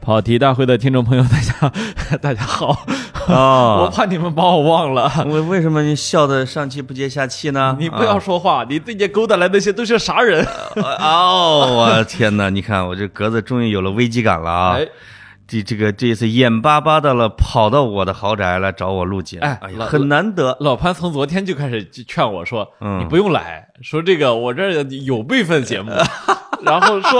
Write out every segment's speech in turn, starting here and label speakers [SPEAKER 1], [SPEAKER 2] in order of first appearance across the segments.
[SPEAKER 1] 跑题大会的听众朋友，大家 大家好， 我
[SPEAKER 2] 啊，嗯
[SPEAKER 1] 怕你们把我忘了。
[SPEAKER 2] 为为什么你笑的上气不接下气呢？
[SPEAKER 1] 你不要
[SPEAKER 2] 啊
[SPEAKER 1] 说话，你最近勾搭来那些都是啥人？
[SPEAKER 2] 哦，我天哪！你看我这格子终于有了危机感了啊！
[SPEAKER 1] 哎，
[SPEAKER 2] 这这个这一次眼巴巴的了，跑到我的豪宅来找我录节目，
[SPEAKER 1] 哎
[SPEAKER 2] 呀
[SPEAKER 1] 老
[SPEAKER 2] 很难得。
[SPEAKER 1] 老潘从昨天就开始就劝我说，
[SPEAKER 2] 嗯
[SPEAKER 1] 你不用来，说这个我这儿有备份节目， 然后 说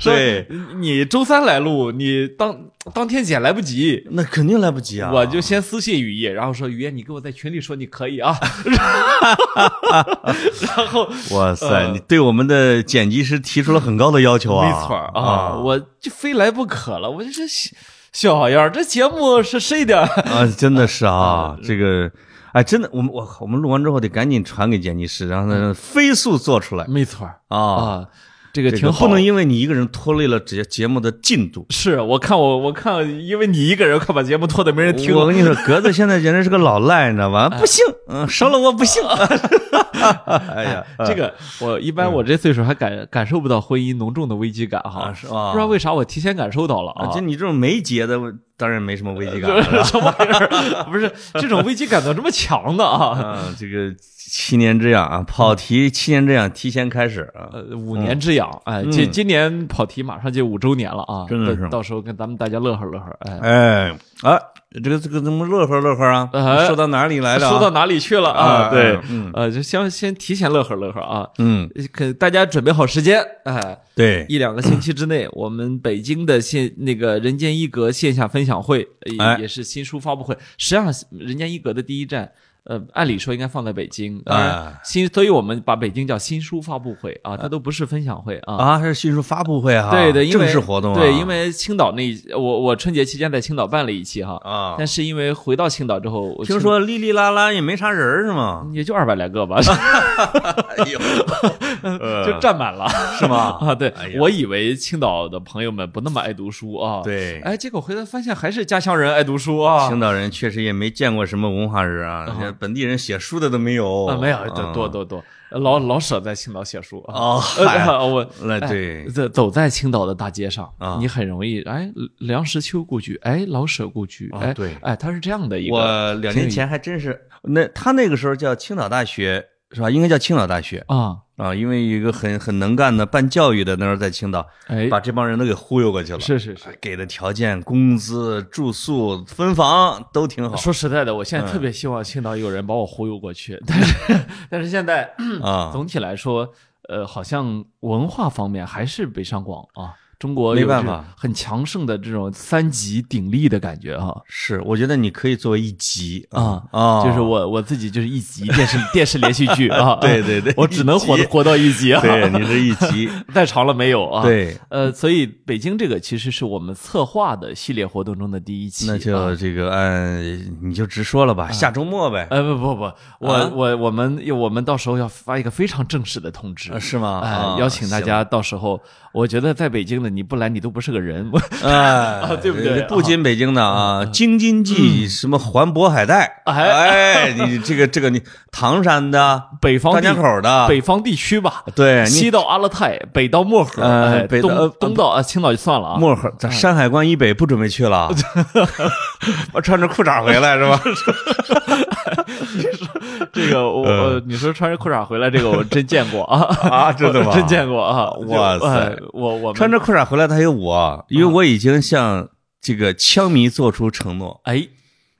[SPEAKER 1] 说
[SPEAKER 2] 嗯对
[SPEAKER 1] 你周三来录，你当当天剪来不及。
[SPEAKER 2] 那肯定来不及啊！
[SPEAKER 1] 我就先私信雨夜，然后说雨夜，你给我在群里说你可以啊，然后
[SPEAKER 2] 哇塞、
[SPEAKER 1] 呃
[SPEAKER 2] 你对我们的剪辑师提出了很高的要求啊！
[SPEAKER 1] 没错儿啊，我就非来不可了。我就这小小样儿，这节目是谁的？
[SPEAKER 2] 啊，真的是
[SPEAKER 1] 嗯
[SPEAKER 2] 啊，这个，哎，真的，我们我我们录完之后得赶紧传给剪辑师，让他飞速做出来
[SPEAKER 1] 没错儿
[SPEAKER 2] 啊。
[SPEAKER 1] 嗯啊，这个
[SPEAKER 2] 这
[SPEAKER 1] 挺
[SPEAKER 2] 个
[SPEAKER 1] 好。
[SPEAKER 2] 不能因为你一个人拖累了节节目的进度。
[SPEAKER 1] 是我看我我看，因为你一个人快把节目拖得没人 听。
[SPEAKER 2] 我跟你说，格子现在简直是个老赖，你知 道吧？不行，嗯，少了我不行。哎呀，
[SPEAKER 1] 这个我一般我这岁数还感感受不到婚姻浓重的危机感哈
[SPEAKER 2] 嗯啊，是吧
[SPEAKER 1] 不知道为啥我提前感受到了啊
[SPEAKER 2] 啊，就。你这种没节的，当然没什么危机感
[SPEAKER 1] 这
[SPEAKER 2] 了。
[SPEAKER 1] 是什么玩意儿？ 不是这种危机感怎么这么强呢啊？
[SPEAKER 2] 啊，这个七年之痒啊，跑题七年之痒提前开始 啊，
[SPEAKER 1] 呃，五年之痒，哎，今
[SPEAKER 2] 嗯
[SPEAKER 1] 今年跑题马上就五周年了啊，
[SPEAKER 2] 真的是
[SPEAKER 1] 到到时候跟咱们大家乐呵乐呵，哎，
[SPEAKER 2] 哎啊，这个这个怎么乐呵乐呵啊？
[SPEAKER 1] 哎
[SPEAKER 2] 说到哪里来了啊？
[SPEAKER 1] 说到哪里去了啊？
[SPEAKER 2] 啊
[SPEAKER 1] 对，
[SPEAKER 2] 嗯
[SPEAKER 1] 呃，就先先提前乐呵乐呵啊，
[SPEAKER 2] 嗯，
[SPEAKER 1] 可大家准备好时间，哎，
[SPEAKER 2] 对，
[SPEAKER 1] 一两个星期之内，我们北京的线那个《人间一格》线下分享会，呃
[SPEAKER 2] 哎
[SPEAKER 1] 也也是新书发布会。实际上，《人间一格》的第一站，呃，按理说应该放在北京，当然
[SPEAKER 2] 哎
[SPEAKER 1] 新，所以我们把北京叫新书发布会啊，它都不是分享会啊。
[SPEAKER 2] 啊，是新书发布会哈，
[SPEAKER 1] 对的，因为
[SPEAKER 2] 啊正式活动啊，
[SPEAKER 1] 对，因为青岛那一我我春节期间在青岛办了一期哈，
[SPEAKER 2] 啊，
[SPEAKER 1] 但是因为回到青岛之后，我
[SPEAKER 2] 听
[SPEAKER 1] 青
[SPEAKER 2] 说哩哩啦啦也没啥人儿是吗？
[SPEAKER 1] 也就二百来个 吧，
[SPEAKER 2] 哎呦，
[SPEAKER 1] 就占满了。
[SPEAKER 2] 是吗？
[SPEAKER 1] 啊， 对
[SPEAKER 2] 哎，呀
[SPEAKER 1] 我以为青岛的朋友们不那么爱读书啊，，
[SPEAKER 2] 对，
[SPEAKER 1] 哎，结果回来发现还是家乡人爱读书啊，
[SPEAKER 2] 青岛人确实也没见过什么文化人啊，这本地人写书的都没有，
[SPEAKER 1] 啊，没有，
[SPEAKER 2] 嗯
[SPEAKER 1] 多多多多，老老舍在青岛写书啊，
[SPEAKER 2] 哦，
[SPEAKER 1] 呃
[SPEAKER 2] 嗨
[SPEAKER 1] 啊我
[SPEAKER 2] 那
[SPEAKER 1] 哎
[SPEAKER 2] 对
[SPEAKER 1] 走走在青岛的大街上
[SPEAKER 2] 啊
[SPEAKER 1] 你很容易哎，梁实秋故居，哎，老舍故居，
[SPEAKER 2] 啊
[SPEAKER 1] 哎，
[SPEAKER 2] 对
[SPEAKER 1] 哎，他是这样的一个
[SPEAKER 2] 我两年前还真是，那他那个时候叫青岛大学是吧？应该叫青岛大学
[SPEAKER 1] 啊，
[SPEAKER 2] 啊，因为有一个很很能干的办教育的，那时候在青岛，
[SPEAKER 1] 哎，
[SPEAKER 2] 把这帮人都给忽悠过去了。
[SPEAKER 1] 是是是。
[SPEAKER 2] 给的条件、工资、住宿、分房都挺好
[SPEAKER 1] 说实在的，我
[SPEAKER 2] 嗯
[SPEAKER 1] 现在特别希望青岛有人把我忽悠过 去，但是但是现在
[SPEAKER 2] 啊。
[SPEAKER 1] 总体来说，呃，好像文化方面还是北上广啊，中国
[SPEAKER 2] 没
[SPEAKER 1] 有
[SPEAKER 2] 办
[SPEAKER 1] 这
[SPEAKER 2] 法
[SPEAKER 1] 很强盛的这种三级鼎立的感觉哈。
[SPEAKER 2] 是，我觉得你可以作为一集
[SPEAKER 1] 啊
[SPEAKER 2] 啊，
[SPEAKER 1] 就是我我自己就是一集电视电视连续剧啊，
[SPEAKER 2] 对对对
[SPEAKER 1] 我只能活
[SPEAKER 2] 一集
[SPEAKER 1] 活到一集啊，
[SPEAKER 2] 对你这一集，
[SPEAKER 1] 再长了没有 啊？，
[SPEAKER 2] 对，
[SPEAKER 1] 呃，所以北京这个其实是我们策划的系列活动中的第一期，
[SPEAKER 2] 那
[SPEAKER 1] 啊
[SPEAKER 2] 就这个按你就直说了吧，下周末呗，
[SPEAKER 1] 呃不不不，我、
[SPEAKER 2] 啊
[SPEAKER 1] 我我们我们到时候要发一个非常正式的通知
[SPEAKER 2] 啊，是吗？
[SPEAKER 1] 哎
[SPEAKER 2] 啊，
[SPEAKER 1] 邀请大
[SPEAKER 2] 行
[SPEAKER 1] 家到时候，我觉得在北京的你不来，你都不是个人。
[SPEAKER 2] 啊
[SPEAKER 1] 对嗯不对
[SPEAKER 2] 不仅北京的啊，京津冀什么环渤海带，
[SPEAKER 1] 啊
[SPEAKER 2] 哎，你这个这个你唐山的、
[SPEAKER 1] 北方
[SPEAKER 2] 张
[SPEAKER 1] 地
[SPEAKER 2] 家口的，
[SPEAKER 1] 北方地区吧，
[SPEAKER 2] 对，你
[SPEAKER 1] 西到阿勒泰，北到漠河，
[SPEAKER 2] 呃
[SPEAKER 1] 哎
[SPEAKER 2] 北到呃
[SPEAKER 1] 东东到啊青岛就算了啊。
[SPEAKER 2] 漠河、咱山海关以北不准备去 了，我穿着裤衩回来是吧？
[SPEAKER 1] 这个我我你说穿着裤衩回来，这 个我真见过啊
[SPEAKER 2] 呃啊，真的吗？
[SPEAKER 1] 真见过啊！就
[SPEAKER 2] 哇塞
[SPEAKER 1] 哎我我们嗯
[SPEAKER 2] 穿着裤衩回来的还有我，因为我已经向这个枪迷做出承诺，
[SPEAKER 1] 哎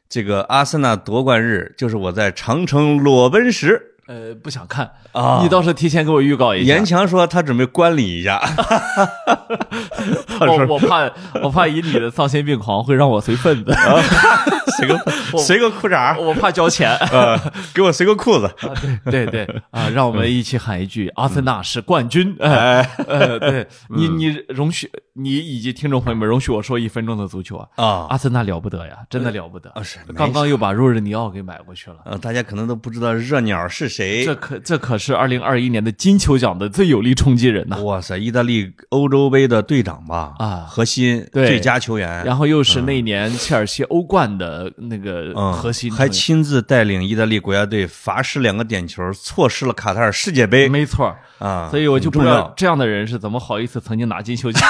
[SPEAKER 2] 这个阿森纳夺冠日就是我在长城裸奔时。
[SPEAKER 1] 呃不想看
[SPEAKER 2] 啊
[SPEAKER 1] 你倒是提前给我预告一下
[SPEAKER 2] 严，强说他准备观礼 一下，
[SPEAKER 1] 我我怕我怕以你的丧心病狂会让我随份子，
[SPEAKER 2] 随个随个裤衩，
[SPEAKER 1] 我怕交钱。
[SPEAKER 2] 呃，给我随个裤子，
[SPEAKER 1] 对对啊，让我
[SPEAKER 2] 嗯
[SPEAKER 1] 们一起喊一句：阿森纳是冠军！哎，呃， 对你，
[SPEAKER 2] 嗯
[SPEAKER 1] 你容许你以及听众朋友们容许我说一分钟的足球啊！
[SPEAKER 2] 啊
[SPEAKER 1] 阿森纳了不得呀，真的了不得！
[SPEAKER 2] 啊是，
[SPEAKER 1] 刚
[SPEAKER 2] 刚刚
[SPEAKER 1] 刚又把若日尼奥给买过去了，
[SPEAKER 2] 呃，大家可能都不知道热鸟是谁
[SPEAKER 1] 这。可这可是二零二一年的金球奖的最有力冲击人呐！
[SPEAKER 2] 哇塞，意大利欧洲杯的队长吧？
[SPEAKER 1] 啊
[SPEAKER 2] 核心
[SPEAKER 1] 对
[SPEAKER 2] 最佳球员，
[SPEAKER 1] 然后又是那年切尔西欧冠的那个
[SPEAKER 2] 嗯，
[SPEAKER 1] 核心成员，
[SPEAKER 2] 还亲自带领意大利国家队罚失两个点球，错失了卡塔尔世界杯
[SPEAKER 1] 没错儿。
[SPEAKER 2] 啊！
[SPEAKER 1] 所以我就
[SPEAKER 2] 很
[SPEAKER 1] 不
[SPEAKER 2] 重
[SPEAKER 1] 知道
[SPEAKER 2] 要
[SPEAKER 1] 这样的人是怎么好意思曾经拿金球奖。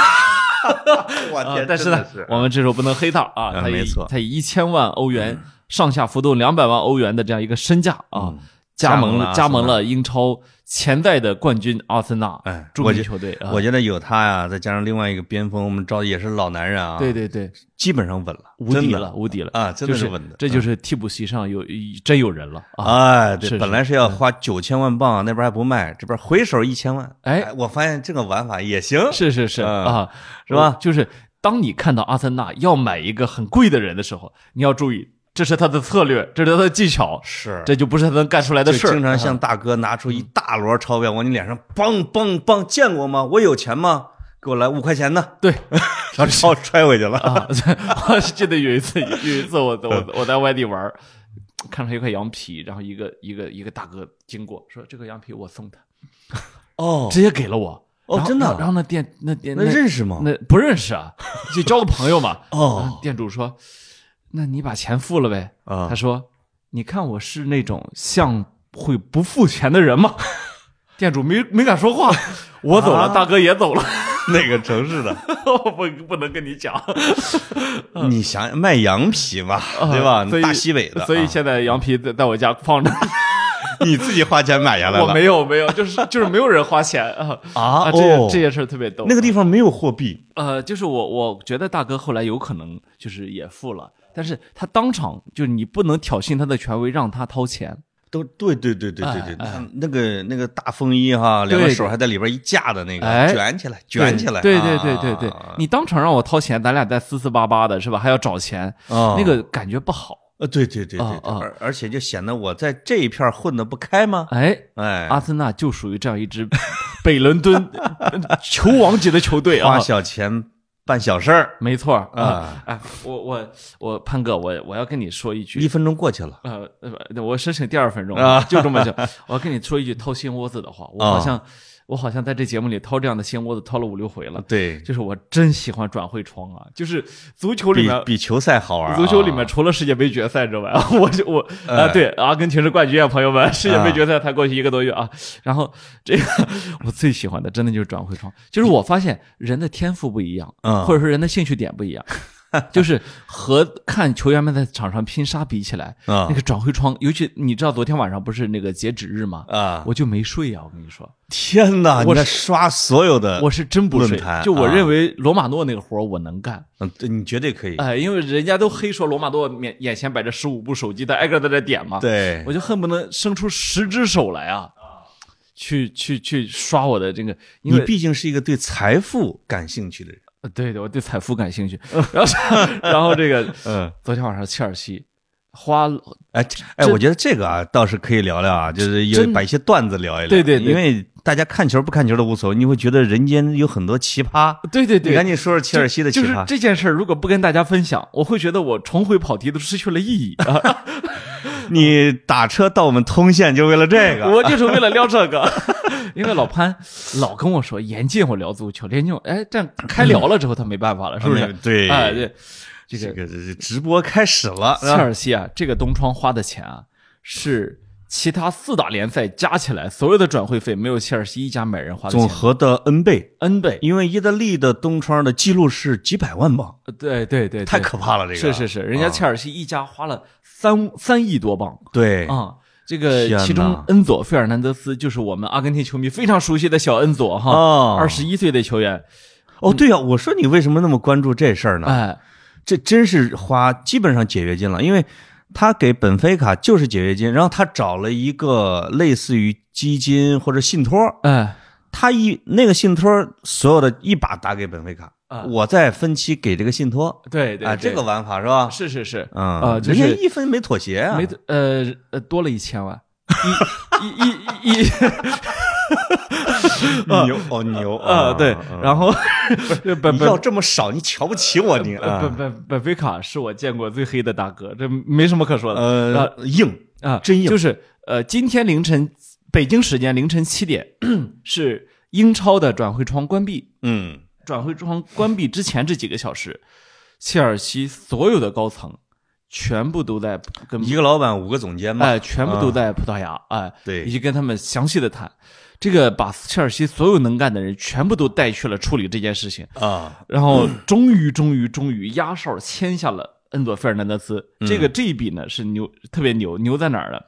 [SPEAKER 2] 我
[SPEAKER 1] 啊
[SPEAKER 2] 天，，
[SPEAKER 1] 但是
[SPEAKER 2] 真的
[SPEAKER 1] 呢
[SPEAKER 2] 是，
[SPEAKER 1] 我们这时候不能黑道啊，
[SPEAKER 2] 嗯
[SPEAKER 1] 他以
[SPEAKER 2] 没错嗯
[SPEAKER 1] 他以一千万欧元上下浮动两百万欧元的这样一个身价啊，加盟了
[SPEAKER 2] 加
[SPEAKER 1] 加
[SPEAKER 2] 盟
[SPEAKER 1] 盟
[SPEAKER 2] 了
[SPEAKER 1] 了英超前代的冠军阿森纳，
[SPEAKER 2] 哎
[SPEAKER 1] 著
[SPEAKER 2] 我
[SPEAKER 1] 名
[SPEAKER 2] 觉
[SPEAKER 1] 球队啊，
[SPEAKER 2] 我觉得有他呀，再加上另外一个边锋，我们招也是老男人啊，
[SPEAKER 1] 对，对对，
[SPEAKER 2] 基本上稳了，
[SPEAKER 1] 无敌
[SPEAKER 2] 真
[SPEAKER 1] 了，
[SPEAKER 2] 的
[SPEAKER 1] 无敌了
[SPEAKER 2] 啊，真
[SPEAKER 1] 就
[SPEAKER 2] 的
[SPEAKER 1] 是
[SPEAKER 2] 稳的，
[SPEAKER 1] 这就是替补席上有真有人了啊！
[SPEAKER 2] 哎，对，
[SPEAKER 1] 是嗯
[SPEAKER 2] 本
[SPEAKER 1] 是
[SPEAKER 2] 来是要花九千万镑，那边还不卖，这边回手一千万。
[SPEAKER 1] 哎
[SPEAKER 2] 我发现这个玩法也行，
[SPEAKER 1] 是是是
[SPEAKER 2] 嗯
[SPEAKER 1] 啊，
[SPEAKER 2] 是吧
[SPEAKER 1] 我就是当你看到阿森纳要买一个很贵的人的时候，你要注意，这是他的策略，这是他的技巧，
[SPEAKER 2] 是
[SPEAKER 1] 这就不是他能干出来的
[SPEAKER 2] 就
[SPEAKER 1] 事儿。啊嗯
[SPEAKER 2] 经常像大哥拿出一大摞钞票往你脸上梆梆梆，见过吗？我有钱吗？给我来五块钱的，
[SPEAKER 1] 对，
[SPEAKER 2] 然后钞揣回去了。
[SPEAKER 1] 啊， 我是记得有一次，有一次我
[SPEAKER 2] 嗯
[SPEAKER 1] 我我在外地玩儿，看上一块羊皮，然后一个一个一个大哥经过，说这个羊皮我送他，
[SPEAKER 2] 哦，
[SPEAKER 1] 直接给了我。
[SPEAKER 2] 哦
[SPEAKER 1] 然后
[SPEAKER 2] 真的啊
[SPEAKER 1] 然后然后那店那店
[SPEAKER 2] 那认识吗？
[SPEAKER 1] 那不认识啊，就交个朋友嘛。
[SPEAKER 2] 哦
[SPEAKER 1] 然后店主说：“那你把钱付了呗。”
[SPEAKER 2] 啊
[SPEAKER 1] 他说：“你看我是那种像会不付钱的人吗？” 店主没没敢说话，我走了，
[SPEAKER 2] 啊
[SPEAKER 1] 大哥也走了，
[SPEAKER 2] 哪个城市的？
[SPEAKER 1] 我不不能跟你讲，
[SPEAKER 2] 你想想卖羊皮嘛，对吧？
[SPEAKER 1] 嗯啊所以
[SPEAKER 2] 大西北的，
[SPEAKER 1] 所以
[SPEAKER 2] 啊
[SPEAKER 1] 现在羊皮在在我家放着，
[SPEAKER 2] 你自己花钱买下来了。
[SPEAKER 1] 我没有没有，就是就是没有人花钱啊
[SPEAKER 2] 啊
[SPEAKER 1] 这件
[SPEAKER 2] 哦
[SPEAKER 1] 这件事儿特别逗。
[SPEAKER 2] 那个地方没有货币，
[SPEAKER 1] 呃，就是我我觉得大哥后来有可能就是也付了，但是他当场就是你不能挑衅他的权威，让他掏钱。
[SPEAKER 2] 都对对对对对对，
[SPEAKER 1] 哎
[SPEAKER 2] 那那个那个大风衣哈，两个
[SPEAKER 1] 对
[SPEAKER 2] 手还在里边一架的那个，
[SPEAKER 1] 哎
[SPEAKER 2] 卷起来，卷起来，
[SPEAKER 1] 对对对对对，
[SPEAKER 2] 啊
[SPEAKER 1] 你当场让我掏钱，咱俩再撕撕巴巴的是吧？还要找钱，
[SPEAKER 2] 哦
[SPEAKER 1] 那个感觉不好。
[SPEAKER 2] 呃，对对对对
[SPEAKER 1] 啊
[SPEAKER 2] 对，
[SPEAKER 1] 啊
[SPEAKER 2] 而而且就显得我在这一片混的不开吗？
[SPEAKER 1] 哎，
[SPEAKER 2] 哎，
[SPEAKER 1] 阿森纳就属于这样一支北伦敦 球王级的球队啊
[SPEAKER 2] 花。小钱办小事儿，
[SPEAKER 1] 没错儿
[SPEAKER 2] 啊
[SPEAKER 1] 啊， 哎，我我我潘哥，我我要跟你说一句，
[SPEAKER 2] 一分钟过去了，
[SPEAKER 1] 呃，呃我申请第二分钟
[SPEAKER 2] 啊
[SPEAKER 1] 就这么 讲。我要跟你说一句掏心窝子的话，我好像、我好像在这节目里掏这样的心窝子掏了五六回了。
[SPEAKER 2] 对，
[SPEAKER 1] 就是我真喜欢转会窗啊，就是足球里
[SPEAKER 2] 比
[SPEAKER 1] 面。
[SPEAKER 2] 比球赛好玩啊。
[SPEAKER 1] 足球里面除了世界杯决赛之外， 我就我啊、
[SPEAKER 2] 哎嗯
[SPEAKER 1] 对，阿根廷是冠军啊，朋友们，世界杯决赛才过去一个多月啊。然后这个我最喜欢的，真的就是转会窗，就是我发现人的天赋不一样，
[SPEAKER 2] 嗯
[SPEAKER 1] 或者说人的兴趣点不 一样，就是和看球员们在场上拼杀比起来，
[SPEAKER 2] 啊
[SPEAKER 1] 那个转会窗，尤其你知道昨天晚上不是那个截止日吗？
[SPEAKER 2] 啊，
[SPEAKER 1] 我就没睡呀、我跟你说，
[SPEAKER 2] 天哪，
[SPEAKER 1] 我
[SPEAKER 2] 你在
[SPEAKER 1] 是
[SPEAKER 2] 刷所有的，
[SPEAKER 1] 我是真不睡
[SPEAKER 2] 嗯论坛。
[SPEAKER 1] 就我
[SPEAKER 2] 啊
[SPEAKER 1] 认为罗马诺那个活儿我能干，
[SPEAKER 2] 嗯，对你绝对可以，
[SPEAKER 1] 哎，因为人家都黑说罗马诺面眼前摆着十五部手机，但挨个在这点嘛，
[SPEAKER 2] 对
[SPEAKER 1] 我，就恨不能伸出十只手来啊，去去去刷我的这个，因
[SPEAKER 2] 你
[SPEAKER 1] 为
[SPEAKER 2] 毕竟是一个对财富感兴趣的人，
[SPEAKER 1] 呃对对，我对财富感兴趣。然后 然后这个
[SPEAKER 2] 嗯。
[SPEAKER 1] 昨天晚上切尔西花了
[SPEAKER 2] 哎这哎，
[SPEAKER 1] 真
[SPEAKER 2] 我觉得这个啊，倒是可以聊聊啊，就是有
[SPEAKER 1] 真
[SPEAKER 2] 把一些段子聊一聊。
[SPEAKER 1] 对对对
[SPEAKER 2] 因为大家看球不看球都无所谓，你会觉得人间有很多奇葩。
[SPEAKER 1] 对对
[SPEAKER 2] 你
[SPEAKER 1] 对，
[SPEAKER 2] 赶紧说说切尔西的奇
[SPEAKER 1] 就
[SPEAKER 2] 葩。
[SPEAKER 1] 是这件事儿，如果不跟大家分享，我会觉得我重回跑题都失去了意义。啊、
[SPEAKER 2] 你打车到我们通县就为了这个？
[SPEAKER 1] 我就是为了聊这个， 因为老潘老跟我说严禁我聊足球，严禁我哎，这样开聊了之后他没办法了，是不是？
[SPEAKER 2] 啊对
[SPEAKER 1] 哎，对，这
[SPEAKER 2] 这
[SPEAKER 1] 个
[SPEAKER 2] 个这直播开始了，
[SPEAKER 1] 切尔西啊，这个东窗花的钱啊，是其他四大联赛加起来所有的转会费没有切尔西一家买人花的
[SPEAKER 2] 啊总
[SPEAKER 1] 钱
[SPEAKER 2] 和的 N 倍，
[SPEAKER 1] n 倍。
[SPEAKER 2] 因为意大利的东窗的记录是几百万镑，
[SPEAKER 1] 对对对，
[SPEAKER 2] 太
[SPEAKER 1] 对
[SPEAKER 2] 可怕了，这
[SPEAKER 1] 是
[SPEAKER 2] 个
[SPEAKER 1] 是是，人家
[SPEAKER 2] 啊
[SPEAKER 1] 切尔西一家花了三三亿多镑，
[SPEAKER 2] 对
[SPEAKER 1] 啊、这个
[SPEAKER 2] 天
[SPEAKER 1] 其
[SPEAKER 2] 哪
[SPEAKER 1] 中恩佐费尔南德斯就是我们阿根廷球迷非常熟悉的小恩佐哈，
[SPEAKER 2] 哦
[SPEAKER 1] 二十一岁的球员，
[SPEAKER 2] 哦对呀，我说你为什么那么关注这事儿呢？
[SPEAKER 1] 哎，
[SPEAKER 2] 这真是花基本上解约金了，因为他给本菲卡就是解约金，然后他找了一个类似于基金或者信托，
[SPEAKER 1] 哎，
[SPEAKER 2] 他一那个信托所有的一把打给本菲卡，
[SPEAKER 1] 啊
[SPEAKER 2] 我再分期给这个信托
[SPEAKER 1] 对对
[SPEAKER 2] 啊，
[SPEAKER 1] 对
[SPEAKER 2] 这个玩法是吧？
[SPEAKER 1] 是是是，
[SPEAKER 2] 嗯
[SPEAKER 1] 啊就是
[SPEAKER 2] 人家一分没妥协啊，
[SPEAKER 1] 没呃呃多了一千 万，一一一一一
[SPEAKER 2] 牛哦牛
[SPEAKER 1] 呃嗯对，然
[SPEAKER 2] 后
[SPEAKER 1] 后本本
[SPEAKER 2] 你要这么少，你瞧不起我你啊
[SPEAKER 1] 本本本菲卡是我见过最黑的大哥，这没什么可说的
[SPEAKER 2] 呃硬
[SPEAKER 1] 啊，
[SPEAKER 2] 真硬
[SPEAKER 1] 就是呃今天凌晨北京时间凌晨七点 是英超的转会窗关闭。
[SPEAKER 2] 嗯
[SPEAKER 1] 转会窗关闭之前这几个小时，切尔西所有的高层全部都在跟呃
[SPEAKER 2] 一个老板五个总监嘛
[SPEAKER 1] 哎，全部都在葡萄牙哎，
[SPEAKER 2] 对
[SPEAKER 1] 以及跟他们详细的谈。这个把切尔西所有能干的人全部都带去了处理这件事情，
[SPEAKER 2] 啊，
[SPEAKER 1] 然后终于终于终于压哨签下了恩佐费尔南德斯。
[SPEAKER 2] 嗯
[SPEAKER 1] 这个这一笔呢是牛，特别牛，牛在哪儿呢？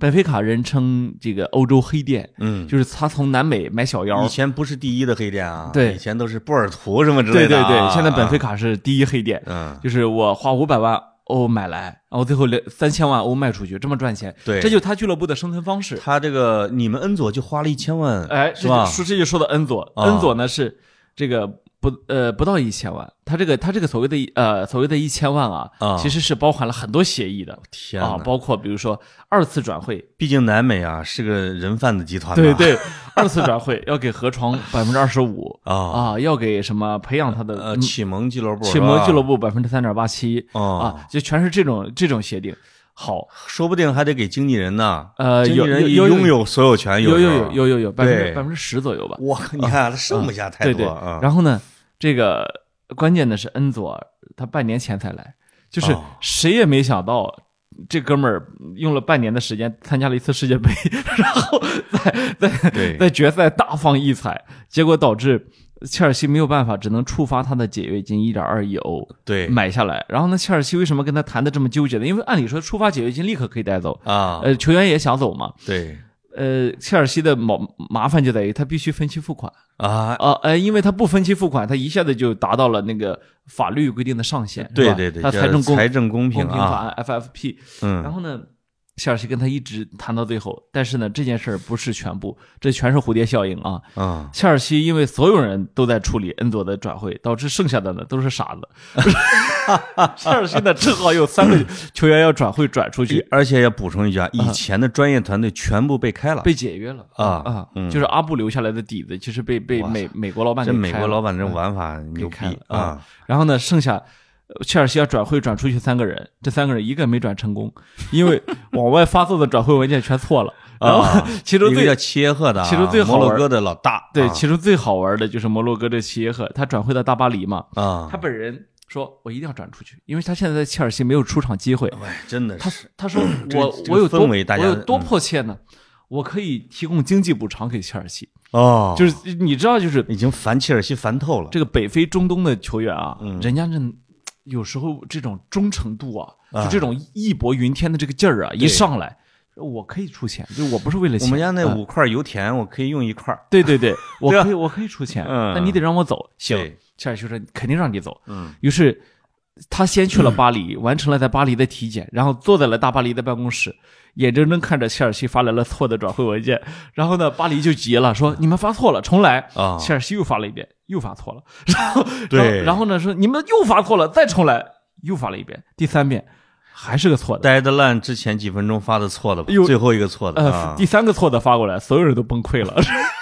[SPEAKER 1] 本菲卡人称这个欧洲黑店，
[SPEAKER 2] 嗯，
[SPEAKER 1] 就是他从南美买小
[SPEAKER 2] 以
[SPEAKER 1] 妖。
[SPEAKER 2] 前不是第一的黑店啊，
[SPEAKER 1] 对
[SPEAKER 2] 以前都是波尔图什么之
[SPEAKER 1] 对
[SPEAKER 2] 类的
[SPEAKER 1] 对
[SPEAKER 2] 啊、
[SPEAKER 1] 对，现在本菲
[SPEAKER 2] 啊，
[SPEAKER 1] 卡是第一黑店，
[SPEAKER 2] 嗯，
[SPEAKER 1] 就是我花五百万欧买来，然后最后连三千万欧卖出去，这么赚钱。
[SPEAKER 2] 对
[SPEAKER 1] 这就是他俱乐部的生存方式。
[SPEAKER 2] 他这个你们恩佐就花了一千万，
[SPEAKER 1] 哎，
[SPEAKER 2] 是
[SPEAKER 1] 这就
[SPEAKER 2] 吧？
[SPEAKER 1] 说这就说到恩佐，
[SPEAKER 2] 啊
[SPEAKER 1] 恩佐呢是这个不呃不到一千万，他这个他这个所谓的一呃所谓的一千万啊，
[SPEAKER 2] 啊
[SPEAKER 1] 其实是包含了很多协议的
[SPEAKER 2] 天哪
[SPEAKER 1] 啊，包括比如说二次转会，
[SPEAKER 2] 毕竟南美啊是个人贩子集团、啊，
[SPEAKER 1] 对对，二次转会要给河床百分之二十五
[SPEAKER 2] 啊，
[SPEAKER 1] 啊，要给什么培养他的
[SPEAKER 2] 呃，
[SPEAKER 1] 嗯
[SPEAKER 2] 启蒙俱乐部，
[SPEAKER 1] 启蒙俱乐
[SPEAKER 2] 部
[SPEAKER 1] 部百分之三点八七
[SPEAKER 2] 啊，
[SPEAKER 1] 啊，就全是这种这种协定。好，
[SPEAKER 2] 说不定还得给经纪人呢，
[SPEAKER 1] 呃，
[SPEAKER 2] 经纪
[SPEAKER 1] 有
[SPEAKER 2] 人
[SPEAKER 1] 有
[SPEAKER 2] 拥有所有权，
[SPEAKER 1] 有有
[SPEAKER 2] 时候
[SPEAKER 1] 有有，有有百分之
[SPEAKER 2] 哎对
[SPEAKER 1] 百分之十左右吧，
[SPEAKER 2] 我你看他剩不下太
[SPEAKER 1] 对对
[SPEAKER 2] 多啊，，
[SPEAKER 1] 然后呢，这个关键的是恩佐他半年前才来，就是
[SPEAKER 2] 哦
[SPEAKER 1] 谁也没想到。这哥们儿用了半年的时间参加了一次世界杯，然后在在
[SPEAKER 2] 对
[SPEAKER 1] 在决赛大放异彩，结果导致切尔西没有办法，只能触发他的解约金一点二亿欧
[SPEAKER 2] 对
[SPEAKER 1] 买下来。然后呢，切尔西为什么跟他谈的这么纠结呢？因为按理说触发解约金立刻可以带走，
[SPEAKER 2] 啊，
[SPEAKER 1] 呃，球员也想走嘛。
[SPEAKER 2] 对
[SPEAKER 1] 呃，切尔西的毛麻烦就在于他必须分期付款。
[SPEAKER 2] 啊，
[SPEAKER 1] 啊，哎，因为他不分期付款，他一下子就达到了那个法律规定的上限，是
[SPEAKER 2] 对
[SPEAKER 1] 吧
[SPEAKER 2] 对对，
[SPEAKER 1] 他
[SPEAKER 2] 叫
[SPEAKER 1] 财政公
[SPEAKER 2] 财政公
[SPEAKER 1] 平
[SPEAKER 2] 平
[SPEAKER 1] 法
[SPEAKER 2] 啊，
[SPEAKER 1] 案 FFP，然
[SPEAKER 2] 嗯，
[SPEAKER 1] 后呢，切尔西跟他一直谈到最后，但是呢，这件事儿不是全部，这全是蝴蝶效应啊。
[SPEAKER 2] 啊，
[SPEAKER 1] 切尔西因为所有人都在处理恩佐的转会，导致剩下的呢都是傻子。 切尔西呢正好有三个球员要转会转出去，
[SPEAKER 2] 而且要补充一句啊，以前的专业团队全部被开了，
[SPEAKER 1] 被解约了
[SPEAKER 2] 啊
[SPEAKER 1] 啊，就是阿布留下来的底子，其实被被
[SPEAKER 2] 哇
[SPEAKER 1] 美美国老板
[SPEAKER 2] 这
[SPEAKER 1] 给
[SPEAKER 2] 美
[SPEAKER 1] 开
[SPEAKER 2] 国
[SPEAKER 1] 了嗯
[SPEAKER 2] 老板这玩法牛逼
[SPEAKER 1] 开了
[SPEAKER 2] 啊！
[SPEAKER 1] 然后呢，剩下呃切尔西要转会转出去三个人，这三个人一个没转成功，因 为往外发送的转会文件全错了。然后
[SPEAKER 2] 啊
[SPEAKER 1] 其中
[SPEAKER 2] 一个
[SPEAKER 1] 最、
[SPEAKER 2] 叫切赫的啊，
[SPEAKER 1] 其中最好
[SPEAKER 2] 摩
[SPEAKER 1] 玩
[SPEAKER 2] 洛哥的老大，
[SPEAKER 1] 对，
[SPEAKER 2] 啊
[SPEAKER 1] 其中最好玩的就是摩洛哥的齐耶赫，他转会到大巴黎嘛，他
[SPEAKER 2] 啊，
[SPEAKER 1] 本人说我一定要转出去，因为他现在在切尔西没有出场机会。嗯
[SPEAKER 2] 喂，哎真的
[SPEAKER 1] 他
[SPEAKER 2] 是
[SPEAKER 1] 嗯他说
[SPEAKER 2] 这
[SPEAKER 1] 我
[SPEAKER 2] 这个
[SPEAKER 1] 我有多
[SPEAKER 2] 氛围大家
[SPEAKER 1] 我有多
[SPEAKER 2] 嗯
[SPEAKER 1] 迫切呢？我可以提供经济补偿给切尔西，
[SPEAKER 2] 哦，
[SPEAKER 1] 就是是你知道，就是
[SPEAKER 2] 已经烦切尔西烦透了，
[SPEAKER 1] 这个北非、中东的球员啊，
[SPEAKER 2] 嗯
[SPEAKER 1] 人家这有时候这种忠诚度啊，
[SPEAKER 2] 啊
[SPEAKER 1] 就这种义薄云天的这个劲儿啊，一上来，我可以出钱，就我不是为了
[SPEAKER 2] 我
[SPEAKER 1] 钱。
[SPEAKER 2] 们家那
[SPEAKER 1] 嗯
[SPEAKER 2] 五块油田，我可以用一块儿，
[SPEAKER 1] 对对对，我
[SPEAKER 2] 对啊
[SPEAKER 1] 可以，我可以出钱，
[SPEAKER 2] 嗯
[SPEAKER 1] 那你得让我走。行
[SPEAKER 2] 对，
[SPEAKER 1] 切尔西说肯定让你走。
[SPEAKER 2] 嗯，
[SPEAKER 1] 于是他先去了巴黎，完成了在巴黎的体检，然后坐在了大巴黎的办公室，眼睁睁看着切尔西发来了错的转会文件。然后呢，巴黎就急了，
[SPEAKER 2] 嗯
[SPEAKER 1] 说你们发错了，重来。
[SPEAKER 2] 啊
[SPEAKER 1] 切尔西又发了一遍，又发错了， 然后然
[SPEAKER 2] 对
[SPEAKER 1] 后然后呢说你们又发错了，再重来，又发了一遍，第三遍还是个错的，
[SPEAKER 2] 呆的烂之前几分钟发的错的吧
[SPEAKER 1] 哟，
[SPEAKER 2] 最后一个错的
[SPEAKER 1] 呃，
[SPEAKER 2] 啊
[SPEAKER 1] 第，三个错的发过来，所有人都崩溃了，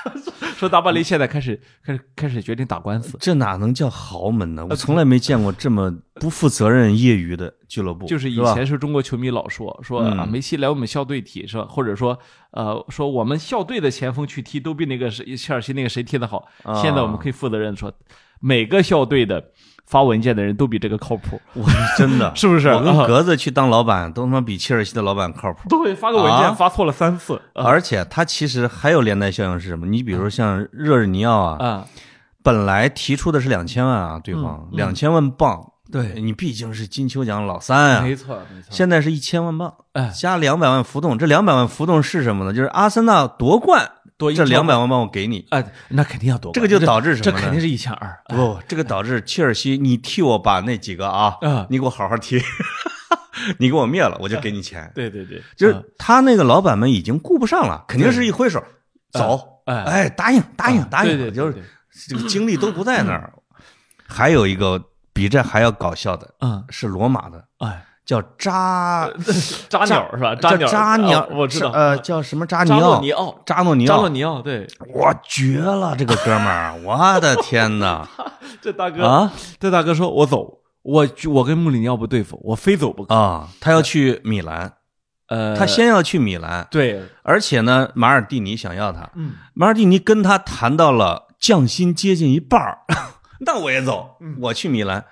[SPEAKER 1] 说大巴黎现在开始开始开始决定打官司，
[SPEAKER 2] 这哪能叫豪门
[SPEAKER 1] 呃
[SPEAKER 2] 呢？我从来没见过这么不负责任业余的俱乐部，
[SPEAKER 1] 就是以
[SPEAKER 2] 吧嗯
[SPEAKER 1] 前是中国球迷老说说啊，梅西来我们校队踢是吧？或者说呃说我们校队的前锋去踢都比那个谁切尔西那个谁踢得好，
[SPEAKER 2] 啊
[SPEAKER 1] 现在我们可以负责任地说，每个校队的发文件的人都比这个靠谱。
[SPEAKER 2] 我 真的
[SPEAKER 1] 是不是
[SPEAKER 2] 我跟
[SPEAKER 1] 啊
[SPEAKER 2] 格子去当老板，都他妈比切尔西的老板靠谱。
[SPEAKER 1] 对，发个文件
[SPEAKER 2] 啊
[SPEAKER 1] 发错了三次
[SPEAKER 2] 而且他其实还有连带效应是什么？你比如说像热尔尼奥啊，
[SPEAKER 1] 啊，
[SPEAKER 2] 本来提出的是两千万啊，对方
[SPEAKER 1] 嗯嗯
[SPEAKER 2] 两千万镑，
[SPEAKER 1] 对，
[SPEAKER 2] 你毕竟是金球奖老三
[SPEAKER 1] 没
[SPEAKER 2] 啊，
[SPEAKER 1] 错没错，
[SPEAKER 2] 现在是一千万镑
[SPEAKER 1] 哎，
[SPEAKER 2] 加两百万浮动。这两百万浮动是什么呢？就是阿森纳夺冠，
[SPEAKER 1] 多
[SPEAKER 2] 这
[SPEAKER 1] 英超
[SPEAKER 2] 两百万镑我给你。
[SPEAKER 1] 哎，那肯定要多，
[SPEAKER 2] 这个就导致什
[SPEAKER 1] 这
[SPEAKER 2] 么呢？
[SPEAKER 1] 肯定是一千二，
[SPEAKER 2] 不，这个导致切尔西，你替我把那几个啊，
[SPEAKER 1] 啊
[SPEAKER 2] 你给我好好踢， 你给我灭了，我就给你钱。
[SPEAKER 1] 对对啊对，
[SPEAKER 2] 就是他那个老板们已经顾不上了，肯定是一挥手走，
[SPEAKER 1] 哎
[SPEAKER 2] 哎，答应答应答
[SPEAKER 1] 对对
[SPEAKER 2] 应，
[SPEAKER 1] 对
[SPEAKER 2] 就是
[SPEAKER 1] 对
[SPEAKER 2] 这个精力都不在 那儿。还有一个比这还要搞笑的
[SPEAKER 1] 嗯
[SPEAKER 2] 是罗马的，
[SPEAKER 1] 哎，
[SPEAKER 2] 叫扎
[SPEAKER 1] 扎鸟是吧？
[SPEAKER 2] 叫
[SPEAKER 1] 鸟
[SPEAKER 2] 扎
[SPEAKER 1] 扎哦
[SPEAKER 2] 鸟，
[SPEAKER 1] 我知道，
[SPEAKER 2] 呃，叫什么扎尼
[SPEAKER 1] 扎洛
[SPEAKER 2] 奥
[SPEAKER 1] 尼奥，
[SPEAKER 2] 扎诺尼
[SPEAKER 1] 扎洛
[SPEAKER 2] 奥，啊
[SPEAKER 1] 尼奥，对，
[SPEAKER 2] 我绝了，这个哥们儿，我的 天哪
[SPEAKER 1] 这大哥
[SPEAKER 2] 啊！
[SPEAKER 1] 这大哥说：“我走，我我跟穆里尼奥不对付，我非走不可。
[SPEAKER 2] 啊，他要去米兰，”
[SPEAKER 1] 呃，
[SPEAKER 2] 他先要去米兰，
[SPEAKER 1] 对，
[SPEAKER 2] 而且呢，马尔蒂尼想要他，
[SPEAKER 1] 嗯，
[SPEAKER 2] 马尔蒂尼跟他谈到了降薪接近一半儿， 那我也走，
[SPEAKER 1] 嗯
[SPEAKER 2] 我去米兰。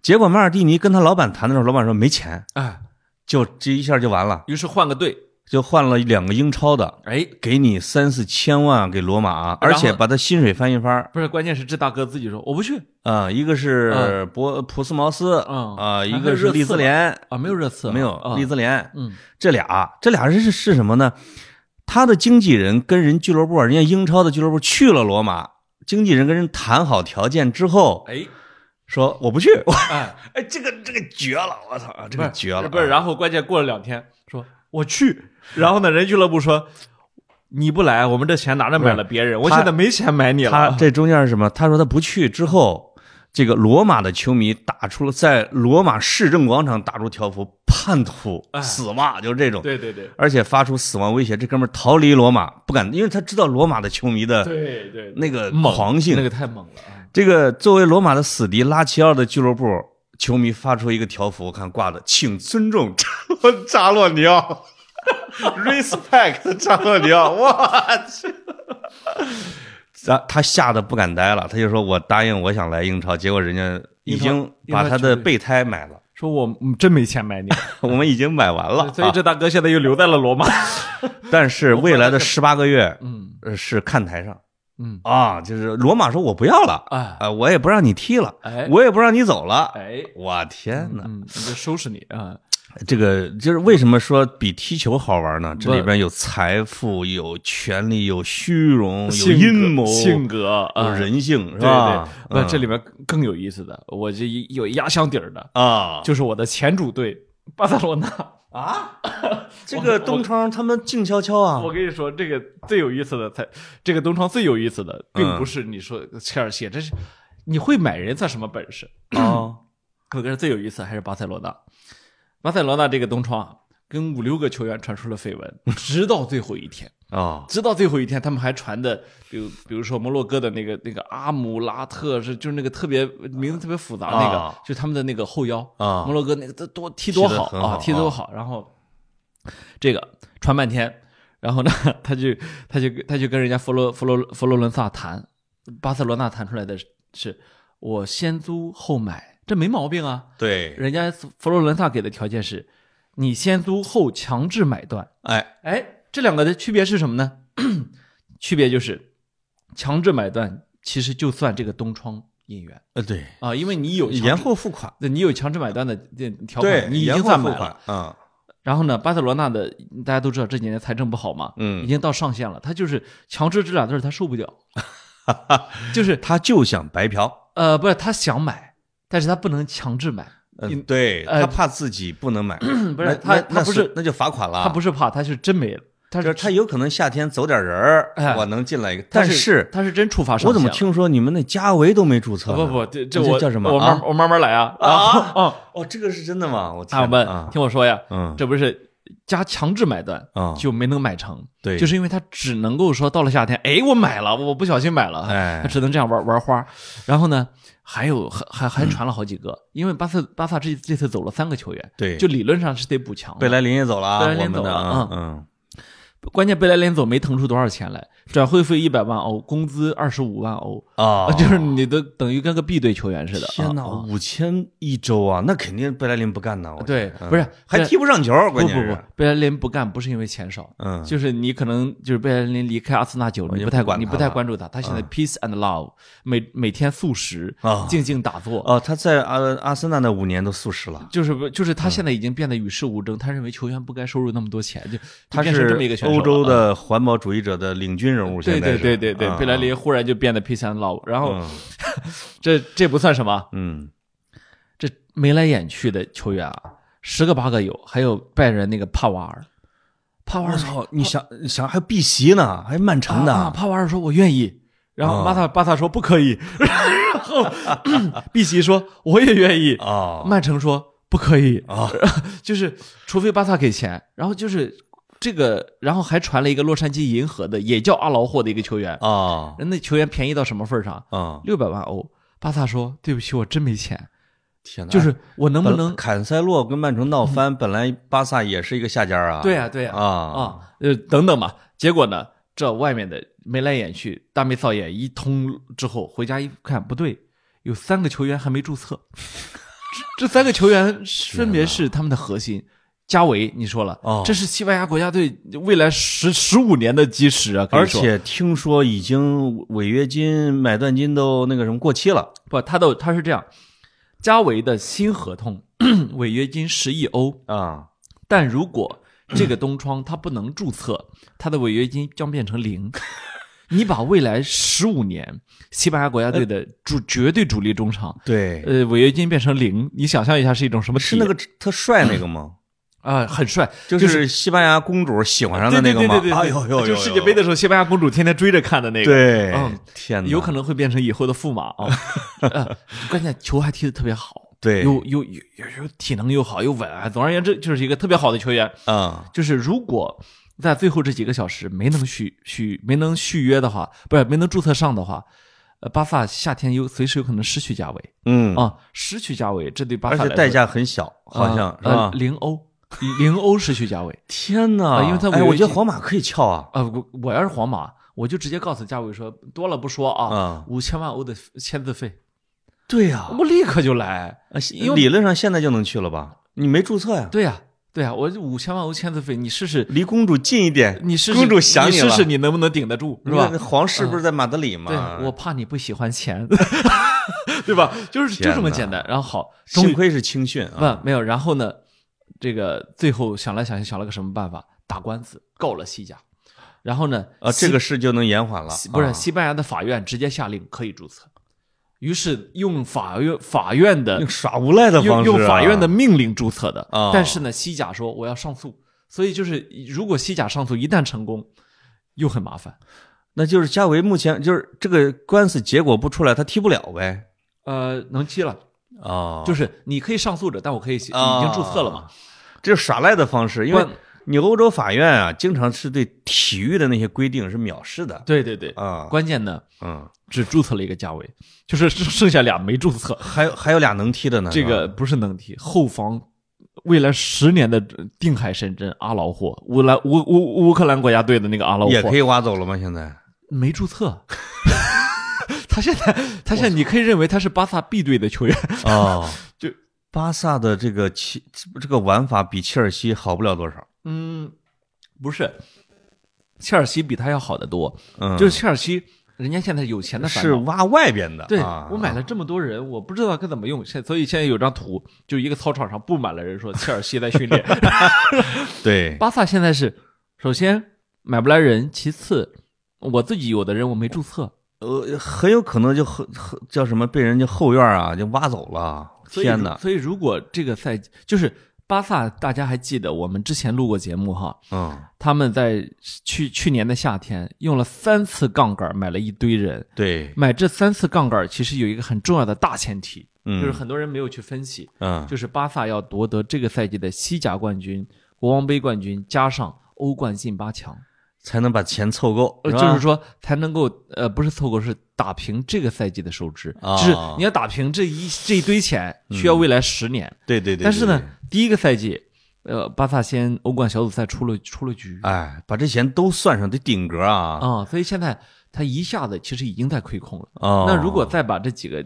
[SPEAKER 2] 结果马尔蒂尼跟他老板谈的时候，老板说没钱，
[SPEAKER 1] 哎，
[SPEAKER 2] 就这一下就完了。
[SPEAKER 1] 于是换个队，
[SPEAKER 2] 就换了两个英超的，
[SPEAKER 1] 哎，
[SPEAKER 2] 给你三四千万给罗马，
[SPEAKER 1] 然
[SPEAKER 2] 而
[SPEAKER 1] 后
[SPEAKER 2] 且把他薪水翻一番儿
[SPEAKER 1] 不是，关键是这大哥自己说我不去
[SPEAKER 2] 啊、一个是博普斯茅斯
[SPEAKER 1] 嗯
[SPEAKER 2] 啊、
[SPEAKER 1] 还
[SPEAKER 2] 一
[SPEAKER 1] 有
[SPEAKER 2] 个
[SPEAKER 1] 热
[SPEAKER 2] 是利
[SPEAKER 1] 刺
[SPEAKER 2] 兹
[SPEAKER 1] 吧
[SPEAKER 2] 联，
[SPEAKER 1] 啊，没有热刺，
[SPEAKER 2] 没有
[SPEAKER 1] 啊
[SPEAKER 2] 利，兹联，
[SPEAKER 1] 嗯，
[SPEAKER 2] 这俩这俩人是是什么呢？他的经纪人跟人俱乐部，人家英超的俱乐部去了罗马，经纪人跟人谈好条件之后，
[SPEAKER 1] 哎
[SPEAKER 2] 说我不去，我
[SPEAKER 1] 哎，
[SPEAKER 2] 哎，这个这个绝了，我操，啊这
[SPEAKER 1] 不
[SPEAKER 2] 个
[SPEAKER 1] 是
[SPEAKER 2] 绝了，
[SPEAKER 1] 不是，
[SPEAKER 2] 后
[SPEAKER 1] 然后关键过了两天说我去，然后呢，人俱乐部说你不来，我们这钱拿着买了别人，我
[SPEAKER 2] 他
[SPEAKER 1] 现在没钱买你
[SPEAKER 2] 他
[SPEAKER 1] 了。
[SPEAKER 2] 这中间是什么？他说他不去之后，这个罗马的球迷打出了在罗马市政广场打出条幅“叛徒
[SPEAKER 1] 哎
[SPEAKER 2] 死吧”，就是这种，
[SPEAKER 1] 对对对
[SPEAKER 2] 而且发出死亡威胁，这哥们儿逃离罗马不敢，因为他知道罗马的球迷的
[SPEAKER 1] 对对，
[SPEAKER 2] 那个
[SPEAKER 1] 猛
[SPEAKER 2] 狂性，
[SPEAKER 1] 那个太猛了啊！
[SPEAKER 2] 这个作为罗马的死敌拉齐奥的俱乐部球迷发出一个条幅，我看挂的“请尊重扎洛扎洛尼 奥，respect 扎洛尼奥”，我去。他他吓得不敢待了，他就说：“我答应我想来英超，结果人家已经把他的备胎买 了，
[SPEAKER 1] 说我嗯真没钱买你，
[SPEAKER 2] 我们已经买完 了。啊
[SPEAKER 1] 所以这大哥现在又留在了罗马。
[SPEAKER 2] 但是未来的十八个月
[SPEAKER 1] 嗯
[SPEAKER 2] 呃是看台上
[SPEAKER 1] 嗯，
[SPEAKER 2] 啊，就是罗马说我不要了
[SPEAKER 1] 哎
[SPEAKER 2] 啊，我也不让你踢了，
[SPEAKER 1] 哎
[SPEAKER 2] 我也不让你走了。
[SPEAKER 1] 哎，
[SPEAKER 2] 我天哪！
[SPEAKER 1] 嗯，我就收拾你啊！
[SPEAKER 2] 这个就是为什么说比踢球好玩呢？这
[SPEAKER 1] 不
[SPEAKER 2] 里边有财富、有权力、有虚荣、有
[SPEAKER 1] 性格
[SPEAKER 2] 阴谋、
[SPEAKER 1] 性格啊，
[SPEAKER 2] 有人性，是
[SPEAKER 1] 对对
[SPEAKER 2] 吧？，
[SPEAKER 1] 不，
[SPEAKER 2] 嗯
[SPEAKER 1] 这里面更有意思的，我这一有压箱底儿的，
[SPEAKER 2] 啊，
[SPEAKER 1] 就是我的前主队巴塞罗那。
[SPEAKER 2] 啊， 这个东窗他们静悄悄啊
[SPEAKER 1] 我，跟你说，这个最有意思的才，这个东窗最有意思的，并不是你说切尔西，这是你会买人算什么本事？
[SPEAKER 2] 啊，
[SPEAKER 1] 我跟你说最有意思还是巴塞罗那，巴塞罗那这个东窗啊，跟五六个球员传出了绯闻，直到最后一天。
[SPEAKER 2] 啊，
[SPEAKER 1] 直到最后一天，他们还传的，比如比如说摩洛哥的那个那个阿姆拉特是就是那个特别名字特别复杂那个，
[SPEAKER 2] 啊
[SPEAKER 1] 就他们的那个后腰
[SPEAKER 2] 啊
[SPEAKER 1] 摩洛哥那个多多踢多
[SPEAKER 2] 踢得
[SPEAKER 1] 好
[SPEAKER 2] 很好
[SPEAKER 1] 啊，踢多好，然后这个传半天，然后呢， 他就他就他就跟人家佛罗佛罗佛罗伦萨谈，巴塞罗那谈出来的是是我先租后买，这没毛病啊，
[SPEAKER 2] 对，
[SPEAKER 1] 人家佛罗伦萨给的条件是，你先租后强制买断。
[SPEAKER 2] 哎，
[SPEAKER 1] 哎，这两个的区别是什么呢？ 区别就是强制买断，其实就算这个东窗引援
[SPEAKER 2] 呃，对，
[SPEAKER 1] 啊，因为你有强制
[SPEAKER 2] 延，后付款，
[SPEAKER 1] 对你有强制买断的这条
[SPEAKER 2] 对，
[SPEAKER 1] 款，你已
[SPEAKER 2] 延
[SPEAKER 1] 经
[SPEAKER 2] 后
[SPEAKER 1] 算
[SPEAKER 2] 付
[SPEAKER 1] 买
[SPEAKER 2] 款
[SPEAKER 1] 了。，
[SPEAKER 2] 啊，
[SPEAKER 1] 然后呢，巴塞罗那的大家都知道这几年财政不好嘛，已
[SPEAKER 2] 嗯，
[SPEAKER 1] 经到上限了，他就是强制这俩字儿他受不 了，就是
[SPEAKER 2] 他就想白嫖，
[SPEAKER 1] 呃，不是他想买，但是他不能强制买，
[SPEAKER 2] 嗯
[SPEAKER 1] 因，
[SPEAKER 2] 对
[SPEAKER 1] 呃
[SPEAKER 2] 他怕自己不能 买，
[SPEAKER 1] 不是
[SPEAKER 2] 那
[SPEAKER 1] 他
[SPEAKER 2] 那
[SPEAKER 1] 他
[SPEAKER 2] 那
[SPEAKER 1] 不是
[SPEAKER 2] 那就罚款了，
[SPEAKER 1] 他不是怕，他是真没了，他
[SPEAKER 2] 啊就是是他有可能夏天走点人儿，
[SPEAKER 1] 哎
[SPEAKER 2] 我能进来一个，
[SPEAKER 1] 他
[SPEAKER 2] 但是
[SPEAKER 1] 他是真触发上限
[SPEAKER 2] 我怎么
[SPEAKER 1] 了
[SPEAKER 2] 听说你们那加维都没注册
[SPEAKER 1] 啊
[SPEAKER 2] 呢？
[SPEAKER 1] 不不，这这
[SPEAKER 2] 这
[SPEAKER 1] 我
[SPEAKER 2] 叫什么
[SPEAKER 1] 我
[SPEAKER 2] 啊
[SPEAKER 1] 慢我慢慢来啊
[SPEAKER 2] 啊
[SPEAKER 1] 啊哦
[SPEAKER 2] 哦，这个是真的吗？我天
[SPEAKER 1] 啊！我
[SPEAKER 2] 哪
[SPEAKER 1] 们
[SPEAKER 2] 啊，
[SPEAKER 1] 听我说呀，
[SPEAKER 2] 嗯，
[SPEAKER 1] 这不是加强制买断
[SPEAKER 2] 啊
[SPEAKER 1] 就没能买成，
[SPEAKER 2] 对，
[SPEAKER 1] 就是因为他只能够说到了夏天，哎，我买了，我不小心买了，
[SPEAKER 2] 哎
[SPEAKER 1] 他只能这样玩玩花。然后呢，还有还还还传了好几个，因为巴塞巴萨这这次走了三个球员，
[SPEAKER 2] 对，
[SPEAKER 1] 就理论上是得补强的。
[SPEAKER 2] 贝莱林也走了啊，
[SPEAKER 1] 贝莱林
[SPEAKER 2] 我们的
[SPEAKER 1] 走了
[SPEAKER 2] 啊
[SPEAKER 1] 嗯
[SPEAKER 2] 嗯，
[SPEAKER 1] 关键贝莱林走没腾出多少钱来，转会费一百万欧，工资二十五万欧，
[SPEAKER 2] 啊，
[SPEAKER 1] 就是你都等于跟个 B 队球员似的。
[SPEAKER 2] 天哪，
[SPEAKER 1] 啊啊
[SPEAKER 2] 五千一周啊，那肯定贝莱林不干呐，我
[SPEAKER 1] 对
[SPEAKER 2] 嗯
[SPEAKER 1] 不是
[SPEAKER 2] 还
[SPEAKER 1] 这
[SPEAKER 2] 踢不上球，关
[SPEAKER 1] 不
[SPEAKER 2] 键
[SPEAKER 1] 不不
[SPEAKER 2] 是，
[SPEAKER 1] 贝莱林不干不是因为钱少，
[SPEAKER 2] 嗯，
[SPEAKER 1] 就是你可能就是贝莱林离开阿森纳久了，
[SPEAKER 2] 我已
[SPEAKER 1] 你
[SPEAKER 2] 经
[SPEAKER 1] 不太
[SPEAKER 2] 不管
[SPEAKER 1] 你
[SPEAKER 2] 他
[SPEAKER 1] 不太
[SPEAKER 2] 了嗯
[SPEAKER 1] 关注他，他现在 peace and love，每每天素食
[SPEAKER 2] 啊，
[SPEAKER 1] 静静打坐，
[SPEAKER 2] 哦，他在阿阿森纳那五年都素食了，
[SPEAKER 1] 就是不就是
[SPEAKER 2] 嗯
[SPEAKER 1] 他现在已经变得与世无争，他认为球员不该收入那么多钱，就就
[SPEAKER 2] 他
[SPEAKER 1] 变成
[SPEAKER 2] 是
[SPEAKER 1] 这么一个选手
[SPEAKER 2] 欧洲
[SPEAKER 1] 了啊。
[SPEAKER 2] 的环保主义者的领军人物，
[SPEAKER 1] 对
[SPEAKER 2] 现在
[SPEAKER 1] 对
[SPEAKER 2] 是
[SPEAKER 1] 对对对，
[SPEAKER 2] 啊
[SPEAKER 1] 贝莱林忽然就变得 peace and love，然后
[SPEAKER 2] 嗯
[SPEAKER 1] 这这不算什么，
[SPEAKER 2] 嗯，
[SPEAKER 1] 这眉来眼去的球员啊，十个八个有，还有拜仁那个帕瓦尔，帕瓦
[SPEAKER 2] 我
[SPEAKER 1] 尔
[SPEAKER 2] 操！你想你想还有碧玺呢，还有曼城
[SPEAKER 1] 啊啊
[SPEAKER 2] 呢，
[SPEAKER 1] 帕瓦尔说：“我愿意。”然后
[SPEAKER 2] 啊
[SPEAKER 1] 巴萨、巴萨说：“不可以。” 然后碧玺说：“我也愿意。
[SPEAKER 2] 哦
[SPEAKER 1] 曼城说：“不可以。
[SPEAKER 2] 啊
[SPEAKER 1] 就是除非巴萨给钱。然后就是这个，然后还传了一个洛杉矶银河的，也叫阿劳霍的一个球员。
[SPEAKER 2] 啊
[SPEAKER 1] 人那球员便宜到什么份儿上？
[SPEAKER 2] 啊！
[SPEAKER 1] 六百万欧。巴萨说：“对不起，我真没钱，
[SPEAKER 2] 天哪！
[SPEAKER 1] 就是我能
[SPEAKER 2] 能
[SPEAKER 1] 不能
[SPEAKER 2] 坎塞洛跟曼城闹翻，本来巴萨也是一个下家啊。
[SPEAKER 1] 对呀对呀
[SPEAKER 2] 啊
[SPEAKER 1] 啊，呃，等等吧。结果呢，这外面的眉来眼去、大眉扫眼一通之后，回家一看不对，有三个球员还没注册，这这三个球员分别是他们的核心，加维，你说了，
[SPEAKER 2] 哦
[SPEAKER 1] 这是西班牙国家队未来十十五年的基石啊！可以
[SPEAKER 2] 而
[SPEAKER 1] 说
[SPEAKER 2] 且听说已经违约金、买断金都那个什么过期了。
[SPEAKER 1] 不，他的他是这样，加维的新合同 违约金十亿欧，
[SPEAKER 2] 啊，
[SPEAKER 1] 但如果这个东窗他不能注册，他的违约金将变成零。你把未来十五年西班牙国家队的主绝对主力中场，
[SPEAKER 2] 对，
[SPEAKER 1] 呃，违约金变成零，你想象一下是一种什么体
[SPEAKER 2] 是那个特帅那个吗？
[SPEAKER 1] 啊、很帅，
[SPEAKER 2] 就
[SPEAKER 1] 就是
[SPEAKER 2] 西班牙公主喜欢上的那个
[SPEAKER 1] 对
[SPEAKER 2] 吗
[SPEAKER 1] 对对对？对
[SPEAKER 2] 哎呦呦呦
[SPEAKER 1] 就
[SPEAKER 2] 呦，
[SPEAKER 1] 世界杯的时候，西班牙公主天天追着看的那个，，
[SPEAKER 2] 对
[SPEAKER 1] 嗯，
[SPEAKER 2] 天哪，
[SPEAKER 1] 有可能会变成以后的驸 马啊。呃关键球还踢得特别好，
[SPEAKER 2] 对
[SPEAKER 1] 又又又又又体能又好又稳啊。总而言之，就是一个特别好的球员。
[SPEAKER 2] 啊，
[SPEAKER 1] 就是如果在最后这几个小时没能续续没能续约的话，不是没能注册上的话，呃，巴萨夏天有随时有可能失去价位
[SPEAKER 2] 嗯，
[SPEAKER 1] 啊，失去价位，这对巴
[SPEAKER 2] 而
[SPEAKER 1] 萨
[SPEAKER 2] 且
[SPEAKER 1] 来说
[SPEAKER 2] 代价很小，好像
[SPEAKER 1] 啊
[SPEAKER 2] 是吧
[SPEAKER 1] 呃？零欧零欧失去价位。
[SPEAKER 2] 天哪，
[SPEAKER 1] 啊因为他违
[SPEAKER 2] 哎，
[SPEAKER 1] 约
[SPEAKER 2] 我觉得
[SPEAKER 1] 金
[SPEAKER 2] 皇马可以撬啊，
[SPEAKER 1] 啊，我我要是皇马，我就直接告诉加维说，多了不说啊
[SPEAKER 2] 啊，
[SPEAKER 1] 五千万欧的签字费，
[SPEAKER 2] 对呀，
[SPEAKER 1] 我立刻就来。
[SPEAKER 2] 啊
[SPEAKER 1] 因为
[SPEAKER 2] 理论上现在就能去了吧？你没注册呀？
[SPEAKER 1] 对呀、对呀、我五千万欧签字费，你试试，
[SPEAKER 2] 离公主近一点，
[SPEAKER 1] 你试试，
[SPEAKER 2] 公主想
[SPEAKER 1] 你
[SPEAKER 2] 了，
[SPEAKER 1] 试试你能不能顶得住，是
[SPEAKER 2] 你看
[SPEAKER 1] 吧
[SPEAKER 2] 那？皇室不是在马德里吗？
[SPEAKER 1] 对，我怕你不喜欢 钱， 对吧？就是就
[SPEAKER 2] 天
[SPEAKER 1] 这么
[SPEAKER 2] 哪
[SPEAKER 1] 简单。然后好，终
[SPEAKER 2] 幸
[SPEAKER 1] 于
[SPEAKER 2] 亏是青训啊，
[SPEAKER 1] 不没有，然后呢，这个最后想来想去，想了个什么办法？打官司告了西甲，然后呢，
[SPEAKER 2] 啊，这个事就能延缓了
[SPEAKER 1] 西，不是
[SPEAKER 2] 啊
[SPEAKER 1] 西班牙的法院直接下令可以注册，于是用法院法院的
[SPEAKER 2] 用耍无赖的
[SPEAKER 1] 用
[SPEAKER 2] 方式啊，
[SPEAKER 1] 用法院的命令注册的。
[SPEAKER 2] 啊
[SPEAKER 1] 但是呢，西甲说我要上诉，所以就是如果西甲上诉一旦成功，又很麻烦。
[SPEAKER 2] 那就是加维目前就是这个官司结果不出来，他踢不了呗。
[SPEAKER 1] 呃，能踢了，
[SPEAKER 2] 啊
[SPEAKER 1] 就是是你可以上诉着，但我可以已经注册了嘛。
[SPEAKER 2] 这是耍赖的方式，因为
[SPEAKER 1] 不
[SPEAKER 2] 你欧洲法院啊，经常是对体育的那些规定是藐视的
[SPEAKER 1] 对对对，
[SPEAKER 2] 啊。
[SPEAKER 1] 关键呢
[SPEAKER 2] 嗯，
[SPEAKER 1] 只注册了一个价位，就是 剩剩下俩没注册。
[SPEAKER 2] 还有还有俩能踢的呢，
[SPEAKER 1] 这
[SPEAKER 2] 是
[SPEAKER 1] 个
[SPEAKER 2] 吧
[SPEAKER 1] 不是能踢，后防未来十年的定海神针阿劳霍，乌兰乌乌乌克兰国家队的那个阿劳霍
[SPEAKER 2] 也可以挖走了吗？现 在
[SPEAKER 1] 没注册。 他现在，他现在，你可以认为他是巴萨 B 队的球员，
[SPEAKER 2] 哦，
[SPEAKER 1] 就
[SPEAKER 2] 巴萨的这个切这个玩法比切尔西好不了多少。
[SPEAKER 1] 嗯，不是，切尔西比他要好得多。
[SPEAKER 2] 嗯，
[SPEAKER 1] 就是切尔西，人家现在有钱的烦恼
[SPEAKER 2] 是挖外边的。
[SPEAKER 1] 对、
[SPEAKER 2] 啊、
[SPEAKER 1] 我买了这么多人，我不知道该怎么用。现所以现在有张图，就一个操场上布满了人，说切尔西在训练。
[SPEAKER 2] 对
[SPEAKER 1] 巴萨现在是首先买不来人，其次我自己有的人我没注册，
[SPEAKER 2] 呃，很有可能就后后叫什么被人家后院啊就挖走了。
[SPEAKER 1] 所以
[SPEAKER 2] 天哪！
[SPEAKER 1] 所以如果这个赛季就是巴萨，大家还记得我们之前录过节目哈，
[SPEAKER 2] 嗯，
[SPEAKER 1] 他们在去去年的夏天用了三次杠杆买了一堆人，
[SPEAKER 2] 对，
[SPEAKER 1] 买这三次杠杆其实有一个很重要的大前提，
[SPEAKER 2] 嗯，
[SPEAKER 1] 就是很多人没有去分析，
[SPEAKER 2] 嗯
[SPEAKER 1] 就是巴萨要夺得这个赛季的西甲冠军、国王杯冠军，加上欧冠进八强，
[SPEAKER 2] 才能把钱凑够，
[SPEAKER 1] 呃，
[SPEAKER 2] 吧
[SPEAKER 1] 就是说才能够呃，不是凑够，是打平这个赛季的收支，
[SPEAKER 2] 啊
[SPEAKER 1] 就是你要打平这一这一堆钱，需要未来十年。
[SPEAKER 2] 对对对
[SPEAKER 1] 但是，呢
[SPEAKER 2] 对对，
[SPEAKER 1] 第一个赛季，呃，巴萨先欧冠小组赛出了出了局
[SPEAKER 2] 哎，把这钱都算上得顶格啊
[SPEAKER 1] 啊、所以现在他一下子其实已经在亏空了。
[SPEAKER 2] 哦
[SPEAKER 1] 那如果再把这几个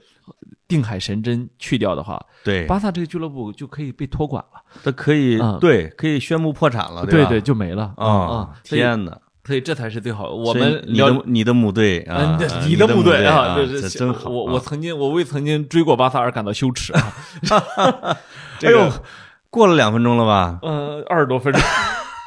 [SPEAKER 1] 定海神针去掉的话，
[SPEAKER 2] 对，
[SPEAKER 1] 巴萨这个俱乐部就可以被托管了。
[SPEAKER 2] 他可以
[SPEAKER 1] 嗯
[SPEAKER 2] 对可以宣布破产了，
[SPEAKER 1] 对
[SPEAKER 2] 吧
[SPEAKER 1] 对，就没了
[SPEAKER 2] 啊
[SPEAKER 1] 啊！所以
[SPEAKER 2] 天哪！
[SPEAKER 1] 所以这才是最好。我
[SPEAKER 2] 所以
[SPEAKER 1] 们
[SPEAKER 2] 你
[SPEAKER 1] 聊
[SPEAKER 2] 的你的母队啊
[SPEAKER 1] 嗯，，
[SPEAKER 2] 啊
[SPEAKER 1] 你
[SPEAKER 2] 的
[SPEAKER 1] 的部队
[SPEAKER 2] 啊，
[SPEAKER 1] 这
[SPEAKER 2] 这
[SPEAKER 1] 是
[SPEAKER 2] 真好啊。
[SPEAKER 1] 我我曾经我为曾经追过巴萨而感到羞耻 啊。
[SPEAKER 2] 哎
[SPEAKER 1] 这个
[SPEAKER 2] 呦，过了两分钟了吧？
[SPEAKER 1] 呃，二十多分钟，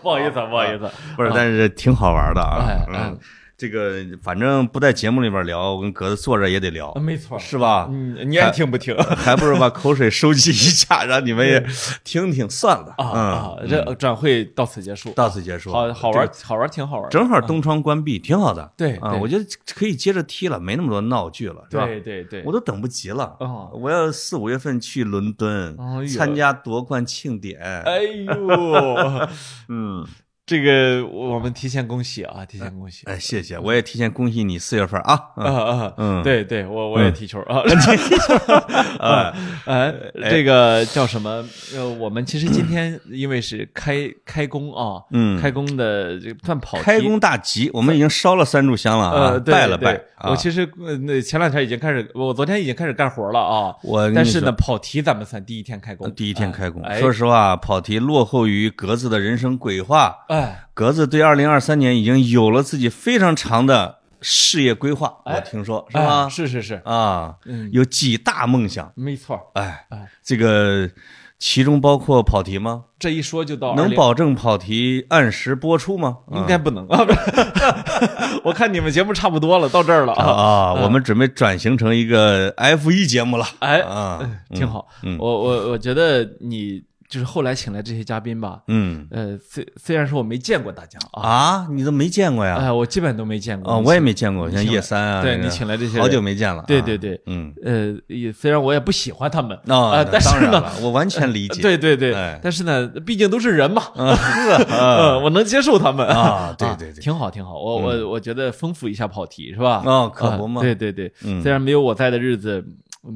[SPEAKER 1] 不好意思啊，不好意思啊。
[SPEAKER 2] 不是，但是挺好玩的
[SPEAKER 1] 哎
[SPEAKER 2] 啊。
[SPEAKER 1] 哎
[SPEAKER 2] 嗯，这个反正不在节目里边聊，我跟格子坐着也得聊
[SPEAKER 1] 啊，没错，
[SPEAKER 2] 是吧？
[SPEAKER 1] 嗯，你爱听不听啊
[SPEAKER 2] 还不如把口水收集 一下，让你们也听听算了
[SPEAKER 1] 嗯啊？
[SPEAKER 2] 嗯，
[SPEAKER 1] 这转会到此结束，
[SPEAKER 2] 到此结束，
[SPEAKER 1] 好好玩，好玩，挺好玩的。
[SPEAKER 2] 正好东窗关闭，挺好的。
[SPEAKER 1] 对
[SPEAKER 2] 啊，
[SPEAKER 1] 对
[SPEAKER 2] 我觉得可以接着踢了，没那么多闹剧了，是吧？
[SPEAKER 1] 对对对，
[SPEAKER 2] 我都等不及了
[SPEAKER 1] 啊
[SPEAKER 2] 我要四五月份去伦敦
[SPEAKER 1] 哎呦哎
[SPEAKER 2] 参加夺冠庆典。
[SPEAKER 1] 哎呦，
[SPEAKER 2] 嗯，
[SPEAKER 1] 这个我们提前恭喜啊，提前恭喜。
[SPEAKER 2] 哎，谢谢，我也提前恭喜你四月份啊。
[SPEAKER 1] 啊
[SPEAKER 2] 嗯
[SPEAKER 1] 啊，
[SPEAKER 2] 嗯
[SPEAKER 1] 对对，我我也踢球 啊，踢球 啊，哎，这个叫什么？呃，我们其实今天因为是开开工啊，
[SPEAKER 2] 嗯
[SPEAKER 1] 开工的这个算跑题
[SPEAKER 2] 开工大吉，我们已经烧了三炷香了啊，
[SPEAKER 1] 呃，对
[SPEAKER 2] 拜了
[SPEAKER 1] 对
[SPEAKER 2] 拜。啊
[SPEAKER 1] 我其实呃那前两天已经开始，我昨天已经开始干活了啊。
[SPEAKER 2] 我跟
[SPEAKER 1] 但
[SPEAKER 2] 你
[SPEAKER 1] 是
[SPEAKER 2] 说
[SPEAKER 1] 呢，跑题咱们算第一天开工，
[SPEAKER 2] 第一天开工，
[SPEAKER 1] 哎
[SPEAKER 2] 说实话，跑题落后于格子的人生规划。
[SPEAKER 1] 哎，
[SPEAKER 2] 格子对二零二三年已经有了自己非常长的事业规划，我听说是
[SPEAKER 1] 哎
[SPEAKER 2] 吧？
[SPEAKER 1] 是是是，
[SPEAKER 2] 啊
[SPEAKER 1] 嗯，
[SPEAKER 2] 有几大梦想，
[SPEAKER 1] 没错儿。
[SPEAKER 2] 哎
[SPEAKER 1] 哎，
[SPEAKER 2] 这个其中包括跑题吗？
[SPEAKER 1] 这一说就到
[SPEAKER 2] 能
[SPEAKER 1] 20，
[SPEAKER 2] 保证跑题按时播出吗？
[SPEAKER 1] 应该不能啊。 我看你们节目差不多了，到这儿了
[SPEAKER 2] 啊
[SPEAKER 1] 啊。
[SPEAKER 2] 啊，我们准备转型成一个 F 一节目了。
[SPEAKER 1] 哎
[SPEAKER 2] 啊，
[SPEAKER 1] 挺好。
[SPEAKER 2] 嗯
[SPEAKER 1] 我我我觉得你就是后来请来这些嘉宾吧，
[SPEAKER 2] 嗯
[SPEAKER 1] 呃，虽虽然说我没见过大家啊，
[SPEAKER 2] 啊，你都没见过呀？
[SPEAKER 1] 哎，我基本都没见过
[SPEAKER 2] 啊，
[SPEAKER 1] 你
[SPEAKER 2] 我也
[SPEAKER 1] 请
[SPEAKER 2] 没见过，像叶三啊，
[SPEAKER 1] 对
[SPEAKER 2] 这个
[SPEAKER 1] 你请来这些人
[SPEAKER 2] 好久没见了。
[SPEAKER 1] 对
[SPEAKER 2] 啊
[SPEAKER 1] 对，对，
[SPEAKER 2] 嗯，
[SPEAKER 1] 呃，也虽然我也不喜欢他们
[SPEAKER 2] 那
[SPEAKER 1] 啊，但是呢，，
[SPEAKER 2] 我完全理 解。
[SPEAKER 1] 对对对
[SPEAKER 2] 哎，
[SPEAKER 1] 但是呢，毕竟都是人 嘛，
[SPEAKER 2] 啊呵
[SPEAKER 1] 呃，我能接受他们
[SPEAKER 2] 啊对对对
[SPEAKER 1] 挺好挺好，我我我觉得丰富一下跑题是吧？
[SPEAKER 2] 哦可不嘛嗯
[SPEAKER 1] 啊对对对，虽然没有我在的日子，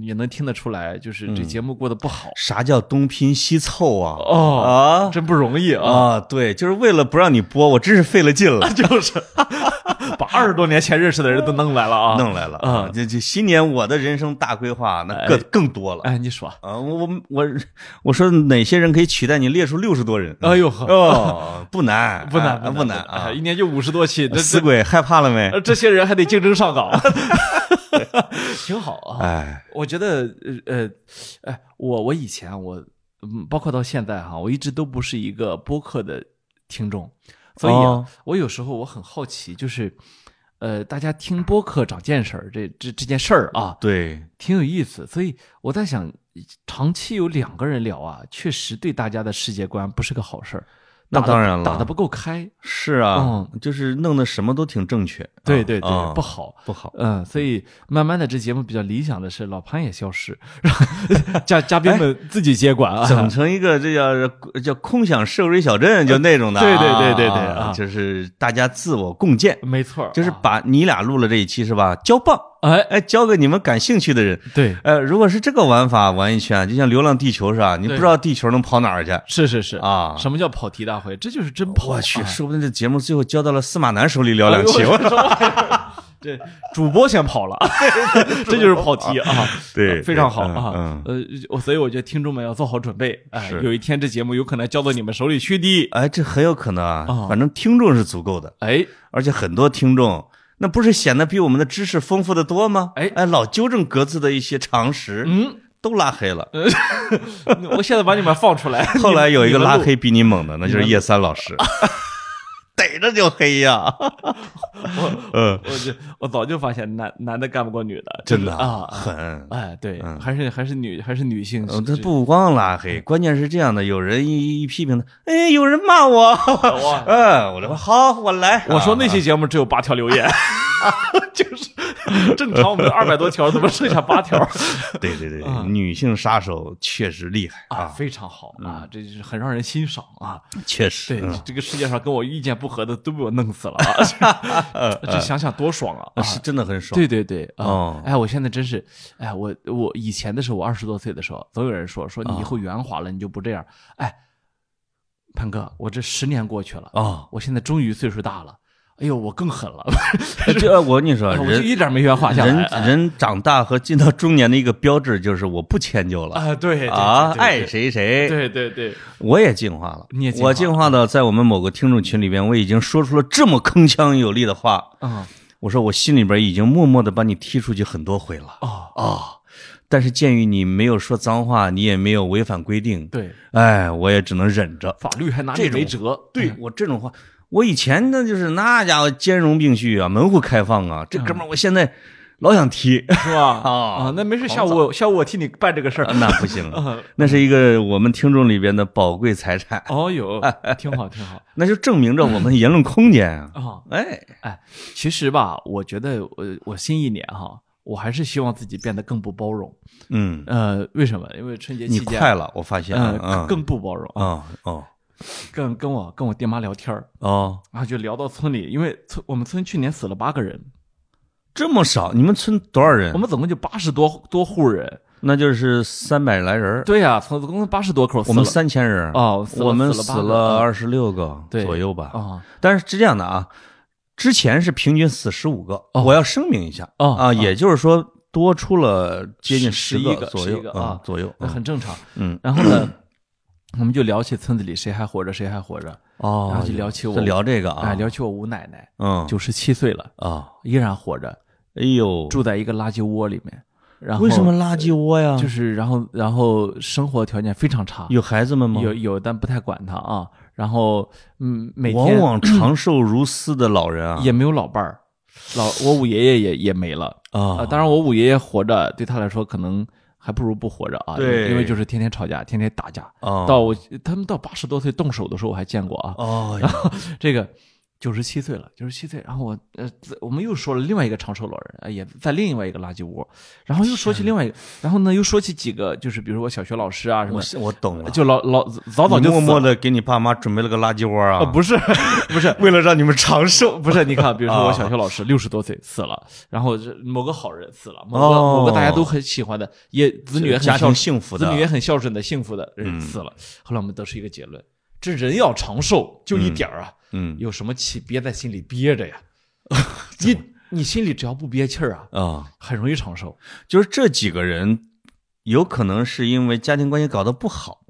[SPEAKER 1] 也能听得出来，就是
[SPEAKER 2] 嗯
[SPEAKER 1] 这节目过得不好
[SPEAKER 2] 啥叫东拼西凑啊？
[SPEAKER 1] 哦，
[SPEAKER 2] 啊
[SPEAKER 1] 真不容易啊，
[SPEAKER 2] 啊，对，就是为了不让你播，我真是费了劲了，
[SPEAKER 1] 就是把二十多年前认识的人都弄来了 啊，
[SPEAKER 2] 弄来了啊
[SPEAKER 1] 嗯！
[SPEAKER 2] 这这新年我的人生大规划那更更多了。
[SPEAKER 1] 哎，你说，
[SPEAKER 2] 啊，我我我我说哪些人可以取代你？列出六十多人。
[SPEAKER 1] 哎呦呵
[SPEAKER 2] 哦，不 难，
[SPEAKER 1] 不难
[SPEAKER 2] 啊不难啊
[SPEAKER 1] 哎！一年就五十多期，这
[SPEAKER 2] 死
[SPEAKER 1] 这
[SPEAKER 2] 鬼害怕了没？
[SPEAKER 1] 呃这些人还得竞争上 岗，挺好啊。
[SPEAKER 2] 哎，
[SPEAKER 1] 我觉得呃呃，哎，我我以前我嗯，包括到现在哈，我一直都不是一个播客的听众，所以啊、
[SPEAKER 2] 哦
[SPEAKER 1] 我有时候我很好奇，就是呃，大家听播客长见识儿这这这件事儿啊，
[SPEAKER 2] 对，
[SPEAKER 1] 挺有意思。所以我在想，长期有两个人聊啊，确实对大家的世界观不是个好事儿。
[SPEAKER 2] 那
[SPEAKER 1] 打得
[SPEAKER 2] 当然了
[SPEAKER 1] 打得不够开，
[SPEAKER 2] 是啊，就是弄得什么都挺正确。啊
[SPEAKER 1] 嗯对对对，
[SPEAKER 2] 啊
[SPEAKER 1] 不好。
[SPEAKER 2] 不好。
[SPEAKER 1] 嗯，所以慢慢的，这节目比较理想的是老潘也消失，然后 嘉嘉
[SPEAKER 2] 哎
[SPEAKER 1] 宾们自己接管啊。
[SPEAKER 2] 整成一个这叫叫空想社会小镇，就那种的啊、
[SPEAKER 1] 呃对对对对对啊
[SPEAKER 2] 就是大家自我共建，
[SPEAKER 1] 没错儿，
[SPEAKER 2] 就是
[SPEAKER 1] 啊
[SPEAKER 2] 把你俩录了这一期是吧？交棒，
[SPEAKER 1] 哎，
[SPEAKER 2] 哎，交给你们感兴趣的人。
[SPEAKER 1] 对，
[SPEAKER 2] 呃，如果是这个玩法玩一圈，就像《流浪地球》是吧？你不
[SPEAKER 1] 对
[SPEAKER 2] 知道地球能跑哪儿去
[SPEAKER 1] 是是是
[SPEAKER 2] 啊？
[SPEAKER 1] 什么叫跑题大会？这就是真跑。
[SPEAKER 2] 我去，
[SPEAKER 1] 啊
[SPEAKER 2] 说不定这节目最后交到了司马南手里聊两期。
[SPEAKER 1] 哎呦
[SPEAKER 2] 我
[SPEAKER 1] 什么玩意儿 这主播先跑 了，这就是跑题啊。
[SPEAKER 2] 对
[SPEAKER 1] 非常好
[SPEAKER 2] 对
[SPEAKER 1] 啊
[SPEAKER 2] 嗯。
[SPEAKER 1] 呃，我所以我觉得听众们要做好准备，哎，
[SPEAKER 2] 是
[SPEAKER 1] 有一天这节目有可能交到你们手里去的。
[SPEAKER 2] 哎，这很有可能
[SPEAKER 1] 啊
[SPEAKER 2] 啊，反正听众是足够的，
[SPEAKER 1] 哎，
[SPEAKER 2] 而且很多听众。那不是显得比我们的知识丰富的多吗？
[SPEAKER 1] 哎
[SPEAKER 2] 哎，老纠正格子的一些常识，
[SPEAKER 1] 嗯，呃
[SPEAKER 2] 都拉黑了。
[SPEAKER 1] 我现在把你们放出来。
[SPEAKER 2] 后来有一个
[SPEAKER 1] 你们
[SPEAKER 2] 拉
[SPEAKER 1] 录
[SPEAKER 2] 黑比你猛的，那就是叶三老师，
[SPEAKER 1] 啊
[SPEAKER 2] 逮着就黑呀。 嗯，
[SPEAKER 1] 我就我早就发现男男的干不过女的，
[SPEAKER 2] 真的
[SPEAKER 1] 就是啊，
[SPEAKER 2] 狠。
[SPEAKER 1] 哎，对，
[SPEAKER 2] 嗯
[SPEAKER 1] 还是还是女还是女性
[SPEAKER 2] 嗯，
[SPEAKER 1] 是，
[SPEAKER 2] 他不光拉黑，关键是这样的，有人一一批评他，哎，有人骂我，
[SPEAKER 1] 哇
[SPEAKER 2] 嗯，我说好，我来。啊
[SPEAKER 1] 我说那期节目只有八条留言， 就是正常我们二百多条，怎么剩下八条
[SPEAKER 2] 啊对对对
[SPEAKER 1] 啊，
[SPEAKER 2] 女性杀手确实厉害
[SPEAKER 1] 啊？
[SPEAKER 2] 啊，
[SPEAKER 1] 非常好啊，这就是很让人欣赏啊。
[SPEAKER 2] 确实
[SPEAKER 1] 对，，
[SPEAKER 2] 嗯
[SPEAKER 1] 这个世界上跟我意见不合的都被我弄死了 啊，这想想多爽啊！啊
[SPEAKER 2] 呃是真的很爽。
[SPEAKER 1] 对对对，啊
[SPEAKER 2] 哦，
[SPEAKER 1] 哎，我现在真是，哎，我我以前的时候，我二十多岁的时候，总有人说说你以后圆滑了，你就不这样。哎，潘哥，我这十年过去了，
[SPEAKER 2] 啊，
[SPEAKER 1] 我现在终于岁数大了，哎呦，我更狠 了，
[SPEAKER 2] 哎这我跟你说，
[SPEAKER 1] 我就
[SPEAKER 2] 人
[SPEAKER 1] 一点没圆滑下来。啊哎
[SPEAKER 2] 人人长大和进到中年的一个标志就是我不迁就了
[SPEAKER 1] 啊，对对
[SPEAKER 2] 啊，
[SPEAKER 1] 对对
[SPEAKER 2] 爱谁谁。
[SPEAKER 1] 对对对，
[SPEAKER 2] 我也进化了，
[SPEAKER 1] 你也进化了
[SPEAKER 2] 我进化到在我们某个听众群里边，我已经说出了这么铿锵有力的话。
[SPEAKER 1] 嗯，
[SPEAKER 2] 我说我心里边已经默默的把你踢出去很多回了
[SPEAKER 1] 哦，
[SPEAKER 2] 啊，但是鉴于你没有说脏话，你也没有违反规定，
[SPEAKER 1] 对，
[SPEAKER 2] 哎，我也只能忍着。
[SPEAKER 1] 法律还拿你
[SPEAKER 2] 这种
[SPEAKER 1] 没辙。
[SPEAKER 2] 对我这种话，我以前呢就是那家伙兼容并蓄啊，门户开放啊，
[SPEAKER 1] 嗯
[SPEAKER 2] 这哥们儿我现在老想踢，
[SPEAKER 1] 是吧？
[SPEAKER 2] 哦
[SPEAKER 1] 啊，那没事，下午我下午我替你办这个事儿。
[SPEAKER 2] 那不行了
[SPEAKER 1] 嗯，
[SPEAKER 2] 那是一个我们听众里边的宝贵财产，
[SPEAKER 1] 哦 哟，挺好挺好
[SPEAKER 2] 那就证明着我们言论空间啊。
[SPEAKER 1] 啊！
[SPEAKER 2] 哎，
[SPEAKER 1] 哎，其实吧，我觉得我我新一年哈，我还是希望自己变得更不包容。
[SPEAKER 2] 嗯，
[SPEAKER 1] 呃，为什么？因为春节
[SPEAKER 2] 你
[SPEAKER 1] 期间，
[SPEAKER 2] 快了，我发现，
[SPEAKER 1] 呃，
[SPEAKER 2] 嗯
[SPEAKER 1] 更更不包容。
[SPEAKER 2] 啊哦，
[SPEAKER 1] 跟跟我跟我爹妈聊天儿，
[SPEAKER 2] 哦，
[SPEAKER 1] 然后就聊到村里，因为村我们村去年死了八个人，
[SPEAKER 2] 这么少，你们村多少人
[SPEAKER 1] 我？们总共就八十多多户人。
[SPEAKER 2] 那就是三百来人儿，
[SPEAKER 1] 对呀、村总共八十多口死
[SPEAKER 2] 我
[SPEAKER 1] 了
[SPEAKER 2] 们三千人儿，
[SPEAKER 1] 哦，死了
[SPEAKER 2] 我们
[SPEAKER 1] 死
[SPEAKER 2] 死了
[SPEAKER 1] 了
[SPEAKER 2] 二十六个
[SPEAKER 1] 对
[SPEAKER 2] 左右吧
[SPEAKER 1] 八个。啊
[SPEAKER 2] 但是是这样的啊，之前是平均死十五个，
[SPEAKER 1] 哦
[SPEAKER 2] 我要声明一下
[SPEAKER 1] 哦
[SPEAKER 2] 啊，
[SPEAKER 1] 哦
[SPEAKER 2] 也就是说多出了接近
[SPEAKER 1] 十
[SPEAKER 2] 10
[SPEAKER 1] 11
[SPEAKER 2] 个
[SPEAKER 1] 个
[SPEAKER 2] 左
[SPEAKER 1] 11
[SPEAKER 2] 右
[SPEAKER 1] 个啊
[SPEAKER 2] 左右，
[SPEAKER 1] 那
[SPEAKER 2] 嗯
[SPEAKER 1] 很正常。
[SPEAKER 2] 嗯
[SPEAKER 1] 然后呢，我们就聊起村子里谁还活着，谁还活着，
[SPEAKER 2] 哦，
[SPEAKER 1] 然后就聊起我
[SPEAKER 2] 是聊这个啊，
[SPEAKER 1] 哎，聊起我吴奶奶，
[SPEAKER 2] 嗯
[SPEAKER 1] 九十七岁了，
[SPEAKER 2] 啊，
[SPEAKER 1] 依然活着，
[SPEAKER 2] 哎呦，
[SPEAKER 1] 住在一个垃圾窝里面。然后
[SPEAKER 2] 为什么垃圾窝呀？
[SPEAKER 1] 就是然后然后生活条件非常差，
[SPEAKER 2] 有孩子们吗？
[SPEAKER 1] 有有但不太管他啊。然后嗯，每天
[SPEAKER 2] 往往长寿如斯的老人啊，
[SPEAKER 1] 也没有老伴儿，老我五爷爷也也没了啊、
[SPEAKER 2] 啊，
[SPEAKER 1] 当然，我五爷爷活着对他来说可能还不如不活着啊，
[SPEAKER 2] 对
[SPEAKER 1] 因为就是天天吵架，天天打架。
[SPEAKER 2] 啊
[SPEAKER 1] 到我他们到八十多岁动手的时候，我还见过啊。
[SPEAKER 2] 哦，
[SPEAKER 1] 这个九十七岁了，九十七岁，然后我呃，在我们又说了另外一个长寿老人，呃也在另外一个垃圾窝，然后又说起另外一个，然后呢又说起几个，就是比如说小学老师啊什么
[SPEAKER 2] 我，我懂了，
[SPEAKER 1] 就老老早早
[SPEAKER 2] 你
[SPEAKER 1] 就
[SPEAKER 2] 默
[SPEAKER 1] 死
[SPEAKER 2] 默
[SPEAKER 1] 了
[SPEAKER 2] 的给你爸妈准备了个垃圾窝啊，
[SPEAKER 1] 呃不是不是
[SPEAKER 2] 为了让你们长寿，
[SPEAKER 1] 不是，你看，比如说
[SPEAKER 2] 啊
[SPEAKER 1] 我小学老师六十多岁死了，然后这某个好人死了，某个
[SPEAKER 2] 哦
[SPEAKER 1] 某个大家都很喜欢的，也子女也
[SPEAKER 2] 家
[SPEAKER 1] 很孝顺，
[SPEAKER 2] 庭幸福的嗯
[SPEAKER 1] 子女也很孝顺的幸福的人死了。后来我们得出一个结论：这人要长寿就一点儿啊，
[SPEAKER 2] 嗯
[SPEAKER 1] 有什么气憋在心里憋着 呀？你你心里只要不憋气儿啊，
[SPEAKER 2] 啊，
[SPEAKER 1] 很容易长寿。
[SPEAKER 2] 就是这几个人有可能是因为家庭关系搞得不好，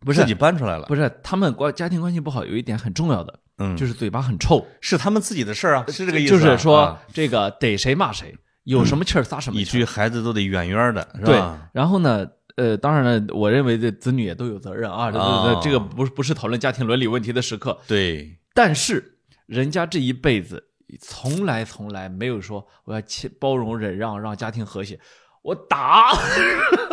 [SPEAKER 1] 不是
[SPEAKER 2] 自己搬出来了，
[SPEAKER 1] 不是，他们关家庭关系不好，有一点很重要的，
[SPEAKER 2] 嗯，
[SPEAKER 1] 就是是嘴巴很臭，
[SPEAKER 2] 是他们自己的事儿啊，是这个意思
[SPEAKER 1] 就
[SPEAKER 2] 啊，
[SPEAKER 1] 是说
[SPEAKER 2] 啊
[SPEAKER 1] 这个逮谁骂谁，有什么气儿撒什么
[SPEAKER 2] 以
[SPEAKER 1] 气儿。
[SPEAKER 2] 至于孩子都得远远的，是
[SPEAKER 1] 对
[SPEAKER 2] 吧？，
[SPEAKER 1] 然后呢，呃，当然了，我认为这子女也都有责任啊，这
[SPEAKER 2] 啊
[SPEAKER 1] 这这个不是不是讨论家庭伦理问题的时刻，
[SPEAKER 2] 对，
[SPEAKER 1] 但是人家这一辈子从来从来没有说我要切包容忍让，让家庭和谐。我打，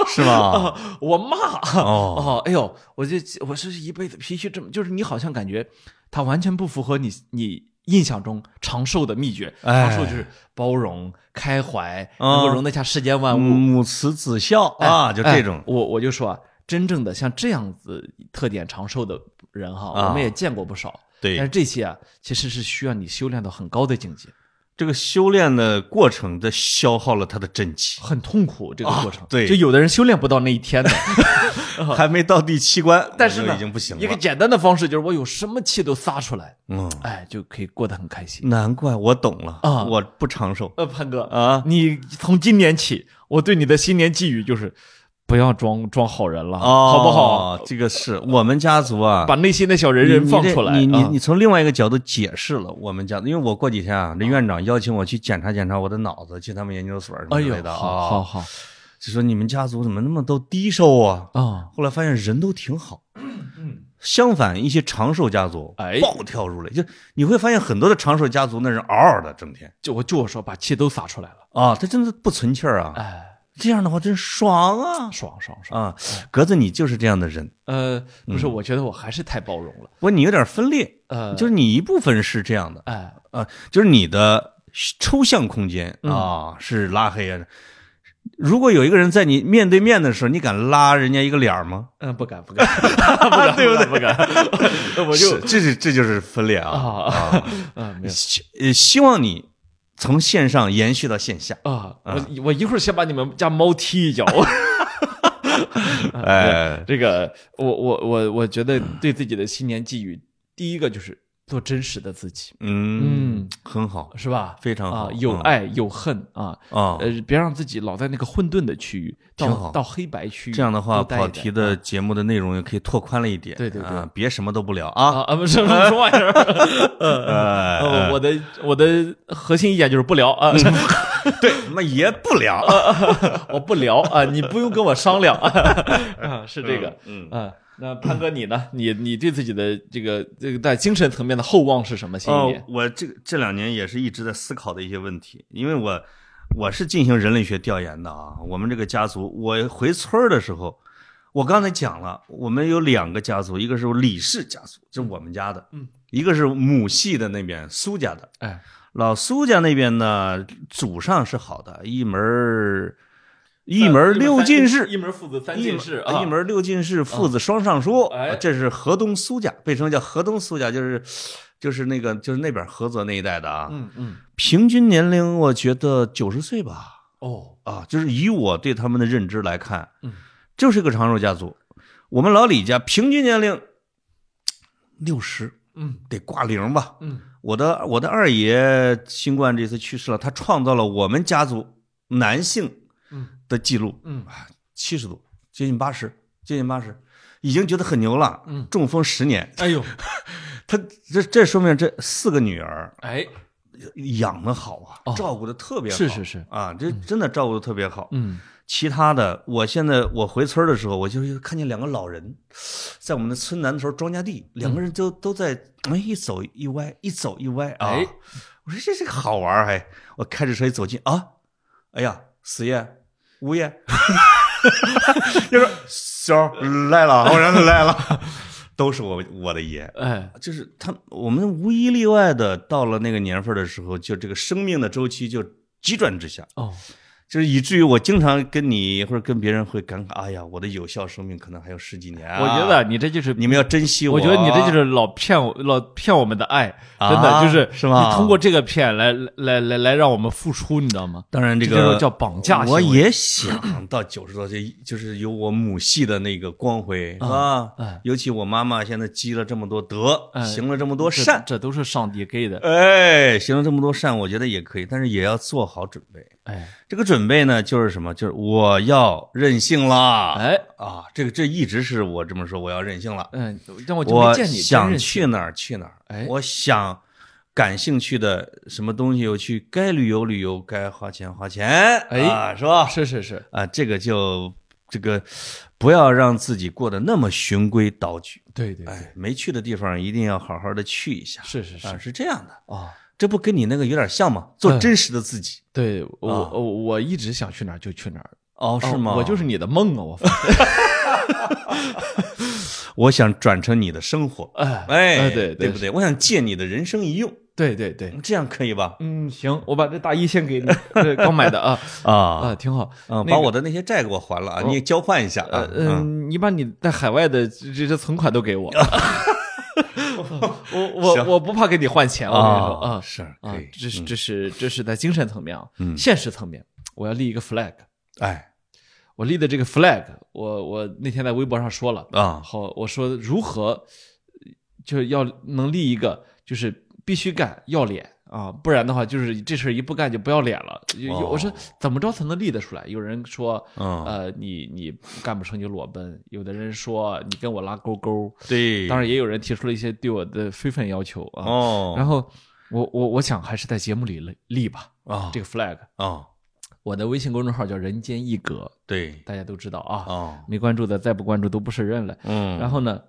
[SPEAKER 2] 是 吗？
[SPEAKER 1] 我骂，
[SPEAKER 2] 哦，
[SPEAKER 1] 哦，哎呦，我这我这是一辈子脾气这么，就是你好像感觉他完全不符合你你印象中长寿的秘诀。
[SPEAKER 2] 哎
[SPEAKER 1] 长寿就是包容、开怀，
[SPEAKER 2] 嗯
[SPEAKER 1] 能够容得下世间万物，
[SPEAKER 2] 母慈子孝啊，就这种
[SPEAKER 1] 啊哎，我我就说啊，真正的像这样子特点长寿的人哈，
[SPEAKER 2] 啊
[SPEAKER 1] 我们也见过不少。但是
[SPEAKER 2] 对，
[SPEAKER 1] 这些啊，其实是需要你修炼到很高的境界，
[SPEAKER 2] 这个修炼的过程在消耗了他的 真气，
[SPEAKER 1] 很痛苦这个过程。
[SPEAKER 2] 啊对
[SPEAKER 1] 就有的人修炼不到那一 天的。
[SPEAKER 2] 还没到第七关，
[SPEAKER 1] 但是
[SPEAKER 2] 我
[SPEAKER 1] 呢，
[SPEAKER 2] 就已经不行
[SPEAKER 1] 一个
[SPEAKER 2] 了。
[SPEAKER 1] 简单的方式就是我有什么气都撒出来，
[SPEAKER 2] 嗯，
[SPEAKER 1] 哎，就可以过得很开心。
[SPEAKER 2] 难怪我懂了
[SPEAKER 1] 啊
[SPEAKER 2] 我不长寿
[SPEAKER 1] 呃，潘哥，
[SPEAKER 2] 啊，
[SPEAKER 1] 你从今年起，我对你的新年寄语就是，不要装装好人了，
[SPEAKER 2] 哦，
[SPEAKER 1] 啊好不好？？
[SPEAKER 2] 这个是我们家族啊，
[SPEAKER 1] 把内心的小人人
[SPEAKER 2] 你
[SPEAKER 1] 放
[SPEAKER 2] 这
[SPEAKER 1] 出来。
[SPEAKER 2] 你你
[SPEAKER 1] 啊
[SPEAKER 2] 你从另外一个角度解释了我们家，因为我过几天啊，这院长邀请我去检查检查我的脑子，去他们研究所什么
[SPEAKER 1] 哎
[SPEAKER 2] 之
[SPEAKER 1] 呦
[SPEAKER 2] 类，的啊。
[SPEAKER 1] 好好好
[SPEAKER 2] 就说你们家族怎么那么都低寿啊？
[SPEAKER 1] 啊，
[SPEAKER 2] 后来发现人都挺好。相反，一些长寿家族
[SPEAKER 1] 哎
[SPEAKER 2] 暴跳如雷，就你会发现很多的长寿家族那人嗷嗷的，整天
[SPEAKER 1] 就我就我说把气都撒出来了，
[SPEAKER 2] 啊，他真的不存气儿啊。
[SPEAKER 1] 哎，
[SPEAKER 2] 这样的话真爽啊
[SPEAKER 1] 爽爽爽。
[SPEAKER 2] 啊！格子，你就是这样的人，
[SPEAKER 1] 呃，不是，我觉得我还是太包容了。
[SPEAKER 2] 不过你有点分裂，
[SPEAKER 1] 呃，
[SPEAKER 2] 就是你一部分是这样的，
[SPEAKER 1] 哎，
[SPEAKER 2] 啊，就是你的抽象空间
[SPEAKER 1] 嗯
[SPEAKER 2] 啊是拉黑啊。如果有一个人在你面对面的时候，你敢拉人家一个脸儿吗？
[SPEAKER 1] 嗯，不敢不敢，不敢对不对？不敢，我就是
[SPEAKER 2] 这是这就是分裂啊！
[SPEAKER 1] 啊啊，没有
[SPEAKER 2] 希呃，希望你从线上延续到线下。
[SPEAKER 1] 啊，我我一会儿先把你们家猫踢一脚。啊
[SPEAKER 2] 哎，
[SPEAKER 1] 这个，我我我我觉得对自己的新年寄语，第一个就是做真实的自己，
[SPEAKER 2] 嗯，
[SPEAKER 1] 嗯，
[SPEAKER 2] 很好，
[SPEAKER 1] 是吧？
[SPEAKER 2] 非常好
[SPEAKER 1] 啊，有
[SPEAKER 2] 嗯
[SPEAKER 1] 爱有恨啊，
[SPEAKER 2] 啊。
[SPEAKER 1] 呃，别让自己老在那个混沌的区域，
[SPEAKER 2] 挺好
[SPEAKER 1] 到到黑白区域，
[SPEAKER 2] 这样的话，
[SPEAKER 1] 多待一
[SPEAKER 2] 跑
[SPEAKER 1] 待
[SPEAKER 2] 题的节目的内容也可以拓宽了一点。
[SPEAKER 1] 对对对
[SPEAKER 2] 啊，别什么都不聊啊。
[SPEAKER 1] 啊啊，不是什么玩意儿？
[SPEAKER 2] 哎
[SPEAKER 1] 呃，我的我的核心意见就是不聊啊，
[SPEAKER 2] 对，那也不聊。
[SPEAKER 1] 我不聊啊，你不用跟我商量 啊，是这个，
[SPEAKER 2] 嗯
[SPEAKER 1] 啊。那潘哥你呢？你你对自己的这个这个在精神层面的厚望是什么？新一
[SPEAKER 2] 哦
[SPEAKER 1] 年，
[SPEAKER 2] 我这个这两年也是一直在思考的一些问题，因为我我是进行人类学调研的啊。我们这个家族，我回村儿的时候，我刚才讲了，我们有两个家族，一个是李氏家族，这是我们家的，
[SPEAKER 1] 嗯，
[SPEAKER 2] 一个是母系的那边苏家的。
[SPEAKER 1] 哎，呃
[SPEAKER 2] 老苏家那边呢，祖上是好的，一门儿一门六进士，
[SPEAKER 1] 一门父子三
[SPEAKER 2] 一
[SPEAKER 1] 进
[SPEAKER 2] 门
[SPEAKER 1] 士
[SPEAKER 2] 啊
[SPEAKER 1] 啊，
[SPEAKER 2] 一门六进士，父子双尚书，啊
[SPEAKER 1] 哎
[SPEAKER 2] 这是河东苏家，为什么叫河东苏家？就是就是那个就是那边菏泽那一带的啊，
[SPEAKER 1] 嗯嗯
[SPEAKER 2] 平均年龄我觉得九十岁吧，
[SPEAKER 1] 哦
[SPEAKER 2] 啊，就是以我对他们的认知来看，
[SPEAKER 1] 嗯，
[SPEAKER 2] 就是个长寿家族。我们老李家平均年龄六十，
[SPEAKER 1] 嗯
[SPEAKER 2] 得挂零吧。
[SPEAKER 1] 嗯
[SPEAKER 2] 我的我的二爷新冠这次去世了，他创造了我们家族男性
[SPEAKER 1] 嗯
[SPEAKER 2] 的记录，
[SPEAKER 1] 嗯
[SPEAKER 2] 七十多，接近八十，接近八十，已经觉得很牛了。
[SPEAKER 1] 嗯
[SPEAKER 2] 中风十年，
[SPEAKER 1] 哎呦
[SPEAKER 2] 他这这说明这四个女儿
[SPEAKER 1] 哎
[SPEAKER 2] 养的好啊，
[SPEAKER 1] 哦
[SPEAKER 2] 照顾的特别好，
[SPEAKER 1] 是是是
[SPEAKER 2] 啊，这真的照顾的特别好。
[SPEAKER 1] 嗯
[SPEAKER 2] 其他的，我现在我回村儿的时候，我就是看见两个老人，在我们的村南头庄稼地，两个人都、都在哎一走一歪，一走一歪啊。
[SPEAKER 1] 哎
[SPEAKER 2] 我说这这个好玩儿哎！我开着车一走近啊，哎呀，死爷、吴爷， 就说小儿来了，我让他来了， 都是我我的爷。
[SPEAKER 1] 哎
[SPEAKER 2] 就是他，我们无一例外的到了那个年份儿的时候，就这个生命的周期就急转直下。
[SPEAKER 1] 哦
[SPEAKER 2] 就是以至于我经常跟你或者跟别人会感慨，哎呀，我的有效生命可能还有十几年、啊。
[SPEAKER 1] 我觉得你这就是
[SPEAKER 2] 你们要珍惜
[SPEAKER 1] 我觉得你这就是老骗我，老骗我们的爱，真的
[SPEAKER 2] 啊
[SPEAKER 1] 就是
[SPEAKER 2] 是吗
[SPEAKER 1] 你通过这个骗来来来来让我们付出，你知道吗？
[SPEAKER 2] 当然
[SPEAKER 1] 这
[SPEAKER 2] 这
[SPEAKER 1] 就是
[SPEAKER 2] 个
[SPEAKER 1] 叫绑架行
[SPEAKER 2] 我
[SPEAKER 1] 为
[SPEAKER 2] 也想到九十多岁， 就是有我母系的那个光辉啊
[SPEAKER 1] 哎
[SPEAKER 2] 尤其我妈妈现在积了这么多德，
[SPEAKER 1] 哎
[SPEAKER 2] 行了这么多
[SPEAKER 1] 这
[SPEAKER 2] 善，
[SPEAKER 1] 这都是上帝给的。
[SPEAKER 2] 哎，行了这么多善，我觉得也可以，但是也要做好准备。
[SPEAKER 1] 哎
[SPEAKER 2] 这个准备呢，就是什么？就是我要任性啦！
[SPEAKER 1] 哎
[SPEAKER 2] 啊，这个这一直是我这么说，我要任性了。
[SPEAKER 1] 嗯，但我就没
[SPEAKER 2] 我
[SPEAKER 1] 见你真
[SPEAKER 2] 想
[SPEAKER 1] 认识
[SPEAKER 2] 去哪儿去哪儿，
[SPEAKER 1] 哎
[SPEAKER 2] 我想感兴趣的什么东西我去，该旅游旅游，该花钱花钱，
[SPEAKER 1] 哎
[SPEAKER 2] 啊，是吧？
[SPEAKER 1] 是是是，
[SPEAKER 2] 啊，这个就这个不要让自己过得那么循规蹈矩，
[SPEAKER 1] 对对对，
[SPEAKER 2] 哎，没去的地方一定要好好的去一下，
[SPEAKER 1] 是是
[SPEAKER 2] 啊，
[SPEAKER 1] 是
[SPEAKER 2] 是这样的，
[SPEAKER 1] 啊。
[SPEAKER 2] 这不跟你那个有点像吗？做
[SPEAKER 1] 嗯
[SPEAKER 2] 真实的自己。
[SPEAKER 1] 对我我我一直想去哪儿就去哪儿，
[SPEAKER 2] 哦，啊是吗？
[SPEAKER 1] 我就是你的梦啊！我 发现
[SPEAKER 2] 我想转成你的生活，
[SPEAKER 1] 哎
[SPEAKER 2] 哎，
[SPEAKER 1] 对
[SPEAKER 2] 对不
[SPEAKER 1] 对
[SPEAKER 2] 对？我想借你的人生一用，
[SPEAKER 1] 对对对，
[SPEAKER 2] 这样可以吧？
[SPEAKER 1] 嗯，行，我把这大衣先给 你，这刚买的 啊
[SPEAKER 2] 啊
[SPEAKER 1] 啊，挺好。
[SPEAKER 2] 啊，
[SPEAKER 1] 那
[SPEAKER 2] 把
[SPEAKER 1] 个哦
[SPEAKER 2] 我的那些债给我还了啊，你也交换一下啊
[SPEAKER 1] 呃。嗯，你把你在海外的这这这存款都 给我，我我
[SPEAKER 2] 行
[SPEAKER 1] 我不怕给你换钱，我跟你说
[SPEAKER 2] 啊，
[SPEAKER 1] 啊
[SPEAKER 2] 是
[SPEAKER 1] 啊
[SPEAKER 2] 可以，，
[SPEAKER 1] 这是这是这是在精神层面啊，
[SPEAKER 2] 嗯
[SPEAKER 1] 现实层面，我要立一个 flag，
[SPEAKER 2] 哎
[SPEAKER 1] 我立的这个 flag，我我那天在微博上说了，
[SPEAKER 2] 啊
[SPEAKER 1] 好，我说如何就要能立一个，就是必须干，要脸啊，不然的话就是这事儿一不干就不要脸了。有有我说怎么着才能立得出来？有人说，
[SPEAKER 2] 哦嗯
[SPEAKER 1] 呃，你你干不成就裸奔；有的人说你跟我拉勾勾，
[SPEAKER 2] 对，
[SPEAKER 1] 当然也有人提出了一些对我的非分要求啊。
[SPEAKER 2] 哦，
[SPEAKER 1] 然后我我我想还是在节目里立立吧，
[SPEAKER 2] 啊
[SPEAKER 1] 这个 flag。
[SPEAKER 2] 啊，
[SPEAKER 1] 我的微信公众号叫“人间一格
[SPEAKER 2] 对”，
[SPEAKER 1] 大家都知道啊，
[SPEAKER 2] 啊，
[SPEAKER 1] 没关注的再不关注都不是人了。
[SPEAKER 2] 嗯，
[SPEAKER 1] 然后呢，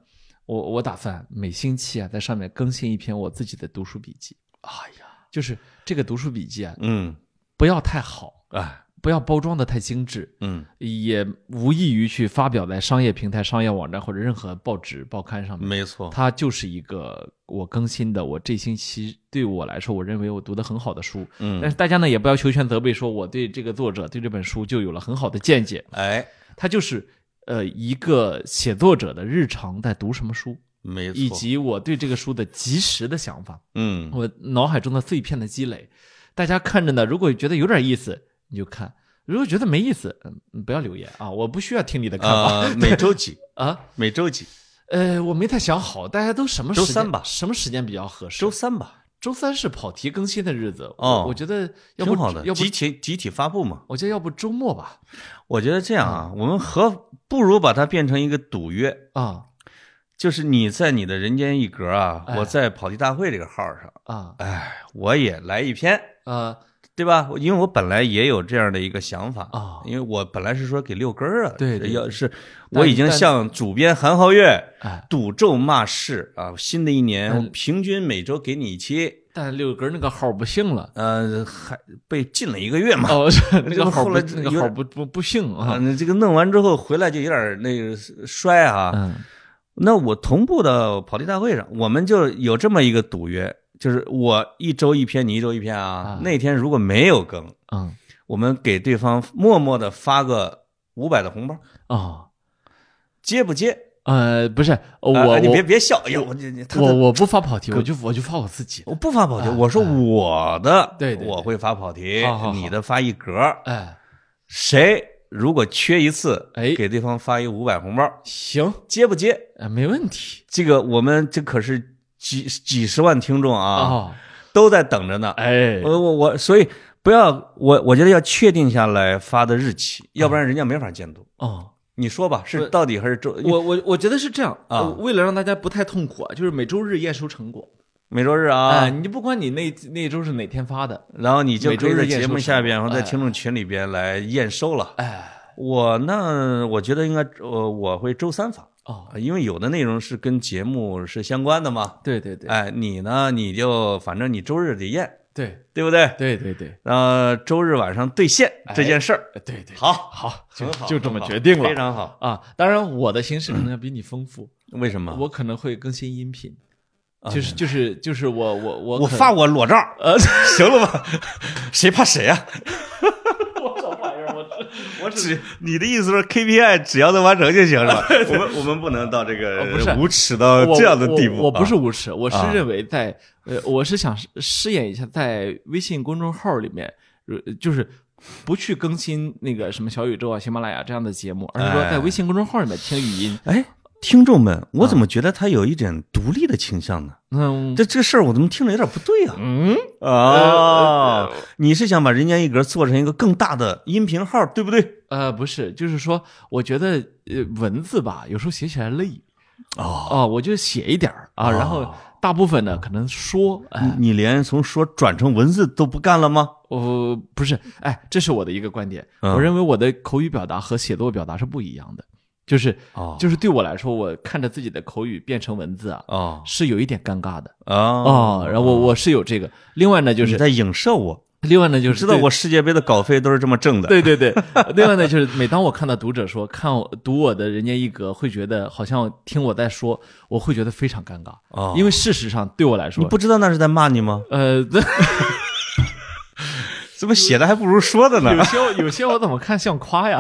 [SPEAKER 1] 我我打算每星期啊，在上面更新一篇我自己的读书笔记。
[SPEAKER 2] 哎呀，
[SPEAKER 1] 就是这个读书笔记啊，
[SPEAKER 2] 嗯，
[SPEAKER 1] 不要太好，
[SPEAKER 2] 哎，
[SPEAKER 1] 不要包装的太精致，
[SPEAKER 2] 嗯
[SPEAKER 1] 也无异于去发表在商业平台、商业网站或者任何报纸、报刊上面。
[SPEAKER 2] 没错，
[SPEAKER 1] 它就是一个我更新的，我这星期对我来说，我认为我读的很好的书。但
[SPEAKER 2] 嗯，
[SPEAKER 1] 是大家呢，也不要求全责备，说我对这个作者、对这本书就有了很好的见解。
[SPEAKER 2] 哎，
[SPEAKER 1] 它就是呃一个写作者的日常在读什么书。
[SPEAKER 2] 没错，
[SPEAKER 1] 以及我对这个书的及时的想法，
[SPEAKER 2] 嗯，
[SPEAKER 1] 我脑海中的碎片的积累。大家看着呢，如果觉得有点意思，你就看；如果觉得没意思，嗯，不要留言啊，我不需要听你的看法
[SPEAKER 2] 啊，每周几？
[SPEAKER 1] 啊。
[SPEAKER 2] 每周几？
[SPEAKER 1] 呃，我没太想好，大家都什么时间
[SPEAKER 2] 周三吧
[SPEAKER 1] 什么时间比较合适？
[SPEAKER 2] 周三吧，
[SPEAKER 1] 周三是跑题更新的日子，
[SPEAKER 2] 哦
[SPEAKER 1] 我我觉得要不
[SPEAKER 2] 挺好的，
[SPEAKER 1] 要不
[SPEAKER 2] 集体集体发布嘛。
[SPEAKER 1] 我觉得要不周末吧，
[SPEAKER 2] 我觉得这样
[SPEAKER 1] 嗯
[SPEAKER 2] 啊，我们何不如把它变成一个赌约？
[SPEAKER 1] 啊
[SPEAKER 2] 就是你在你的人间一格啊，
[SPEAKER 1] 哎
[SPEAKER 2] 我在跑题大会这个号上，
[SPEAKER 1] 啊
[SPEAKER 2] 哎，我也来一篇，
[SPEAKER 1] 呃
[SPEAKER 2] 对吧？因为我本来也有这样的一个想法
[SPEAKER 1] 啊
[SPEAKER 2] 因为我本来是说给六根儿啊，
[SPEAKER 1] 对对
[SPEAKER 2] 要是
[SPEAKER 1] 但
[SPEAKER 2] 我已经向主编韩浩月
[SPEAKER 1] 哎，
[SPEAKER 2] 赌咒骂世啊，新的一年
[SPEAKER 1] 嗯
[SPEAKER 2] 我平均每周给你一期，
[SPEAKER 1] 但六根那个号不姓 了，
[SPEAKER 2] 呃，还被禁了一个 月嘛。
[SPEAKER 1] 哦，那
[SPEAKER 2] 这
[SPEAKER 1] 个
[SPEAKER 2] 个
[SPEAKER 1] 号
[SPEAKER 2] 后
[SPEAKER 1] 不
[SPEAKER 2] 来
[SPEAKER 1] 那个号
[SPEAKER 2] 有点
[SPEAKER 1] 不不不姓
[SPEAKER 2] 啊，
[SPEAKER 1] 啊，
[SPEAKER 2] 那这个弄完之后回来就有点那个衰啊，
[SPEAKER 1] 嗯
[SPEAKER 2] 那我同步到跑题大会上，我们就有这么一个赌约，就是我一周一篇，你一周一篇啊。
[SPEAKER 1] 啊
[SPEAKER 2] 那天如果没有更，
[SPEAKER 1] 嗯
[SPEAKER 2] 我们给对方默默的发个五百的红包，
[SPEAKER 1] 哦，
[SPEAKER 2] 接不接？
[SPEAKER 1] 呃，不是，我
[SPEAKER 2] 啊
[SPEAKER 1] 我
[SPEAKER 2] 你别别笑，哎呦，我这你他
[SPEAKER 1] 我
[SPEAKER 2] 我
[SPEAKER 1] 我不发跑题，我就我就发我自己。
[SPEAKER 2] 我不发跑题，
[SPEAKER 1] 啊
[SPEAKER 2] 我说我的，
[SPEAKER 1] 对对对
[SPEAKER 2] 我会发跑题
[SPEAKER 1] 好好好，
[SPEAKER 2] 你的发一格，
[SPEAKER 1] 哎，
[SPEAKER 2] 谁如果缺一次，
[SPEAKER 1] 哎
[SPEAKER 2] 给对方发一五百红包，
[SPEAKER 1] 行，
[SPEAKER 2] 接不接？
[SPEAKER 1] 呃，没问题
[SPEAKER 2] 这个我们这可是几几十万听众啊，
[SPEAKER 1] 哦，
[SPEAKER 2] 都在等着呢。呃
[SPEAKER 1] 哎，
[SPEAKER 2] 我我我，所以不要我，我觉得要确定下来发的日期，要不然人家没法监督。
[SPEAKER 1] 哦，
[SPEAKER 2] 你说吧，
[SPEAKER 1] 不
[SPEAKER 2] 是到底还是周？
[SPEAKER 1] 我我我觉得是这样
[SPEAKER 2] 啊
[SPEAKER 1] 呃为了让大家不太痛苦啊，就是每周日验收成果
[SPEAKER 2] 每周日啊，
[SPEAKER 1] 哎，你就不管你那那周是哪天发的，
[SPEAKER 2] 然后你就可以在节目下边，
[SPEAKER 1] 每周日验收成果
[SPEAKER 2] 然后在听众群里边来验收了。
[SPEAKER 1] 哎，
[SPEAKER 2] 我呢，我觉得应该，呃，我会周三发，
[SPEAKER 1] 哦，
[SPEAKER 2] 因为有的内容是跟节目是相关的嘛。
[SPEAKER 1] 对对对，
[SPEAKER 2] 哎，你呢，你就反正你周日得验，
[SPEAKER 1] 对
[SPEAKER 2] 对不对？
[SPEAKER 1] 对对对
[SPEAKER 2] 呃，周日晚上兑现这件事儿，
[SPEAKER 1] 呃对对，
[SPEAKER 2] 好，
[SPEAKER 1] 好，就
[SPEAKER 2] 哎很好，
[SPEAKER 1] 就这么
[SPEAKER 2] 很好
[SPEAKER 1] 决定
[SPEAKER 2] 非
[SPEAKER 1] 了
[SPEAKER 2] 常好。
[SPEAKER 1] 啊。当然，我的形式可能要比你丰富，
[SPEAKER 2] 为什么？
[SPEAKER 1] 我可能会更新音频，就是就是就是我我啊我
[SPEAKER 2] 我
[SPEAKER 1] 可
[SPEAKER 2] 发我裸照，
[SPEAKER 1] 呃，
[SPEAKER 2] 行了吧？谁怕谁啊？
[SPEAKER 1] 我什么玩意儿？我
[SPEAKER 2] 我只你的意思是 KPI 只要能完成就行是吧？ 我们我们不能到这
[SPEAKER 1] 呃不是
[SPEAKER 2] 个无耻到
[SPEAKER 1] 我
[SPEAKER 2] 这样的地步。
[SPEAKER 1] 我我不是
[SPEAKER 2] 啊，
[SPEAKER 1] 无耻，我是
[SPEAKER 2] 啊
[SPEAKER 1] 认为在、呃，我是想试试验一下，在微信公众号里面，呃就是不去更新那个什么小宇宙啊、喜马拉雅这样的节目，而是说
[SPEAKER 2] 哎
[SPEAKER 1] 在微信公众号里面听语音。
[SPEAKER 2] 哎，听众们，我怎么觉得他有一点独立的倾向呢？
[SPEAKER 1] 嗯
[SPEAKER 2] 这这事儿我怎么听着有点不对啊？
[SPEAKER 1] 嗯，
[SPEAKER 2] 啊，你是想把人间一格做成一个更大的音频号，对不对？
[SPEAKER 1] 呃，不是，就是说，我觉得呃，文字吧，有时候写起来累
[SPEAKER 2] 哦，
[SPEAKER 1] 啊、我就写一点儿啊，然后大部分呢可能说，哎，
[SPEAKER 2] 你连从说转成文字都不干了吗？
[SPEAKER 1] 我不是，哎，这是我的一个观点，
[SPEAKER 2] 嗯
[SPEAKER 1] 我认为我的口语表达和写作表达是不一样的，就是
[SPEAKER 2] 哦
[SPEAKER 1] 就是对我来说，我看着自己的口语变成文字啊，
[SPEAKER 2] 哦
[SPEAKER 1] 是有一点尴尬的
[SPEAKER 2] 哦
[SPEAKER 1] 哦。然后我我是有这个，另外呢就
[SPEAKER 2] 你
[SPEAKER 1] 是，
[SPEAKER 2] 在影射我，
[SPEAKER 1] 另外呢就是
[SPEAKER 2] 知道
[SPEAKER 1] 对
[SPEAKER 2] 我世界杯的稿费都是这么挣的。
[SPEAKER 1] 对对对，另外呢就是每当我看到读者说看我读我的《人间一格》，会觉得好像听我在说，我会觉得非常尴尬，
[SPEAKER 2] 哦
[SPEAKER 1] 因为事实上对我来说
[SPEAKER 2] 你，不知道那是在骂你吗？
[SPEAKER 1] 呃，
[SPEAKER 2] 怎么写的还不如说 的
[SPEAKER 1] 有
[SPEAKER 2] 呢？
[SPEAKER 1] 些我有些我怎么看像夸呀？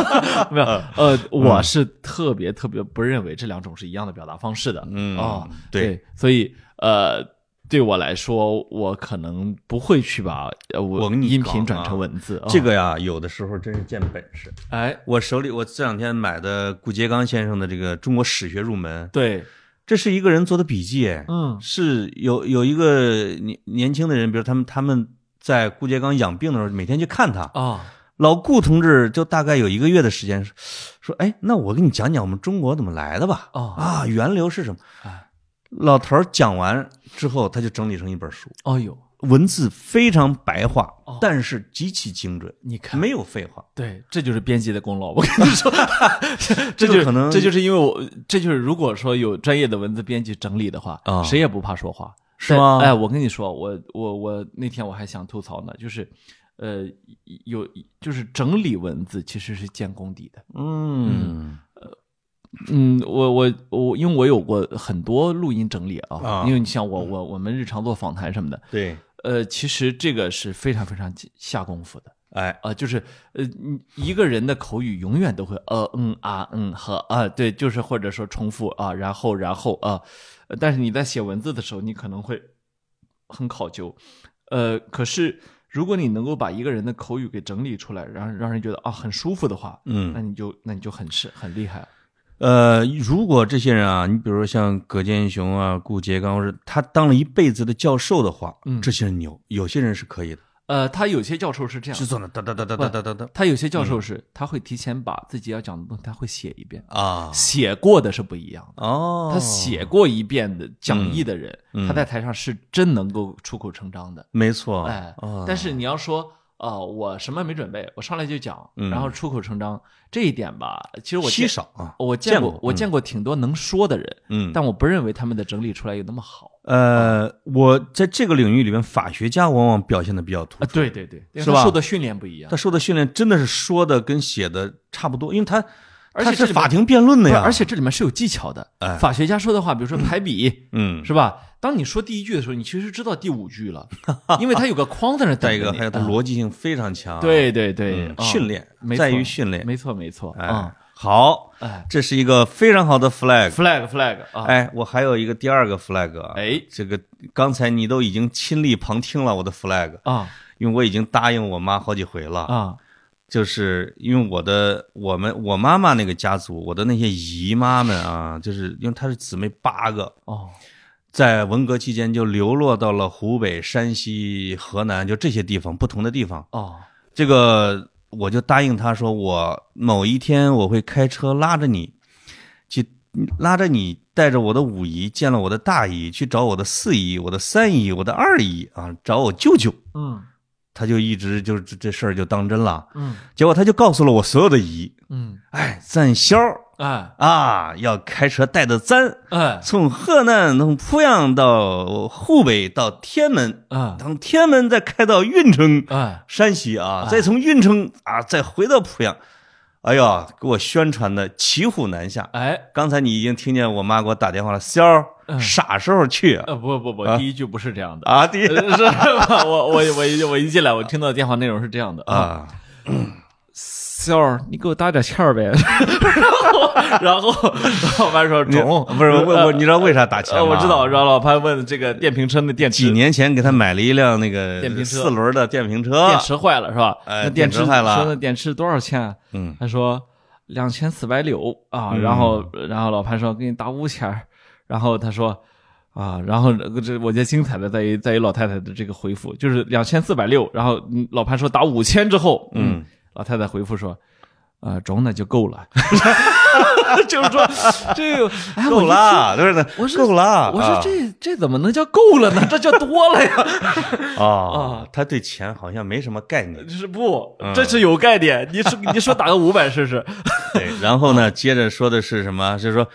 [SPEAKER 1] 没有，
[SPEAKER 2] 嗯
[SPEAKER 1] 呃，我是特别特别不认为这两种是一样的表达方式的。
[SPEAKER 2] 嗯
[SPEAKER 1] 啊，
[SPEAKER 2] 对，
[SPEAKER 1] 所以呃，对我来说，我可能不会去把呃我
[SPEAKER 2] 跟你
[SPEAKER 1] 音
[SPEAKER 2] 讲
[SPEAKER 1] 频
[SPEAKER 2] 啊
[SPEAKER 1] 转成文字。啊
[SPEAKER 2] 这，个呀，有的时候真是见本事。
[SPEAKER 1] 哎，
[SPEAKER 2] 我手里我这两天买的顾颉刚先生的这个《中国史学入门》，
[SPEAKER 1] 对，
[SPEAKER 2] 这是一个人做的笔记，哎
[SPEAKER 1] 嗯，
[SPEAKER 2] 是有有一个年年轻的人，比如他们他们在顾颉刚养病的时候，每天去看他。
[SPEAKER 1] 啊，
[SPEAKER 2] 老顾同志就大概有一个月的时间，说说，哎，那我给你讲讲我们中国怎么来的吧。
[SPEAKER 1] 哦
[SPEAKER 2] 啊，源流是什么
[SPEAKER 1] 哎？
[SPEAKER 2] 老头儿讲完之后，他就整理成一本书，
[SPEAKER 1] 哦呦，
[SPEAKER 2] 文字非常白话
[SPEAKER 1] 哦，
[SPEAKER 2] 但是极其精准，
[SPEAKER 1] 你看，
[SPEAKER 2] 没有废话。
[SPEAKER 1] 对，这就是编辑的功劳。我跟你 说，这就是
[SPEAKER 2] 可能
[SPEAKER 1] 这就是因为我，这就是如果说有专业的文字编辑整理的话，
[SPEAKER 2] 啊
[SPEAKER 1] 谁也不怕说话，
[SPEAKER 2] 是吗
[SPEAKER 1] 但哎，我跟你说，我我我那天我还想吐槽呢，就是，呃，有就是整理文字其实是见功底的。
[SPEAKER 2] 嗯，
[SPEAKER 1] 嗯，我我我，因为我有过很多录音整理啊，
[SPEAKER 2] 啊
[SPEAKER 1] 因为你像我我我们日常做访谈什么的，
[SPEAKER 2] 对，
[SPEAKER 1] 呃，其实这个是非常非常下功夫的。
[SPEAKER 2] 哎，
[SPEAKER 1] 啊、就是呃，你一个人的口语永远都会呃嗯啊嗯和啊，对，就是或者说重复啊，然后然后啊，呃但是你在写文字的时候，你可能会很考究，呃，可是如果你能够把一个人的口语给整理出来，让让人觉得啊很舒服的话，那
[SPEAKER 2] 嗯，
[SPEAKER 1] 你就那你就很是很厉害啊了。
[SPEAKER 2] 呃，如果这些人啊，你比如说像葛剑雄啊、顾颉刚，或者他当了一辈子的教授的话，
[SPEAKER 1] 嗯
[SPEAKER 2] 这些人牛，有些人是可以的，
[SPEAKER 1] 呃，他有些教授是这样
[SPEAKER 2] 就，做那嗯哒哒哒哒哒哒哒哒
[SPEAKER 1] 他有些教授是、他会提前把自己要讲的东西他会写一遍，
[SPEAKER 2] 啊，
[SPEAKER 1] 写过的是不一样的。
[SPEAKER 2] 哦，
[SPEAKER 1] 他写过一遍的讲义的人，
[SPEAKER 2] 嗯嗯
[SPEAKER 1] 他在台上是真能够出口成章的。
[SPEAKER 2] 没错，
[SPEAKER 1] 哎，
[SPEAKER 2] 啊
[SPEAKER 1] 但是你要说，呃，我什么也没准备，我上来就讲，
[SPEAKER 2] 嗯
[SPEAKER 1] 然后出口成章这一点吧，其实我
[SPEAKER 2] 稀
[SPEAKER 1] 见
[SPEAKER 2] 少啊，
[SPEAKER 1] 我见
[SPEAKER 2] 见过
[SPEAKER 1] 我
[SPEAKER 2] 嗯
[SPEAKER 1] 见过挺多能说的人，
[SPEAKER 2] 嗯，
[SPEAKER 1] 但我不认为他们的整理出来有那么好
[SPEAKER 2] 呃，我在这个领域里面，法学家往往表现的比较突
[SPEAKER 1] 啊。
[SPEAKER 2] 出，
[SPEAKER 1] 对对对，因为
[SPEAKER 2] 是
[SPEAKER 1] 他
[SPEAKER 2] 吧
[SPEAKER 1] 受的训练不一样
[SPEAKER 2] 他。受的训练真的是说的跟写的差不多，因为他
[SPEAKER 1] 而
[SPEAKER 2] 它
[SPEAKER 1] 且这
[SPEAKER 2] 是
[SPEAKER 1] 里面
[SPEAKER 2] 法庭辩论的
[SPEAKER 1] 不是
[SPEAKER 2] 呀，
[SPEAKER 1] 而且这里面是有技巧的。
[SPEAKER 2] 哎
[SPEAKER 1] 法学家说的话，比如说排比，
[SPEAKER 2] 嗯，
[SPEAKER 1] 是吧？当你说第一句的时候，你其实知道第五句了，因为它有个框在那儿等
[SPEAKER 2] 再
[SPEAKER 1] 着 你。
[SPEAKER 2] 一个还有它
[SPEAKER 1] 啊
[SPEAKER 2] 逻辑性非常强，
[SPEAKER 1] 对对对
[SPEAKER 2] 嗯，
[SPEAKER 1] 啊
[SPEAKER 2] 训练
[SPEAKER 1] 没
[SPEAKER 2] 在
[SPEAKER 1] 错
[SPEAKER 2] 于训练，
[SPEAKER 1] 没错没错
[SPEAKER 2] 哎
[SPEAKER 1] 啊，，
[SPEAKER 2] 好，
[SPEAKER 1] 哎
[SPEAKER 2] 这是一个非常好的 flag。
[SPEAKER 1] ，flag flag 啊，
[SPEAKER 2] 哎，我还有一个第二个 flag，啊
[SPEAKER 1] 哎
[SPEAKER 2] 这个刚才你都已经亲历旁听了我的 flag，
[SPEAKER 1] 啊
[SPEAKER 2] 因为我已经答应我妈好几回了，
[SPEAKER 1] 啊
[SPEAKER 2] 就是因为我的我们我妈妈那个家族，我的那些姨妈们啊，就是因为她是姊妹八个，
[SPEAKER 1] 哦
[SPEAKER 2] 在文革期间就流落到了湖北、山西、河南，就这些地方不同的地方。
[SPEAKER 1] 哦
[SPEAKER 2] 这个我就答应她说，我某一天我会开车拉着你，去拉着你带着我的五姨见了我的大姨，去找我的四姨、我的三姨、我的二姨啊，找我舅舅。
[SPEAKER 1] 嗯
[SPEAKER 2] 她就一直就这这事儿就当真了，
[SPEAKER 1] 嗯
[SPEAKER 2] 结果她就告诉了我所有的姨，
[SPEAKER 1] 嗯，
[SPEAKER 2] 哎，咱小儿
[SPEAKER 1] 哎
[SPEAKER 2] 啊，要开车带着咱
[SPEAKER 1] 哎
[SPEAKER 2] 从河南从濮阳到湖北到天安门，
[SPEAKER 1] 哎
[SPEAKER 2] 从天安门再开到运城，
[SPEAKER 1] 哎，
[SPEAKER 2] 山西啊，再从运城啊再回到濮阳。哎呀，给我宣传的骑虎难下。
[SPEAKER 1] 哎
[SPEAKER 2] 刚才你已经听见我妈给我打电话了，肖儿
[SPEAKER 1] 嗯
[SPEAKER 2] 啥时候去啊
[SPEAKER 1] 呃不不不，
[SPEAKER 2] 啊
[SPEAKER 1] 第一句不是这样的，
[SPEAKER 2] 啊？弟
[SPEAKER 1] 呃是吧？ 我我我一我一进来，我听到电话内容是这样的啊，
[SPEAKER 2] 啊，
[SPEAKER 1] 笑儿，你给我搭点欠儿呗。 然后然后然后我妈说呃
[SPEAKER 2] 你
[SPEAKER 1] 中，
[SPEAKER 2] 不是我我，你知道为啥打钱
[SPEAKER 1] 呃
[SPEAKER 2] 吗？
[SPEAKER 1] 我知道，然后老潘问这个电瓶车那电池
[SPEAKER 2] 几年前给他买了一辆那个
[SPEAKER 1] 电瓶车
[SPEAKER 2] 四轮的电瓶车，
[SPEAKER 1] 电池坏了是吧？
[SPEAKER 2] 哎
[SPEAKER 1] 那
[SPEAKER 2] 电
[SPEAKER 1] 啊池
[SPEAKER 2] 池坏了
[SPEAKER 1] 说那电池多少钱啊？
[SPEAKER 2] 嗯，
[SPEAKER 1] 他说两千四百六啊，
[SPEAKER 2] 嗯
[SPEAKER 1] 然后然后老潘说给你打五千儿，然后他说啊，然后这我觉得精彩的在于在于老太太的这个回复，就是两千四百六，然后嗯老潘说打五千之后，
[SPEAKER 2] 嗯，
[SPEAKER 1] 老太太回复说。呃，中那就够 了，就是说，这个哎，我
[SPEAKER 2] 够
[SPEAKER 1] 一
[SPEAKER 2] 了，对不对？
[SPEAKER 1] 听，我是
[SPEAKER 2] 够了。
[SPEAKER 1] 我说这这怎么能叫够了呢？ 这叫多了呀！
[SPEAKER 2] 啊
[SPEAKER 1] 啊
[SPEAKER 2] 啊，他对钱好像没什么概念。
[SPEAKER 1] 是不
[SPEAKER 2] 嗯，
[SPEAKER 1] 这是有概念。你 说你说打个五百试试？
[SPEAKER 2] 对，然后呢，接着说的是什么？是说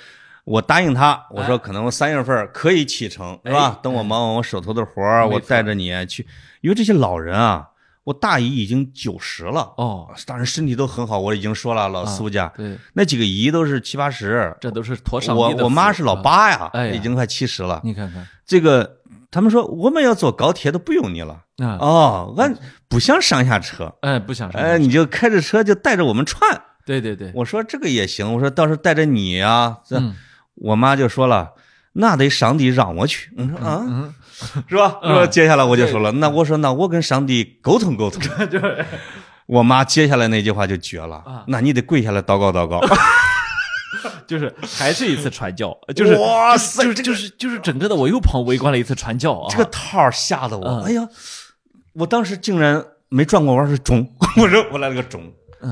[SPEAKER 2] 我答应他，我
[SPEAKER 1] 哎
[SPEAKER 2] 说可能我三月份可以启程，是吧？等我忙完我手头的活儿，
[SPEAKER 1] 没
[SPEAKER 2] 我
[SPEAKER 1] 错
[SPEAKER 2] 带着你去。因为这些老人啊，我大姨已经九十了，
[SPEAKER 1] 哦，
[SPEAKER 2] 当然身体都很好，我已经说了，老苏家
[SPEAKER 1] 对，
[SPEAKER 2] 那几个姨都是七八十，
[SPEAKER 1] 啊这都是妥上
[SPEAKER 2] 我
[SPEAKER 1] 帝的
[SPEAKER 2] 我妈
[SPEAKER 1] 福
[SPEAKER 2] 是老
[SPEAKER 1] 啊，
[SPEAKER 2] 八呀
[SPEAKER 1] 哎，呀
[SPEAKER 2] 已经快七十了。
[SPEAKER 1] 你看看
[SPEAKER 2] 这个他们说我们要坐高铁都不用你了。
[SPEAKER 1] 啊，
[SPEAKER 2] 哦，俺不想上下车，
[SPEAKER 1] 哎，不想说，
[SPEAKER 2] 哎，，你就开着车就带着我们串。
[SPEAKER 1] 对对对，
[SPEAKER 2] 我说这个也行，我说到时候带着你啊。这
[SPEAKER 1] 嗯
[SPEAKER 2] 我妈就说了，那得上帝让我去。我说啊，
[SPEAKER 1] 嗯，
[SPEAKER 2] 是吧？是吧？接下来我就说了，那我说那我跟上帝沟通沟通。
[SPEAKER 1] 就是
[SPEAKER 2] 我妈接下来那句话就绝了
[SPEAKER 1] 啊，
[SPEAKER 2] 那你得跪下来祷告 祷告。
[SPEAKER 1] 就是还是一次传教，就是
[SPEAKER 2] 哇塞
[SPEAKER 1] 就是就是就是整个的我又旁围观了一次传教啊，
[SPEAKER 2] 这个套儿吓得
[SPEAKER 1] 嗯
[SPEAKER 2] 我，哎呀，我当时竟然没转过弯儿是中， 我说我来了个中，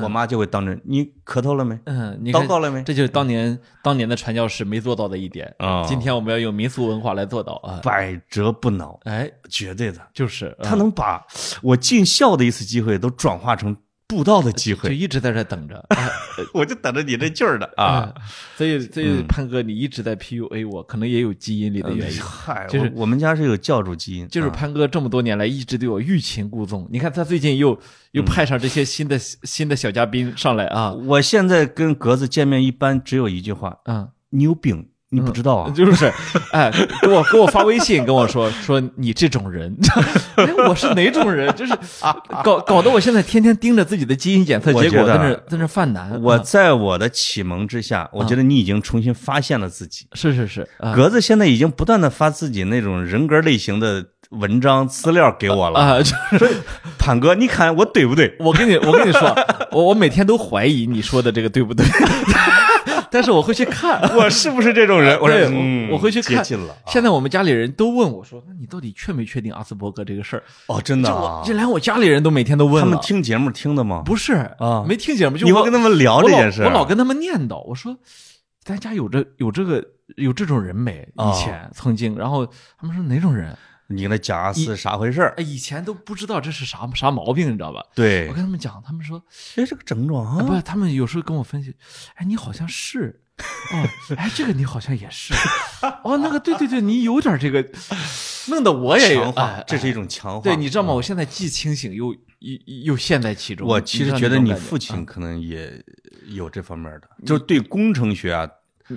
[SPEAKER 2] 我妈就会当真，你磕头了没？
[SPEAKER 1] 嗯，你看
[SPEAKER 2] 祷告了没？
[SPEAKER 1] 这就是当年当年的传教士没做到的一点
[SPEAKER 2] 啊
[SPEAKER 1] 今天我们要用民俗文化来做到啊，
[SPEAKER 2] 百折不挠，
[SPEAKER 1] 哎，
[SPEAKER 2] 绝对的。
[SPEAKER 1] 就是
[SPEAKER 2] 他
[SPEAKER 1] 嗯
[SPEAKER 2] 能把我尽孝的一次机会都转化成布道的机
[SPEAKER 1] 就
[SPEAKER 2] 会，
[SPEAKER 1] 一直在这等 着
[SPEAKER 2] 我就等着你这劲儿呢啊！
[SPEAKER 1] 嗯所以所以潘哥你一直在 PUA 我，可能也有基因里
[SPEAKER 2] 嗯
[SPEAKER 1] 的原因。
[SPEAKER 2] 嗨，
[SPEAKER 1] 就是
[SPEAKER 2] 我我们家是有教主基因，
[SPEAKER 1] 就是
[SPEAKER 2] 啊
[SPEAKER 1] 潘哥这么多年来一直对我欲擒故纵。你看他最近
[SPEAKER 2] 嗯
[SPEAKER 1] 又又派上这些新的新的小嘉宾上来啊，
[SPEAKER 2] 我现在跟格子见面一般只有一句话：
[SPEAKER 1] 嗯，
[SPEAKER 2] 你有病，你不知道啊？
[SPEAKER 1] 就是，哎，给我给我发微信跟我说 说你这种人， 哎，我是哪种人？就是 搞搞得我现在天天盯着自己的基因检测
[SPEAKER 2] 我
[SPEAKER 1] 结果
[SPEAKER 2] 觉
[SPEAKER 1] 在
[SPEAKER 2] 得
[SPEAKER 1] 那在那犯难。
[SPEAKER 2] 我
[SPEAKER 1] 啊
[SPEAKER 2] 在我的启蒙之下，我觉得你已经重新发现了自己。
[SPEAKER 1] 是是是啊
[SPEAKER 2] 格子现在已经不断的发自己那种人格类型的文章资料给我了。
[SPEAKER 1] 啊， 就是
[SPEAKER 2] 坦哥，你看我对不对？
[SPEAKER 1] 我跟你我跟你说， 我我每天都怀疑你说的这个对不对， 但是我会去看。
[SPEAKER 2] 我是不是这种嗯人？我说
[SPEAKER 1] 对，
[SPEAKER 2] 嗯
[SPEAKER 1] 我我会去
[SPEAKER 2] 接
[SPEAKER 1] 看。
[SPEAKER 2] 近了啊。
[SPEAKER 1] 现在我们家里人都问我说：“那你到底确没确定阿斯伯格这个事儿
[SPEAKER 2] 哦，真？”的
[SPEAKER 1] 就
[SPEAKER 2] 啊
[SPEAKER 1] 我，这连我家里人都每天都问了
[SPEAKER 2] 他们听节目听的吗？
[SPEAKER 1] 不是
[SPEAKER 2] 啊
[SPEAKER 1] 没听节目就
[SPEAKER 2] 你
[SPEAKER 1] 我
[SPEAKER 2] 会跟他们聊这件事？啊
[SPEAKER 1] 我老我老跟他们念叨，我说咱家有这有这个有这种人没？
[SPEAKER 2] 哦
[SPEAKER 1] 以前曾经，然后他们说哪种人？
[SPEAKER 2] 你跟他讲阿四啥回事儿？
[SPEAKER 1] 哎，以前都不知道这是啥啥毛病，你知道吧？我
[SPEAKER 2] 对
[SPEAKER 1] 跟，他们讲，他们说
[SPEAKER 2] 这是个症状
[SPEAKER 1] 啊，不
[SPEAKER 2] 啊。
[SPEAKER 1] 是，他们有时候跟我分析，哎，你好像是，哦，哎，这个你好像也是，哦，那个，对对对，你有点这个，弄得我也有
[SPEAKER 2] 强化
[SPEAKER 1] 哎，
[SPEAKER 2] 这是一种强化。
[SPEAKER 1] 对，你知道吗？我现在既清醒又又又陷在其中。
[SPEAKER 2] 我其实觉得你
[SPEAKER 1] 让种
[SPEAKER 2] 父
[SPEAKER 1] 感觉
[SPEAKER 2] 亲
[SPEAKER 1] 啊
[SPEAKER 2] 可能也有这方面的，就是对工程学啊，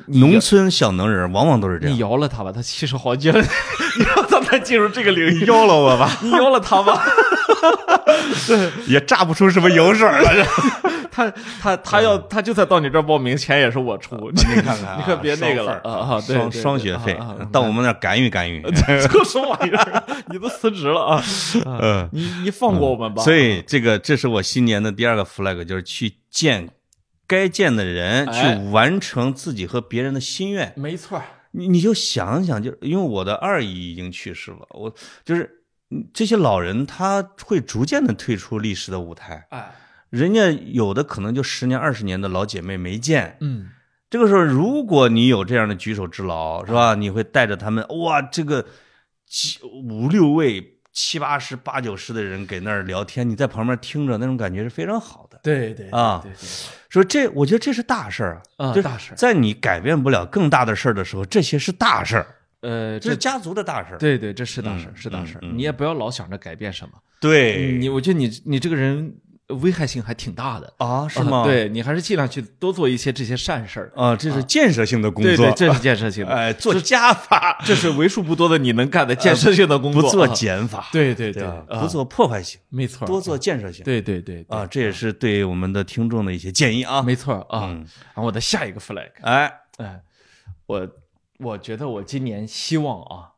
[SPEAKER 1] 你
[SPEAKER 2] 农村小能人往往都是这
[SPEAKER 1] 你
[SPEAKER 2] 样。
[SPEAKER 1] 摇了他吧，他七十好几了， 你让他再进入这 个领域，
[SPEAKER 2] 要了我 吧，
[SPEAKER 1] 你摇了他吧。
[SPEAKER 2] 也榨不出什么油水儿来。
[SPEAKER 1] 他他他要他就算到你这儿报名，钱也是我出，你
[SPEAKER 2] 你看看 啊，
[SPEAKER 1] 你可别那个了
[SPEAKER 2] 双份儿
[SPEAKER 1] 啊啊 对
[SPEAKER 2] 双
[SPEAKER 1] 对
[SPEAKER 2] 双
[SPEAKER 1] 对
[SPEAKER 2] 学
[SPEAKER 1] 啊
[SPEAKER 2] 费
[SPEAKER 1] 啊啊，
[SPEAKER 2] 到 我们那儿干预干预。
[SPEAKER 1] 这什么玩意儿？ 你都辞职了啊？
[SPEAKER 2] 嗯，
[SPEAKER 1] 你你放过我们吧。
[SPEAKER 2] 所以这个这是我新年的第二个 flag，就是去见该见的人，
[SPEAKER 1] 哎
[SPEAKER 2] 去完成自己和别人的心愿。
[SPEAKER 1] 没错儿，
[SPEAKER 2] 你你就想想，就因为我的二姨已经去世了，我就是嗯这些老人他会逐渐的退出历史的舞台，
[SPEAKER 1] 哎，
[SPEAKER 2] 人家有的可能就十年二十年的老姐妹没见，
[SPEAKER 1] 嗯，
[SPEAKER 2] 这个时候，如果你有这样的举手之劳，是吧？你会带着他们，哇，这个七五六位、七八十、八九十的人给那儿聊天，你在旁边听着，那种感觉是非常好的。
[SPEAKER 1] 对对
[SPEAKER 2] 啊
[SPEAKER 1] 对对
[SPEAKER 2] 说这，我觉得这是大事儿
[SPEAKER 1] 啊
[SPEAKER 2] 就是
[SPEAKER 1] 大事儿
[SPEAKER 2] 在你改变不了更大的事儿的时候，这些是大事儿，
[SPEAKER 1] 对呃，
[SPEAKER 2] 这
[SPEAKER 1] 这
[SPEAKER 2] 是家族的大事儿。
[SPEAKER 1] 对对，这是大事儿，
[SPEAKER 2] 嗯
[SPEAKER 1] 是大
[SPEAKER 2] 嗯
[SPEAKER 1] 事儿。
[SPEAKER 2] 嗯
[SPEAKER 1] 你也不要老想着改变什么，
[SPEAKER 2] 对，
[SPEAKER 1] 你我觉得你你这个人危害性还挺大的，
[SPEAKER 2] 啊，是
[SPEAKER 1] 啊
[SPEAKER 2] 吗？
[SPEAKER 1] 对你还是尽量去多做一些这些善事儿。
[SPEAKER 2] 啊，这是建设性的工
[SPEAKER 1] 对
[SPEAKER 2] 作
[SPEAKER 1] 对，，这是建设性的，
[SPEAKER 2] 哎，做加法，
[SPEAKER 1] 这是为数不多的你能干的建设性的工
[SPEAKER 2] 呃不
[SPEAKER 1] 作，
[SPEAKER 2] 做
[SPEAKER 1] 啊
[SPEAKER 2] 减法，
[SPEAKER 1] 对对
[SPEAKER 2] 对
[SPEAKER 1] 对
[SPEAKER 2] 吧，
[SPEAKER 1] 啊
[SPEAKER 2] 不，做破坏性，
[SPEAKER 1] 没错儿，啊
[SPEAKER 2] 多做建设性。
[SPEAKER 1] 对对对对嗯
[SPEAKER 2] 啊，这也是对我们的听众的一些建议啊。
[SPEAKER 1] 没错儿啊。
[SPEAKER 2] 嗯
[SPEAKER 1] 然后我的下一个 flag，
[SPEAKER 2] 哎，
[SPEAKER 1] 哎，我我觉得我今年希望啊，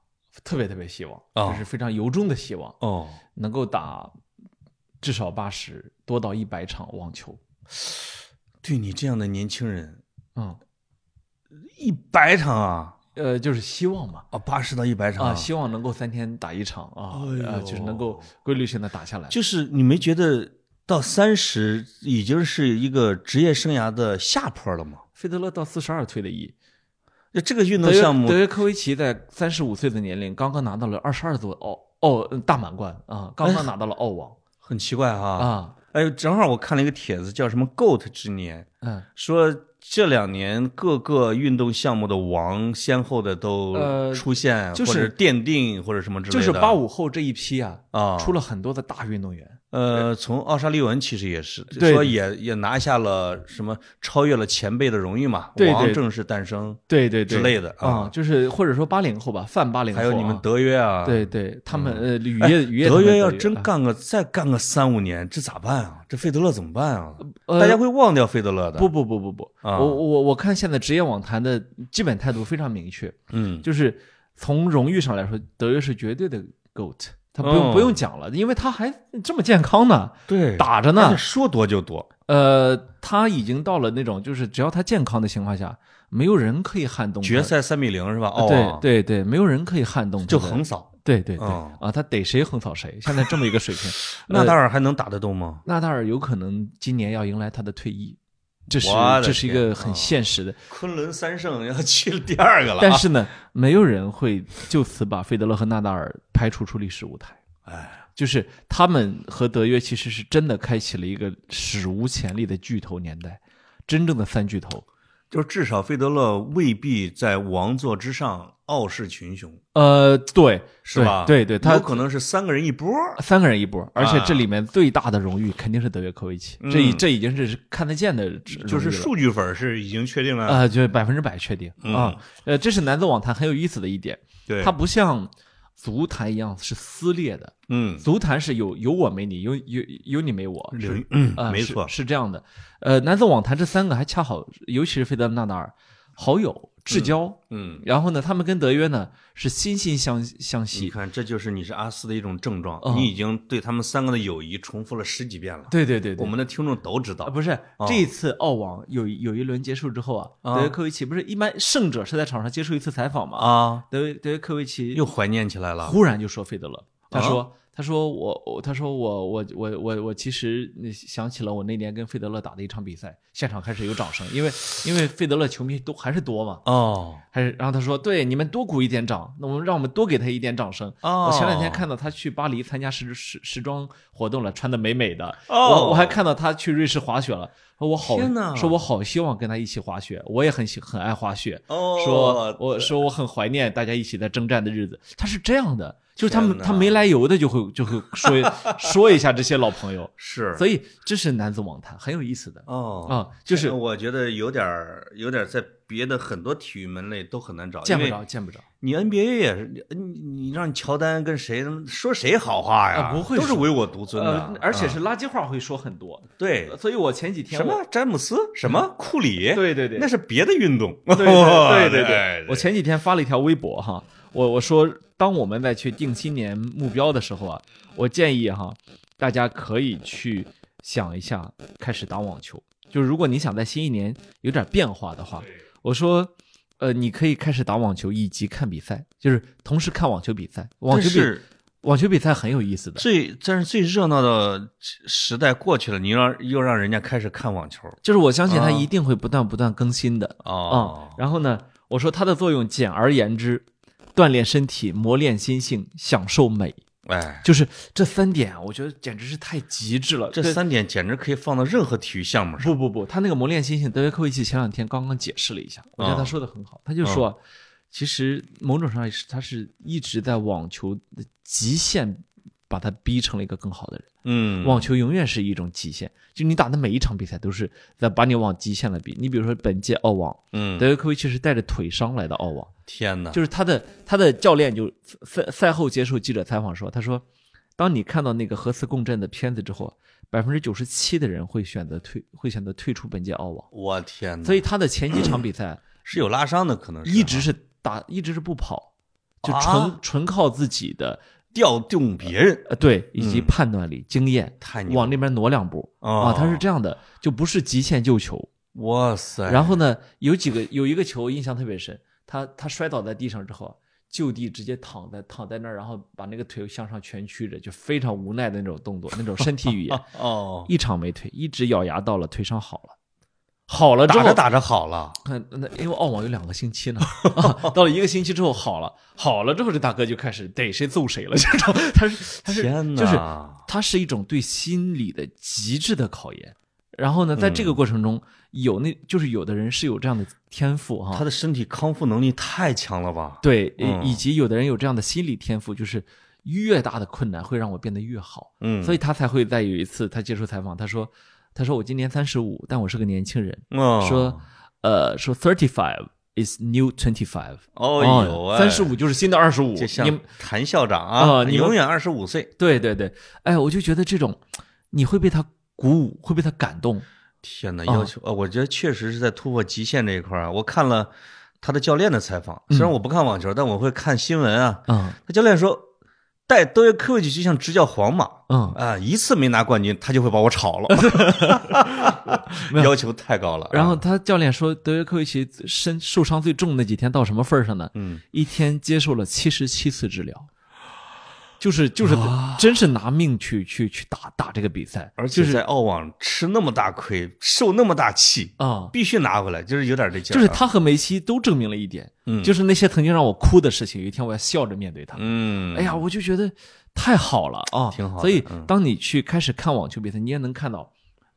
[SPEAKER 1] 特别特别希望，
[SPEAKER 2] 啊
[SPEAKER 1] 就是非常由衷的希望，
[SPEAKER 2] 哦，
[SPEAKER 1] 能够打至少八十多到一百场网球。
[SPEAKER 2] 对你这样的年轻人，
[SPEAKER 1] 嗯，
[SPEAKER 2] 一百场啊，
[SPEAKER 1] 呃，就是希望嘛。
[SPEAKER 2] 啊，八十到一百场
[SPEAKER 1] 啊，希望能够三天打一场啊，
[SPEAKER 2] 哎
[SPEAKER 1] 呃，
[SPEAKER 2] 呦
[SPEAKER 1] 就是能够规律性的打下来。
[SPEAKER 2] 就是你没觉得到三十已经是一个职业生涯的下坡了吗？
[SPEAKER 1] 费德勒到四十二退的役，
[SPEAKER 2] 就这个运
[SPEAKER 1] 德
[SPEAKER 2] 动
[SPEAKER 1] 约
[SPEAKER 2] 项目
[SPEAKER 1] 德，约科维奇在三十五岁的年龄刚刚拿到了二十二座奥奥嗯大满贯啊，
[SPEAKER 2] 哎
[SPEAKER 1] 刚刚拿到了澳网
[SPEAKER 2] 很奇怪哈。
[SPEAKER 1] 啊，
[SPEAKER 2] 哎呦，正好我看了一个帖子，叫什么 “GOAT 之年
[SPEAKER 1] 嗯”，
[SPEAKER 2] 说这两年各个运动项目的王先后的都
[SPEAKER 1] 呃
[SPEAKER 2] 出现，
[SPEAKER 1] 就
[SPEAKER 2] 或
[SPEAKER 1] 是
[SPEAKER 2] 者奠定或者什么之类
[SPEAKER 1] 就
[SPEAKER 2] 的。
[SPEAKER 1] 是八五后这一批啊，
[SPEAKER 2] 啊，
[SPEAKER 1] 出了很多的大运动员，
[SPEAKER 2] 呃，从奥沙利文其实也是
[SPEAKER 1] 对
[SPEAKER 2] 说也也拿下了什么超越了前辈的荣誉嘛，
[SPEAKER 1] 对对
[SPEAKER 2] 王正式诞生，
[SPEAKER 1] 对对
[SPEAKER 2] 之类的啊
[SPEAKER 1] 啊，就是或者说八零后吧，泛八零后
[SPEAKER 2] 还
[SPEAKER 1] 啊，
[SPEAKER 2] 有你们德约啊，
[SPEAKER 1] 对对，他们呃雨
[SPEAKER 2] 哎，
[SPEAKER 1] 夜雨夜他
[SPEAKER 2] 德
[SPEAKER 1] 们
[SPEAKER 2] 约要
[SPEAKER 1] 德
[SPEAKER 2] 真
[SPEAKER 1] 啊
[SPEAKER 2] 干个再干个三五年，这咋办啊？这费德勒怎么办啊？
[SPEAKER 1] 呃
[SPEAKER 2] 大家会忘掉费德勒的。
[SPEAKER 1] 不，不不不不，
[SPEAKER 2] 啊
[SPEAKER 1] 我我我看现在职业网坛的基本态度非常明确，
[SPEAKER 2] 嗯，
[SPEAKER 1] 就是从荣誉上来说，德约是绝对的 GOAT，他不用、
[SPEAKER 2] 哦
[SPEAKER 1] 不用讲了，因为他还这么健康呢，
[SPEAKER 2] 对，
[SPEAKER 1] 打着
[SPEAKER 2] 而且
[SPEAKER 1] 呢。
[SPEAKER 2] 说多就多。
[SPEAKER 1] 呃，他已经到了那种就是只要他健康的情况下，没有人可以撼动他呃
[SPEAKER 2] 决。赛三比零是吧？哦，
[SPEAKER 1] 对，对对，没有人可以撼动他的
[SPEAKER 2] 就横。扫。
[SPEAKER 1] 对对对、
[SPEAKER 2] 哦。
[SPEAKER 1] 啊，他逮谁横扫谁，现在这么一个水平
[SPEAKER 2] 纳达尔还能打得动吗？
[SPEAKER 1] 纳达尔有可能今年要迎来他的退役，这是
[SPEAKER 2] 我的天
[SPEAKER 1] 这是一个很
[SPEAKER 2] 啊
[SPEAKER 1] 现实的。
[SPEAKER 2] 昆仑三圣要去第二个了啊。
[SPEAKER 1] 但是呢，没有人会就此把费德勒和纳达尔排除出历史舞台。
[SPEAKER 2] 哎，
[SPEAKER 1] 就是他们和德约其实是真的开启了一个史无前例的巨头年代，真正的三巨头。
[SPEAKER 2] 就是至少费德勒未必在王座之上傲视群雄。
[SPEAKER 1] 呃，对，
[SPEAKER 2] 是吧？
[SPEAKER 1] 对对，对
[SPEAKER 2] 有
[SPEAKER 1] 他
[SPEAKER 2] 可能是三个人一波儿。
[SPEAKER 1] 三个人一波，而且
[SPEAKER 2] 啊
[SPEAKER 1] 这里面最大的荣誉肯定是德约科维奇，
[SPEAKER 2] 嗯
[SPEAKER 1] 这已这已经是看得见的荣誉了，
[SPEAKER 2] 就是数据粉儿是已经确定了，
[SPEAKER 1] 啊，就百分之百确定
[SPEAKER 2] 嗯
[SPEAKER 1] 啊。呃，这是男子网坛很有意思的一点，
[SPEAKER 2] 对，
[SPEAKER 1] 它不像足坛一样是撕裂的，
[SPEAKER 2] 嗯，
[SPEAKER 1] 足坛是有有我没你，有有有你没我，是
[SPEAKER 2] 领嗯
[SPEAKER 1] 啊，
[SPEAKER 2] 没
[SPEAKER 1] 是
[SPEAKER 2] 错，
[SPEAKER 1] 是这样的。呃，男子网坛这三个还恰好，尤其是费德勒纳达尔，好友至交。
[SPEAKER 2] 嗯，
[SPEAKER 1] 然后呢，他们跟德约呢是心心相相
[SPEAKER 2] 你
[SPEAKER 1] 惜。
[SPEAKER 2] 看这就是你是阿斯的一种症状，
[SPEAKER 1] 嗯
[SPEAKER 2] 你已经对他们三个的友谊重复了十几遍了，
[SPEAKER 1] 对对对对，
[SPEAKER 2] 我们的听众都知
[SPEAKER 1] 啊
[SPEAKER 2] 道，
[SPEAKER 1] 不是
[SPEAKER 2] 哦
[SPEAKER 1] 这一次澳网有有一轮结束之后啊，
[SPEAKER 2] 啊
[SPEAKER 1] 德约科维奇不是一般胜者是在场上接受一次采访嘛？
[SPEAKER 2] 啊，
[SPEAKER 1] 德约德约科维奇
[SPEAKER 2] 又怀念起来了，
[SPEAKER 1] 忽然就说费德勒，他
[SPEAKER 2] 啊
[SPEAKER 1] 说。他说我我他说我我我我我其实想起了我那年跟费德勒打的一场比赛，现场开始有掌声，因为因为费德勒球迷都还是多嘛，
[SPEAKER 2] 哦
[SPEAKER 1] 还是然后他说，对，你们多鼓一点掌，那我们让我们多给他一点掌声。
[SPEAKER 2] 哦，
[SPEAKER 1] 我前两天看到他去巴黎参加时时时装活动了，穿的美美的。
[SPEAKER 2] 哦
[SPEAKER 1] 我我还看到他去瑞士滑雪了，说我好
[SPEAKER 2] 天哪
[SPEAKER 1] 说我好希望跟他一起滑雪，我也很喜很爱滑雪，
[SPEAKER 2] 哦，
[SPEAKER 1] 说我说我很怀念大家一起在征战的日子。他是这样的，就是他们
[SPEAKER 2] 天哪
[SPEAKER 1] 他没来由的就会就会说 说一下这些老朋友，
[SPEAKER 2] 是，
[SPEAKER 1] 所以这是男子网坛很有意思的
[SPEAKER 2] 哦
[SPEAKER 1] 啊，就是
[SPEAKER 2] 我觉得有点儿有点儿在别的很多体育门类都很难找，
[SPEAKER 1] 见不
[SPEAKER 2] 因为
[SPEAKER 1] 着见不着。
[SPEAKER 2] 你 NBA 也是，你你让乔丹跟谁说谁好话呀？
[SPEAKER 1] 啊不会
[SPEAKER 2] 都是
[SPEAKER 1] 说
[SPEAKER 2] 唯我独尊的，
[SPEAKER 1] 呃，而且
[SPEAKER 2] 啊
[SPEAKER 1] 是垃圾话会说很多，
[SPEAKER 2] 对
[SPEAKER 1] 所以我前几天
[SPEAKER 2] 什
[SPEAKER 1] 我嗯
[SPEAKER 2] 么詹姆斯什么库里，
[SPEAKER 1] 对对对
[SPEAKER 2] 那是别的运动，对
[SPEAKER 1] 对对对对对，我前几天发了一条微博哈，我我说，当我们在去定新年目标的时候啊，我建议哈，大家可以去想一下，开始打网球。就是如果你想在新一年有点变化的话，我说，呃，你可以开始打网球以及看比赛，就是同时看网球比赛。网球比
[SPEAKER 2] 是
[SPEAKER 1] 网球比赛很有意思的，
[SPEAKER 2] 最但是最热闹的时代过去了，你让又让人家开始看网球
[SPEAKER 1] 就是我相信它
[SPEAKER 2] 啊
[SPEAKER 1] 一定会不断不断更新的。啊、
[SPEAKER 2] 哦，
[SPEAKER 1] 然后呢，我说它的作用，简而言之，锻炼身体，磨练心性，享受美，
[SPEAKER 2] 哎，
[SPEAKER 1] 就是这三点啊，我觉得简直是太极致了。
[SPEAKER 2] 这
[SPEAKER 1] 跟
[SPEAKER 2] 三点简直可以放到任何体育项目
[SPEAKER 1] 不
[SPEAKER 2] 上。
[SPEAKER 1] 不不，他那个磨练心性，德约科维奇前两天刚刚解释了一下，我觉得他说的
[SPEAKER 2] 嗯
[SPEAKER 1] 很好，他就说啊，其实某种程度上也是他是一直在网球的极限。把他逼成了一个更好的人。
[SPEAKER 2] 嗯，
[SPEAKER 1] 网球永远是一种极限，就你打的每一场比赛都是在把你往极限了比。你比如说本届澳网，
[SPEAKER 2] 嗯
[SPEAKER 1] 德，约科维奇是带着腿伤来的澳网，
[SPEAKER 2] 天哪，
[SPEAKER 1] 就是他的他的教练就赛赛后接受记者采访说，他说，当你看到那个核磁共振的片子之后，百分之九十七的人会选择退，会选择退出本届澳网。
[SPEAKER 2] 我天哪，
[SPEAKER 1] 所以他的前几场比赛
[SPEAKER 2] 是有拉伤的可能是啊，
[SPEAKER 1] 一直是打，一直是不跑，就纯、
[SPEAKER 2] 啊
[SPEAKER 1] 纯靠自己的
[SPEAKER 2] 调动别人，
[SPEAKER 1] 呃对以及
[SPEAKER 2] 嗯
[SPEAKER 1] 判断力、经验，
[SPEAKER 2] 太牛了
[SPEAKER 1] 往那边挪两步、
[SPEAKER 2] 哦
[SPEAKER 1] 啊，他是这样的，就不是极限救球。
[SPEAKER 2] 哇塞，，
[SPEAKER 1] 然后呢，有几个有一个球印象特别深，他他摔倒在地上之后，就地直接躺在躺在那儿，然后把那个腿向上蜷曲着，就非常无奈的那种动作，那种身体语言
[SPEAKER 2] 哦，
[SPEAKER 1] 一场没退，一直咬牙到了腿伤好了，好了之
[SPEAKER 2] 打
[SPEAKER 1] 后
[SPEAKER 2] 着。打着好了，
[SPEAKER 1] 看，那因为澳网有两个星期呢， 啊到了一个星期之后好了，好了之后这大哥就开始逮谁揍谁了，这种他是他是
[SPEAKER 2] 天
[SPEAKER 1] 就是
[SPEAKER 2] 哪，
[SPEAKER 1] 它是一种对心理的极致的考验。然
[SPEAKER 2] 嗯
[SPEAKER 1] 后呢，在这个过程中，有那就是有的人是有这样的天赋哈，
[SPEAKER 2] 他的身体康复能力太强了吧？
[SPEAKER 1] 对，
[SPEAKER 2] 嗯
[SPEAKER 1] 以及有的人有这样的心理天赋，就是越大的困难会让我变得越好，
[SPEAKER 2] 嗯，
[SPEAKER 1] 所以他才会在有一次他接受采访，他说，他说我今年三十五，但我是个年轻人，
[SPEAKER 2] 哦
[SPEAKER 1] 说，呃，说 thirty five is new twenty five，
[SPEAKER 2] 哦呦喂，
[SPEAKER 1] 三十五就是新的二十五，
[SPEAKER 2] 就像
[SPEAKER 1] 你们
[SPEAKER 2] 谭校长
[SPEAKER 1] 啊
[SPEAKER 2] 啊，
[SPEAKER 1] 你们
[SPEAKER 2] 永远二十五岁。
[SPEAKER 1] 对对对，哎，我就觉得这种你会被他鼓舞，会被他感动，
[SPEAKER 2] 天哪，
[SPEAKER 1] 啊
[SPEAKER 2] 要求呃，我觉得确实是在突破极限这一块儿啊。我看了他的教练的采访，虽然我不看网球，但我会看新闻啊。
[SPEAKER 1] 嗯
[SPEAKER 2] 他教练说，带德约科维奇就像执教皇马
[SPEAKER 1] 嗯，
[SPEAKER 2] 啊，一次没拿冠军，他就会把我 炒了，要求太高了。
[SPEAKER 1] 然后
[SPEAKER 2] 啊，
[SPEAKER 1] 他教练说，德约科维奇身受伤最重那几天到什么份儿上呢？
[SPEAKER 2] 嗯，
[SPEAKER 1] 一天接受了七十七次治疗，就是就是真是拿命去去去打打这个比赛，
[SPEAKER 2] 啊而
[SPEAKER 1] 就
[SPEAKER 2] 且
[SPEAKER 1] 是
[SPEAKER 2] 在澳网吃那么大亏，受那么大气，
[SPEAKER 1] 啊。
[SPEAKER 2] 必须拿回来，就是有点这劲儿
[SPEAKER 1] 就是
[SPEAKER 2] 啊。
[SPEAKER 1] 他和梅西都证明了一点，
[SPEAKER 2] 嗯
[SPEAKER 1] 就是那些曾经让我哭的事情，有一天我要笑着面对它。
[SPEAKER 2] 嗯，
[SPEAKER 1] 哎呀，，我就觉得太好了啊，
[SPEAKER 2] 挺好的
[SPEAKER 1] 所以
[SPEAKER 2] 嗯
[SPEAKER 1] 当你去开始看网球比赛，你也能看到，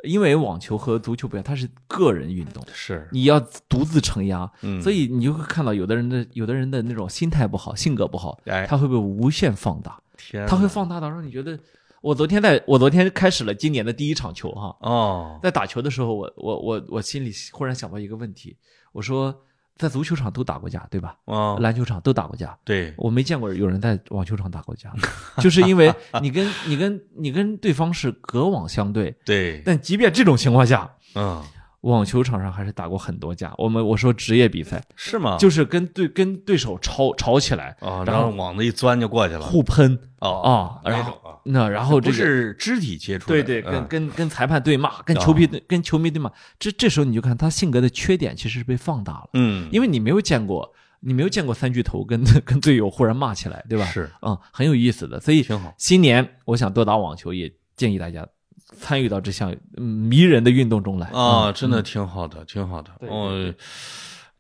[SPEAKER 1] 因为网球和足球不一样，它是个人运动，
[SPEAKER 2] 是，
[SPEAKER 1] 你要独自承压，
[SPEAKER 2] 嗯
[SPEAKER 1] 所以你就会看到有的人的有的人的那种心态不好，性格不好，
[SPEAKER 2] 哎嗯
[SPEAKER 1] 他会被无限放大，
[SPEAKER 2] 天，
[SPEAKER 1] 他会放大到让你觉得，我昨天在我昨天开始了今年的第一场球哈，
[SPEAKER 2] 哦，
[SPEAKER 1] 在打球的时候，我我我我心里忽然想到一个问题，我说在足球场都打过架对吧？
[SPEAKER 2] 哦，
[SPEAKER 1] 篮球场都打过架，
[SPEAKER 2] 对，
[SPEAKER 1] 我没见过有人在网球场打 过架，就是因为你跟你跟你跟对方是隔网相对，
[SPEAKER 2] 对，
[SPEAKER 1] 但即便这种情况下，
[SPEAKER 2] 嗯，
[SPEAKER 1] 网球场上还是打过很多架。我们我说职业比赛，
[SPEAKER 2] 是吗？
[SPEAKER 1] 就是跟对跟对手吵吵起来，
[SPEAKER 2] 哦，
[SPEAKER 1] 然
[SPEAKER 2] 然后
[SPEAKER 1] 后
[SPEAKER 2] 网子一钻就过去了。
[SPEAKER 1] 互喷
[SPEAKER 2] 哦
[SPEAKER 1] 啊，然
[SPEAKER 2] 那种
[SPEAKER 1] 后
[SPEAKER 2] 啊
[SPEAKER 1] 那然后这
[SPEAKER 2] 不
[SPEAKER 1] 个
[SPEAKER 2] 是肢体接触
[SPEAKER 1] 对
[SPEAKER 2] 的，
[SPEAKER 1] 对，跟
[SPEAKER 2] 嗯啊
[SPEAKER 1] 跟跟裁判对骂，跟球迷对跟球迷对骂，这这时候你就看他性格的缺点其实是被放大了，
[SPEAKER 2] 嗯，
[SPEAKER 1] 因为你没有见过你没有见过三巨头跟 跟队友忽然骂起来，对吧？
[SPEAKER 2] 是，
[SPEAKER 1] 嗯，很有意思的，所以
[SPEAKER 2] 挺好
[SPEAKER 1] 新年我想多打网球，也建议大家参与到这项嗯迷人的运动中来。
[SPEAKER 2] 啊，
[SPEAKER 1] 嗯
[SPEAKER 2] 真的挺好的，挺好的。
[SPEAKER 1] 对
[SPEAKER 2] 哦，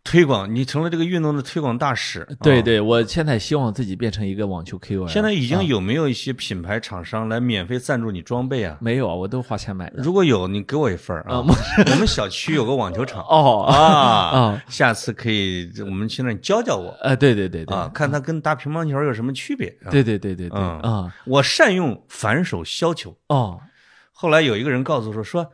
[SPEAKER 2] 推广，你成了这个运动的推广大使。
[SPEAKER 1] 对
[SPEAKER 2] 啊
[SPEAKER 1] 对，我现在希望自己变成一个网球 KOL。
[SPEAKER 2] 现在已经
[SPEAKER 1] 啊
[SPEAKER 2] 有没有一些品牌厂商来免费赞助你装备啊？
[SPEAKER 1] 没有啊，我都花钱买的。
[SPEAKER 2] 如果有，你给我一份儿啊！ 我们小区有个网球场
[SPEAKER 1] 哦，
[SPEAKER 2] 啊
[SPEAKER 1] 啊，
[SPEAKER 2] 下次可以我们去那儿教教我
[SPEAKER 1] 呃，对对对对，
[SPEAKER 2] 啊，看它跟打乒乓球有什么区别。啊，
[SPEAKER 1] 对对对对对
[SPEAKER 2] 嗯
[SPEAKER 1] 啊，
[SPEAKER 2] 我善用反手削球。
[SPEAKER 1] 哦，
[SPEAKER 2] 后来有一个人告诉我说，说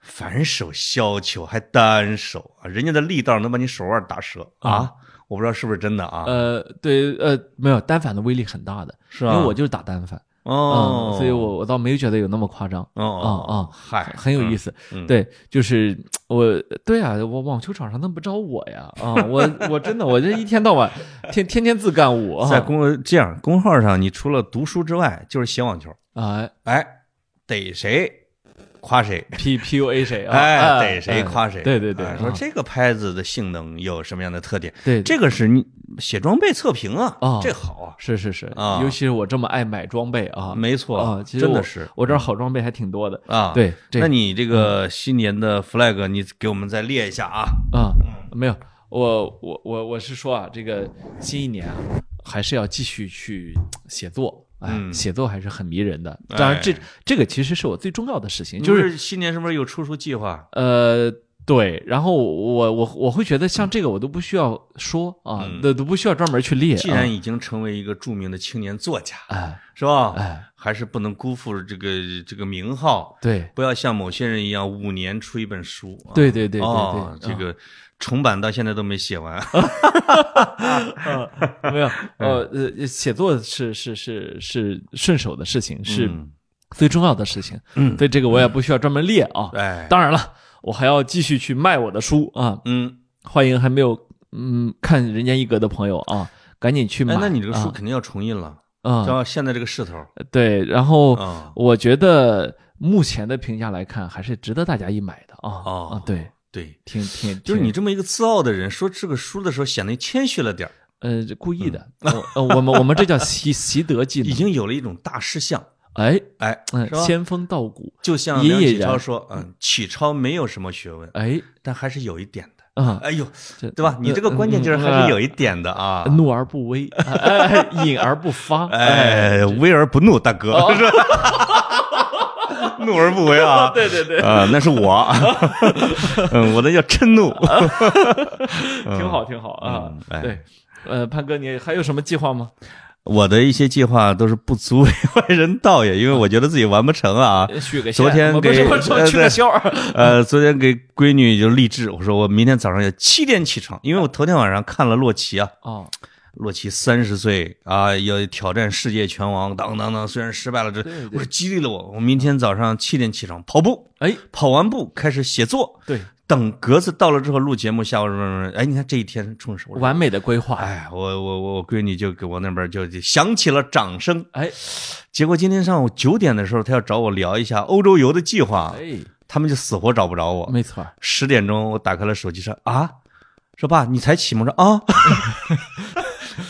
[SPEAKER 2] 反手削球还单手啊，人家的力道能把你手腕打折啊！我不知道是不是真的啊？
[SPEAKER 1] 呃，对，呃，没有单反的威力很大的，
[SPEAKER 2] 是
[SPEAKER 1] 因
[SPEAKER 2] 啊，
[SPEAKER 1] 为我就是打单反，
[SPEAKER 2] 哦
[SPEAKER 1] 嗯，，所以我我倒没有觉得有那么夸张，
[SPEAKER 2] 哦
[SPEAKER 1] 啊啊
[SPEAKER 2] 哦，嗨，
[SPEAKER 1] 很有意
[SPEAKER 2] 思。
[SPEAKER 1] 思。
[SPEAKER 2] 嗯
[SPEAKER 1] 对，就是我，对啊，我网球场上那么不招我呀？啊， 我我真的我这一天到晚天天天自干五
[SPEAKER 2] 在
[SPEAKER 1] 啊，
[SPEAKER 2] 公这样公号上，你除了读书之外，就是写网球。
[SPEAKER 1] 啊
[SPEAKER 2] 哎，逮谁夸谁，
[SPEAKER 1] P P U A 谁啊？
[SPEAKER 2] 哎，逮谁夸谁。
[SPEAKER 1] 哎对对对
[SPEAKER 2] 哎，说
[SPEAKER 1] 啊
[SPEAKER 2] 这个拍子的性能有什么样的特点？
[SPEAKER 1] 对，
[SPEAKER 2] 这个是你写装备测评啊，
[SPEAKER 1] 哦
[SPEAKER 2] 这好啊，
[SPEAKER 1] 是是是
[SPEAKER 2] 啊，
[SPEAKER 1] 尤其是我这么爱买装备啊，
[SPEAKER 2] 没错，
[SPEAKER 1] 啊，其实
[SPEAKER 2] 真的
[SPEAKER 1] 我
[SPEAKER 2] 是
[SPEAKER 1] 我这儿好装备还挺多的。
[SPEAKER 2] 啊。，
[SPEAKER 1] 对，这
[SPEAKER 2] 那你这嗯个新年的 flag，你给我们再列一下啊。
[SPEAKER 1] 啊，没有，我我我我是说啊，这个新一年啊，还是要继续去写作。哎，
[SPEAKER 2] 嗯
[SPEAKER 1] 写作还是很迷人的。当然这，这
[SPEAKER 2] 哎
[SPEAKER 1] 个其实是我最重要的事情，
[SPEAKER 2] 你
[SPEAKER 1] 就
[SPEAKER 2] 不
[SPEAKER 1] 是
[SPEAKER 2] 是新年是不是有出书计划？
[SPEAKER 1] 呃，对。然后我我我会觉得像这个我都不需要说啊，
[SPEAKER 2] 嗯
[SPEAKER 1] 都、都不需要专门去列。
[SPEAKER 2] 既然已经成为一个著名的青年作家，
[SPEAKER 1] 啊，
[SPEAKER 2] 是吧？
[SPEAKER 1] 哎
[SPEAKER 2] 还是不能辜负这个这个名号
[SPEAKER 1] 哎，，对
[SPEAKER 2] 不要像某些人一样五年出一本书啊。
[SPEAKER 1] 对对对对对，啊，
[SPEAKER 2] 哦这个重版到现在都没写完。嗯
[SPEAKER 1] 没有呃呃，写作是是是是顺手的事情，是
[SPEAKER 2] 嗯
[SPEAKER 1] 最重要的事情。
[SPEAKER 2] 嗯
[SPEAKER 1] 所以这个我也不需要专门列啊。
[SPEAKER 2] 哎，
[SPEAKER 1] 当然了，我还要继续去卖我的书啊！
[SPEAKER 2] 嗯，
[SPEAKER 1] 欢迎还没有嗯看《人间一格》的朋友啊，赶紧去买。
[SPEAKER 2] 哎，那你这个书
[SPEAKER 1] 啊
[SPEAKER 2] 肯定要重印了，
[SPEAKER 1] 啊、
[SPEAKER 2] 照现在这个势头，
[SPEAKER 1] 对，然后、
[SPEAKER 2] 啊，
[SPEAKER 1] 我觉得目前的评价来看，还是值得大家一买的啊。
[SPEAKER 2] 哦
[SPEAKER 1] 啊，对，
[SPEAKER 2] 对，
[SPEAKER 1] 挺挺
[SPEAKER 2] 就是你
[SPEAKER 1] 挺
[SPEAKER 2] 这么一个自傲的人，说这个书的时候显得谦虚了点儿，
[SPEAKER 1] 呃故意的，我呃我们我们这叫习习得技
[SPEAKER 2] 嗯已
[SPEAKER 1] 能。
[SPEAKER 2] 经有了一种大师相。
[SPEAKER 1] 哎，
[SPEAKER 2] 哎，
[SPEAKER 1] 嗯、
[SPEAKER 2] 是吧
[SPEAKER 1] 仙风道骨，
[SPEAKER 2] 就像
[SPEAKER 1] 隐
[SPEAKER 2] 梁
[SPEAKER 1] 隐
[SPEAKER 2] 启超
[SPEAKER 1] 然
[SPEAKER 2] 说，嗯，启超没有什么学问，
[SPEAKER 1] 哎
[SPEAKER 2] 但还是有一点的。
[SPEAKER 1] 啊，
[SPEAKER 2] 哎呦，
[SPEAKER 1] 这呃
[SPEAKER 2] 对吧？你这个关
[SPEAKER 1] 嗯
[SPEAKER 2] 键就是还是有一点的啊。
[SPEAKER 1] 怒而不威，哎，哎 隐而不发，哎，
[SPEAKER 2] 哎，威而不怒，大哥，
[SPEAKER 1] 哦
[SPEAKER 2] 是吧 怒而不为啊。
[SPEAKER 1] 对对对，
[SPEAKER 2] 啊、那是 我，嗯，我那叫嗔怒。
[SPEAKER 1] 挺好，挺好啊
[SPEAKER 2] 嗯。哎
[SPEAKER 1] 对，呃，潘哥，你还有什么计划吗？
[SPEAKER 2] 我的一些计划都是不足为外人道也，因为我觉得自己完不成啊。
[SPEAKER 1] 续呃个
[SPEAKER 2] 昨天
[SPEAKER 1] 我不是
[SPEAKER 2] 给
[SPEAKER 1] 我说去个销儿，
[SPEAKER 2] 呃，昨天给闺女就励志，我说我明天早上要七点起床，因为我头天晚上看了洛奇啊，
[SPEAKER 1] 哦，
[SPEAKER 2] 洛奇三十岁啊，要挑战世界拳王，当当当，虽然失败了，这
[SPEAKER 1] 对对
[SPEAKER 2] 我说激励了我，我明天早上七点起床跑步，
[SPEAKER 1] 哎，
[SPEAKER 2] 跑完步开始写作，
[SPEAKER 1] 对，
[SPEAKER 2] 等格子到了之后录节目，下午什么什么，哎，你看这一天充实，我说
[SPEAKER 1] 完美的规划，
[SPEAKER 2] 哎，我我我我闺女就给我那边就就响起了掌声。
[SPEAKER 1] 哎
[SPEAKER 2] 结果今天上午九点的时候，她要找我聊一下欧洲游的计划，
[SPEAKER 1] 哎，
[SPEAKER 2] 他们就死活找不着我。
[SPEAKER 1] 没错儿，
[SPEAKER 2] 十点钟我打开了手机说啊，说爸你才起吗？我说 啊，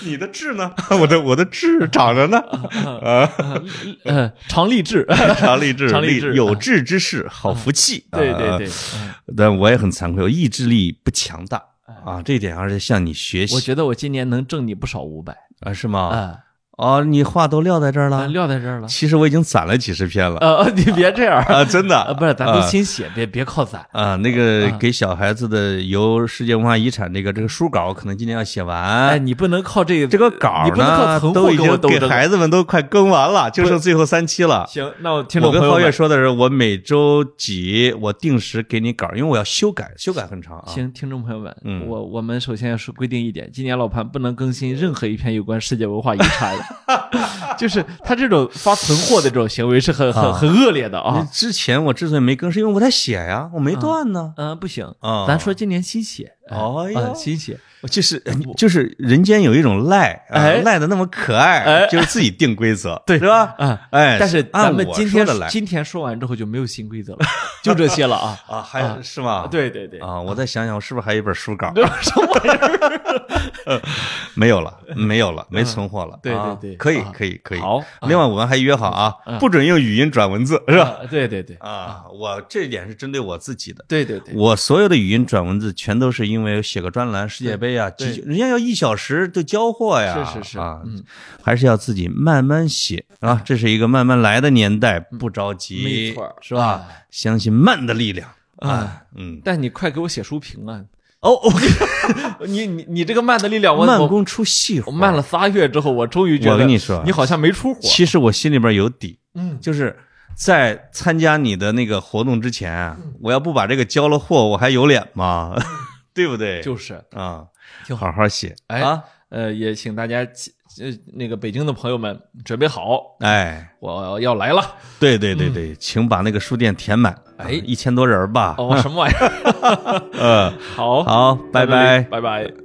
[SPEAKER 2] 你的痣呢？我的我的痣 长着呢，
[SPEAKER 1] 呃，常立志，
[SPEAKER 2] 长立志，
[SPEAKER 1] 长立志
[SPEAKER 2] 有志之士好福气。
[SPEAKER 1] 啊对对
[SPEAKER 2] 啊
[SPEAKER 1] 对，，嗯
[SPEAKER 2] 但我也很惭愧，我意志力不强大
[SPEAKER 1] 哎
[SPEAKER 2] 啊，这一点还是向你学
[SPEAKER 1] 我
[SPEAKER 2] 习
[SPEAKER 1] 觉得我今年能挣你不少五百
[SPEAKER 2] 啊，是吗？
[SPEAKER 1] 啊，
[SPEAKER 2] 哦，你话都撂在这儿了
[SPEAKER 1] 咱。撂在这儿了。
[SPEAKER 2] 其实我已经攒了几十篇了
[SPEAKER 1] 呃， 你别这样
[SPEAKER 2] 啊，真的
[SPEAKER 1] 啊，不是，咱都
[SPEAKER 2] 啊
[SPEAKER 1] 新写，别别靠攒。
[SPEAKER 2] 啊，那个
[SPEAKER 1] 啊
[SPEAKER 2] 给小孩子的由世界文化遗产那个这个书稿，可能今年要写
[SPEAKER 1] 哎，
[SPEAKER 2] 完。
[SPEAKER 1] 你不能靠这
[SPEAKER 2] 这个稿
[SPEAKER 1] 你不能靠
[SPEAKER 2] 呢，
[SPEAKER 1] 存
[SPEAKER 2] 都
[SPEAKER 1] 货
[SPEAKER 2] 已
[SPEAKER 1] 跟我
[SPEAKER 2] 经
[SPEAKER 1] 斗
[SPEAKER 2] 给
[SPEAKER 1] 争。
[SPEAKER 2] 孩子们都快更完了，就剩最后三期了。
[SPEAKER 1] 行，那我听众
[SPEAKER 2] 我跟
[SPEAKER 1] 朋
[SPEAKER 2] 皓
[SPEAKER 1] 友
[SPEAKER 2] 月
[SPEAKER 1] 们，
[SPEAKER 2] 说的是，我每周几我定时给你稿，因为我要修改，修改很长啊。
[SPEAKER 1] 行，听众朋友们，
[SPEAKER 2] 嗯
[SPEAKER 1] 我我们首先要说规定一点，今年老潘不能更新任何一篇有关世界文化遗产的， 就是他这种发存货的这种行为是很很、
[SPEAKER 2] 啊
[SPEAKER 1] 很恶劣的啊。
[SPEAKER 2] 之前我之所以没更，是因为我在写呀，我没断呢。
[SPEAKER 1] 嗯、不行，
[SPEAKER 2] 啊，
[SPEAKER 1] 咱说今年新写，哎
[SPEAKER 2] 哦哟
[SPEAKER 1] 呃新写，
[SPEAKER 2] 就是呃就是人间有一种赖，啊
[SPEAKER 1] 哎
[SPEAKER 2] 赖的那么可爱
[SPEAKER 1] 哎，
[SPEAKER 2] 就是自己定规则，
[SPEAKER 1] 对
[SPEAKER 2] 是吧？
[SPEAKER 1] 啊、
[SPEAKER 2] 哎，
[SPEAKER 1] 但是咱
[SPEAKER 2] 按
[SPEAKER 1] 们
[SPEAKER 2] 我
[SPEAKER 1] 今
[SPEAKER 2] 说
[SPEAKER 1] 天
[SPEAKER 2] 的来
[SPEAKER 1] 今天说完之后就没有新规则了，就这些了 啊。
[SPEAKER 2] 啊，还有是吗？
[SPEAKER 1] 对对对，
[SPEAKER 2] 啊，我再想想，我是不是还有一本书稿？啊
[SPEAKER 1] 这是什么玩意儿？
[SPEAKER 2] 没有了，没有了，没存货了。
[SPEAKER 1] 嗯对
[SPEAKER 2] 啊
[SPEAKER 1] 对对
[SPEAKER 2] 可以
[SPEAKER 1] 啊
[SPEAKER 2] 可以可以。
[SPEAKER 1] 好啊
[SPEAKER 2] 另外我们还约好啊，
[SPEAKER 1] 嗯
[SPEAKER 2] 不准用语音转文字，是吧？
[SPEAKER 1] 啊对对对
[SPEAKER 2] 啊，我这一点是针对我自己的，
[SPEAKER 1] 对对对，
[SPEAKER 2] 我所有的语音转文字全都是因因为写个专栏，世界杯啊，
[SPEAKER 1] 对
[SPEAKER 2] 几人家要一小时就交货呀，
[SPEAKER 1] 是是是
[SPEAKER 2] 啊，
[SPEAKER 1] 嗯哎
[SPEAKER 2] 还是要自己慢慢写啊，这是一个慢慢来的年代，不着急，
[SPEAKER 1] 嗯没错儿哎
[SPEAKER 2] 是吧？相信慢的力量啊，嗯，
[SPEAKER 1] 但你快给我写书评啊！
[SPEAKER 2] 哦，OK，
[SPEAKER 1] 你你你这个慢的力量，我
[SPEAKER 2] 慢
[SPEAKER 1] 我
[SPEAKER 2] 工出细活，
[SPEAKER 1] 我慢了。仨月之后，我终于觉得
[SPEAKER 2] 我跟你说，
[SPEAKER 1] 你好像没出活。
[SPEAKER 2] 其实我心里边有底，
[SPEAKER 1] 嗯，
[SPEAKER 2] 就是在参加你的那个活动之前啊，
[SPEAKER 1] 嗯
[SPEAKER 2] 我要不把这个交了货，我还有脸吗？ 对不对？
[SPEAKER 1] 就是
[SPEAKER 2] 啊，
[SPEAKER 1] 挺好
[SPEAKER 2] 好好写，
[SPEAKER 1] 哎
[SPEAKER 2] 啊，
[SPEAKER 1] 呃，也请大家呃那个北京的朋友们准备好，
[SPEAKER 2] 哎，
[SPEAKER 1] 我要来了。
[SPEAKER 2] 对对对对，请把那个书店填满，啊
[SPEAKER 1] 哎哦
[SPEAKER 2] 一千多人吧，
[SPEAKER 1] 哦，什么玩意儿？
[SPEAKER 2] 嗯，
[SPEAKER 1] 好，
[SPEAKER 2] 好，拜
[SPEAKER 1] 拜拜
[SPEAKER 2] 拜。
[SPEAKER 1] 拜。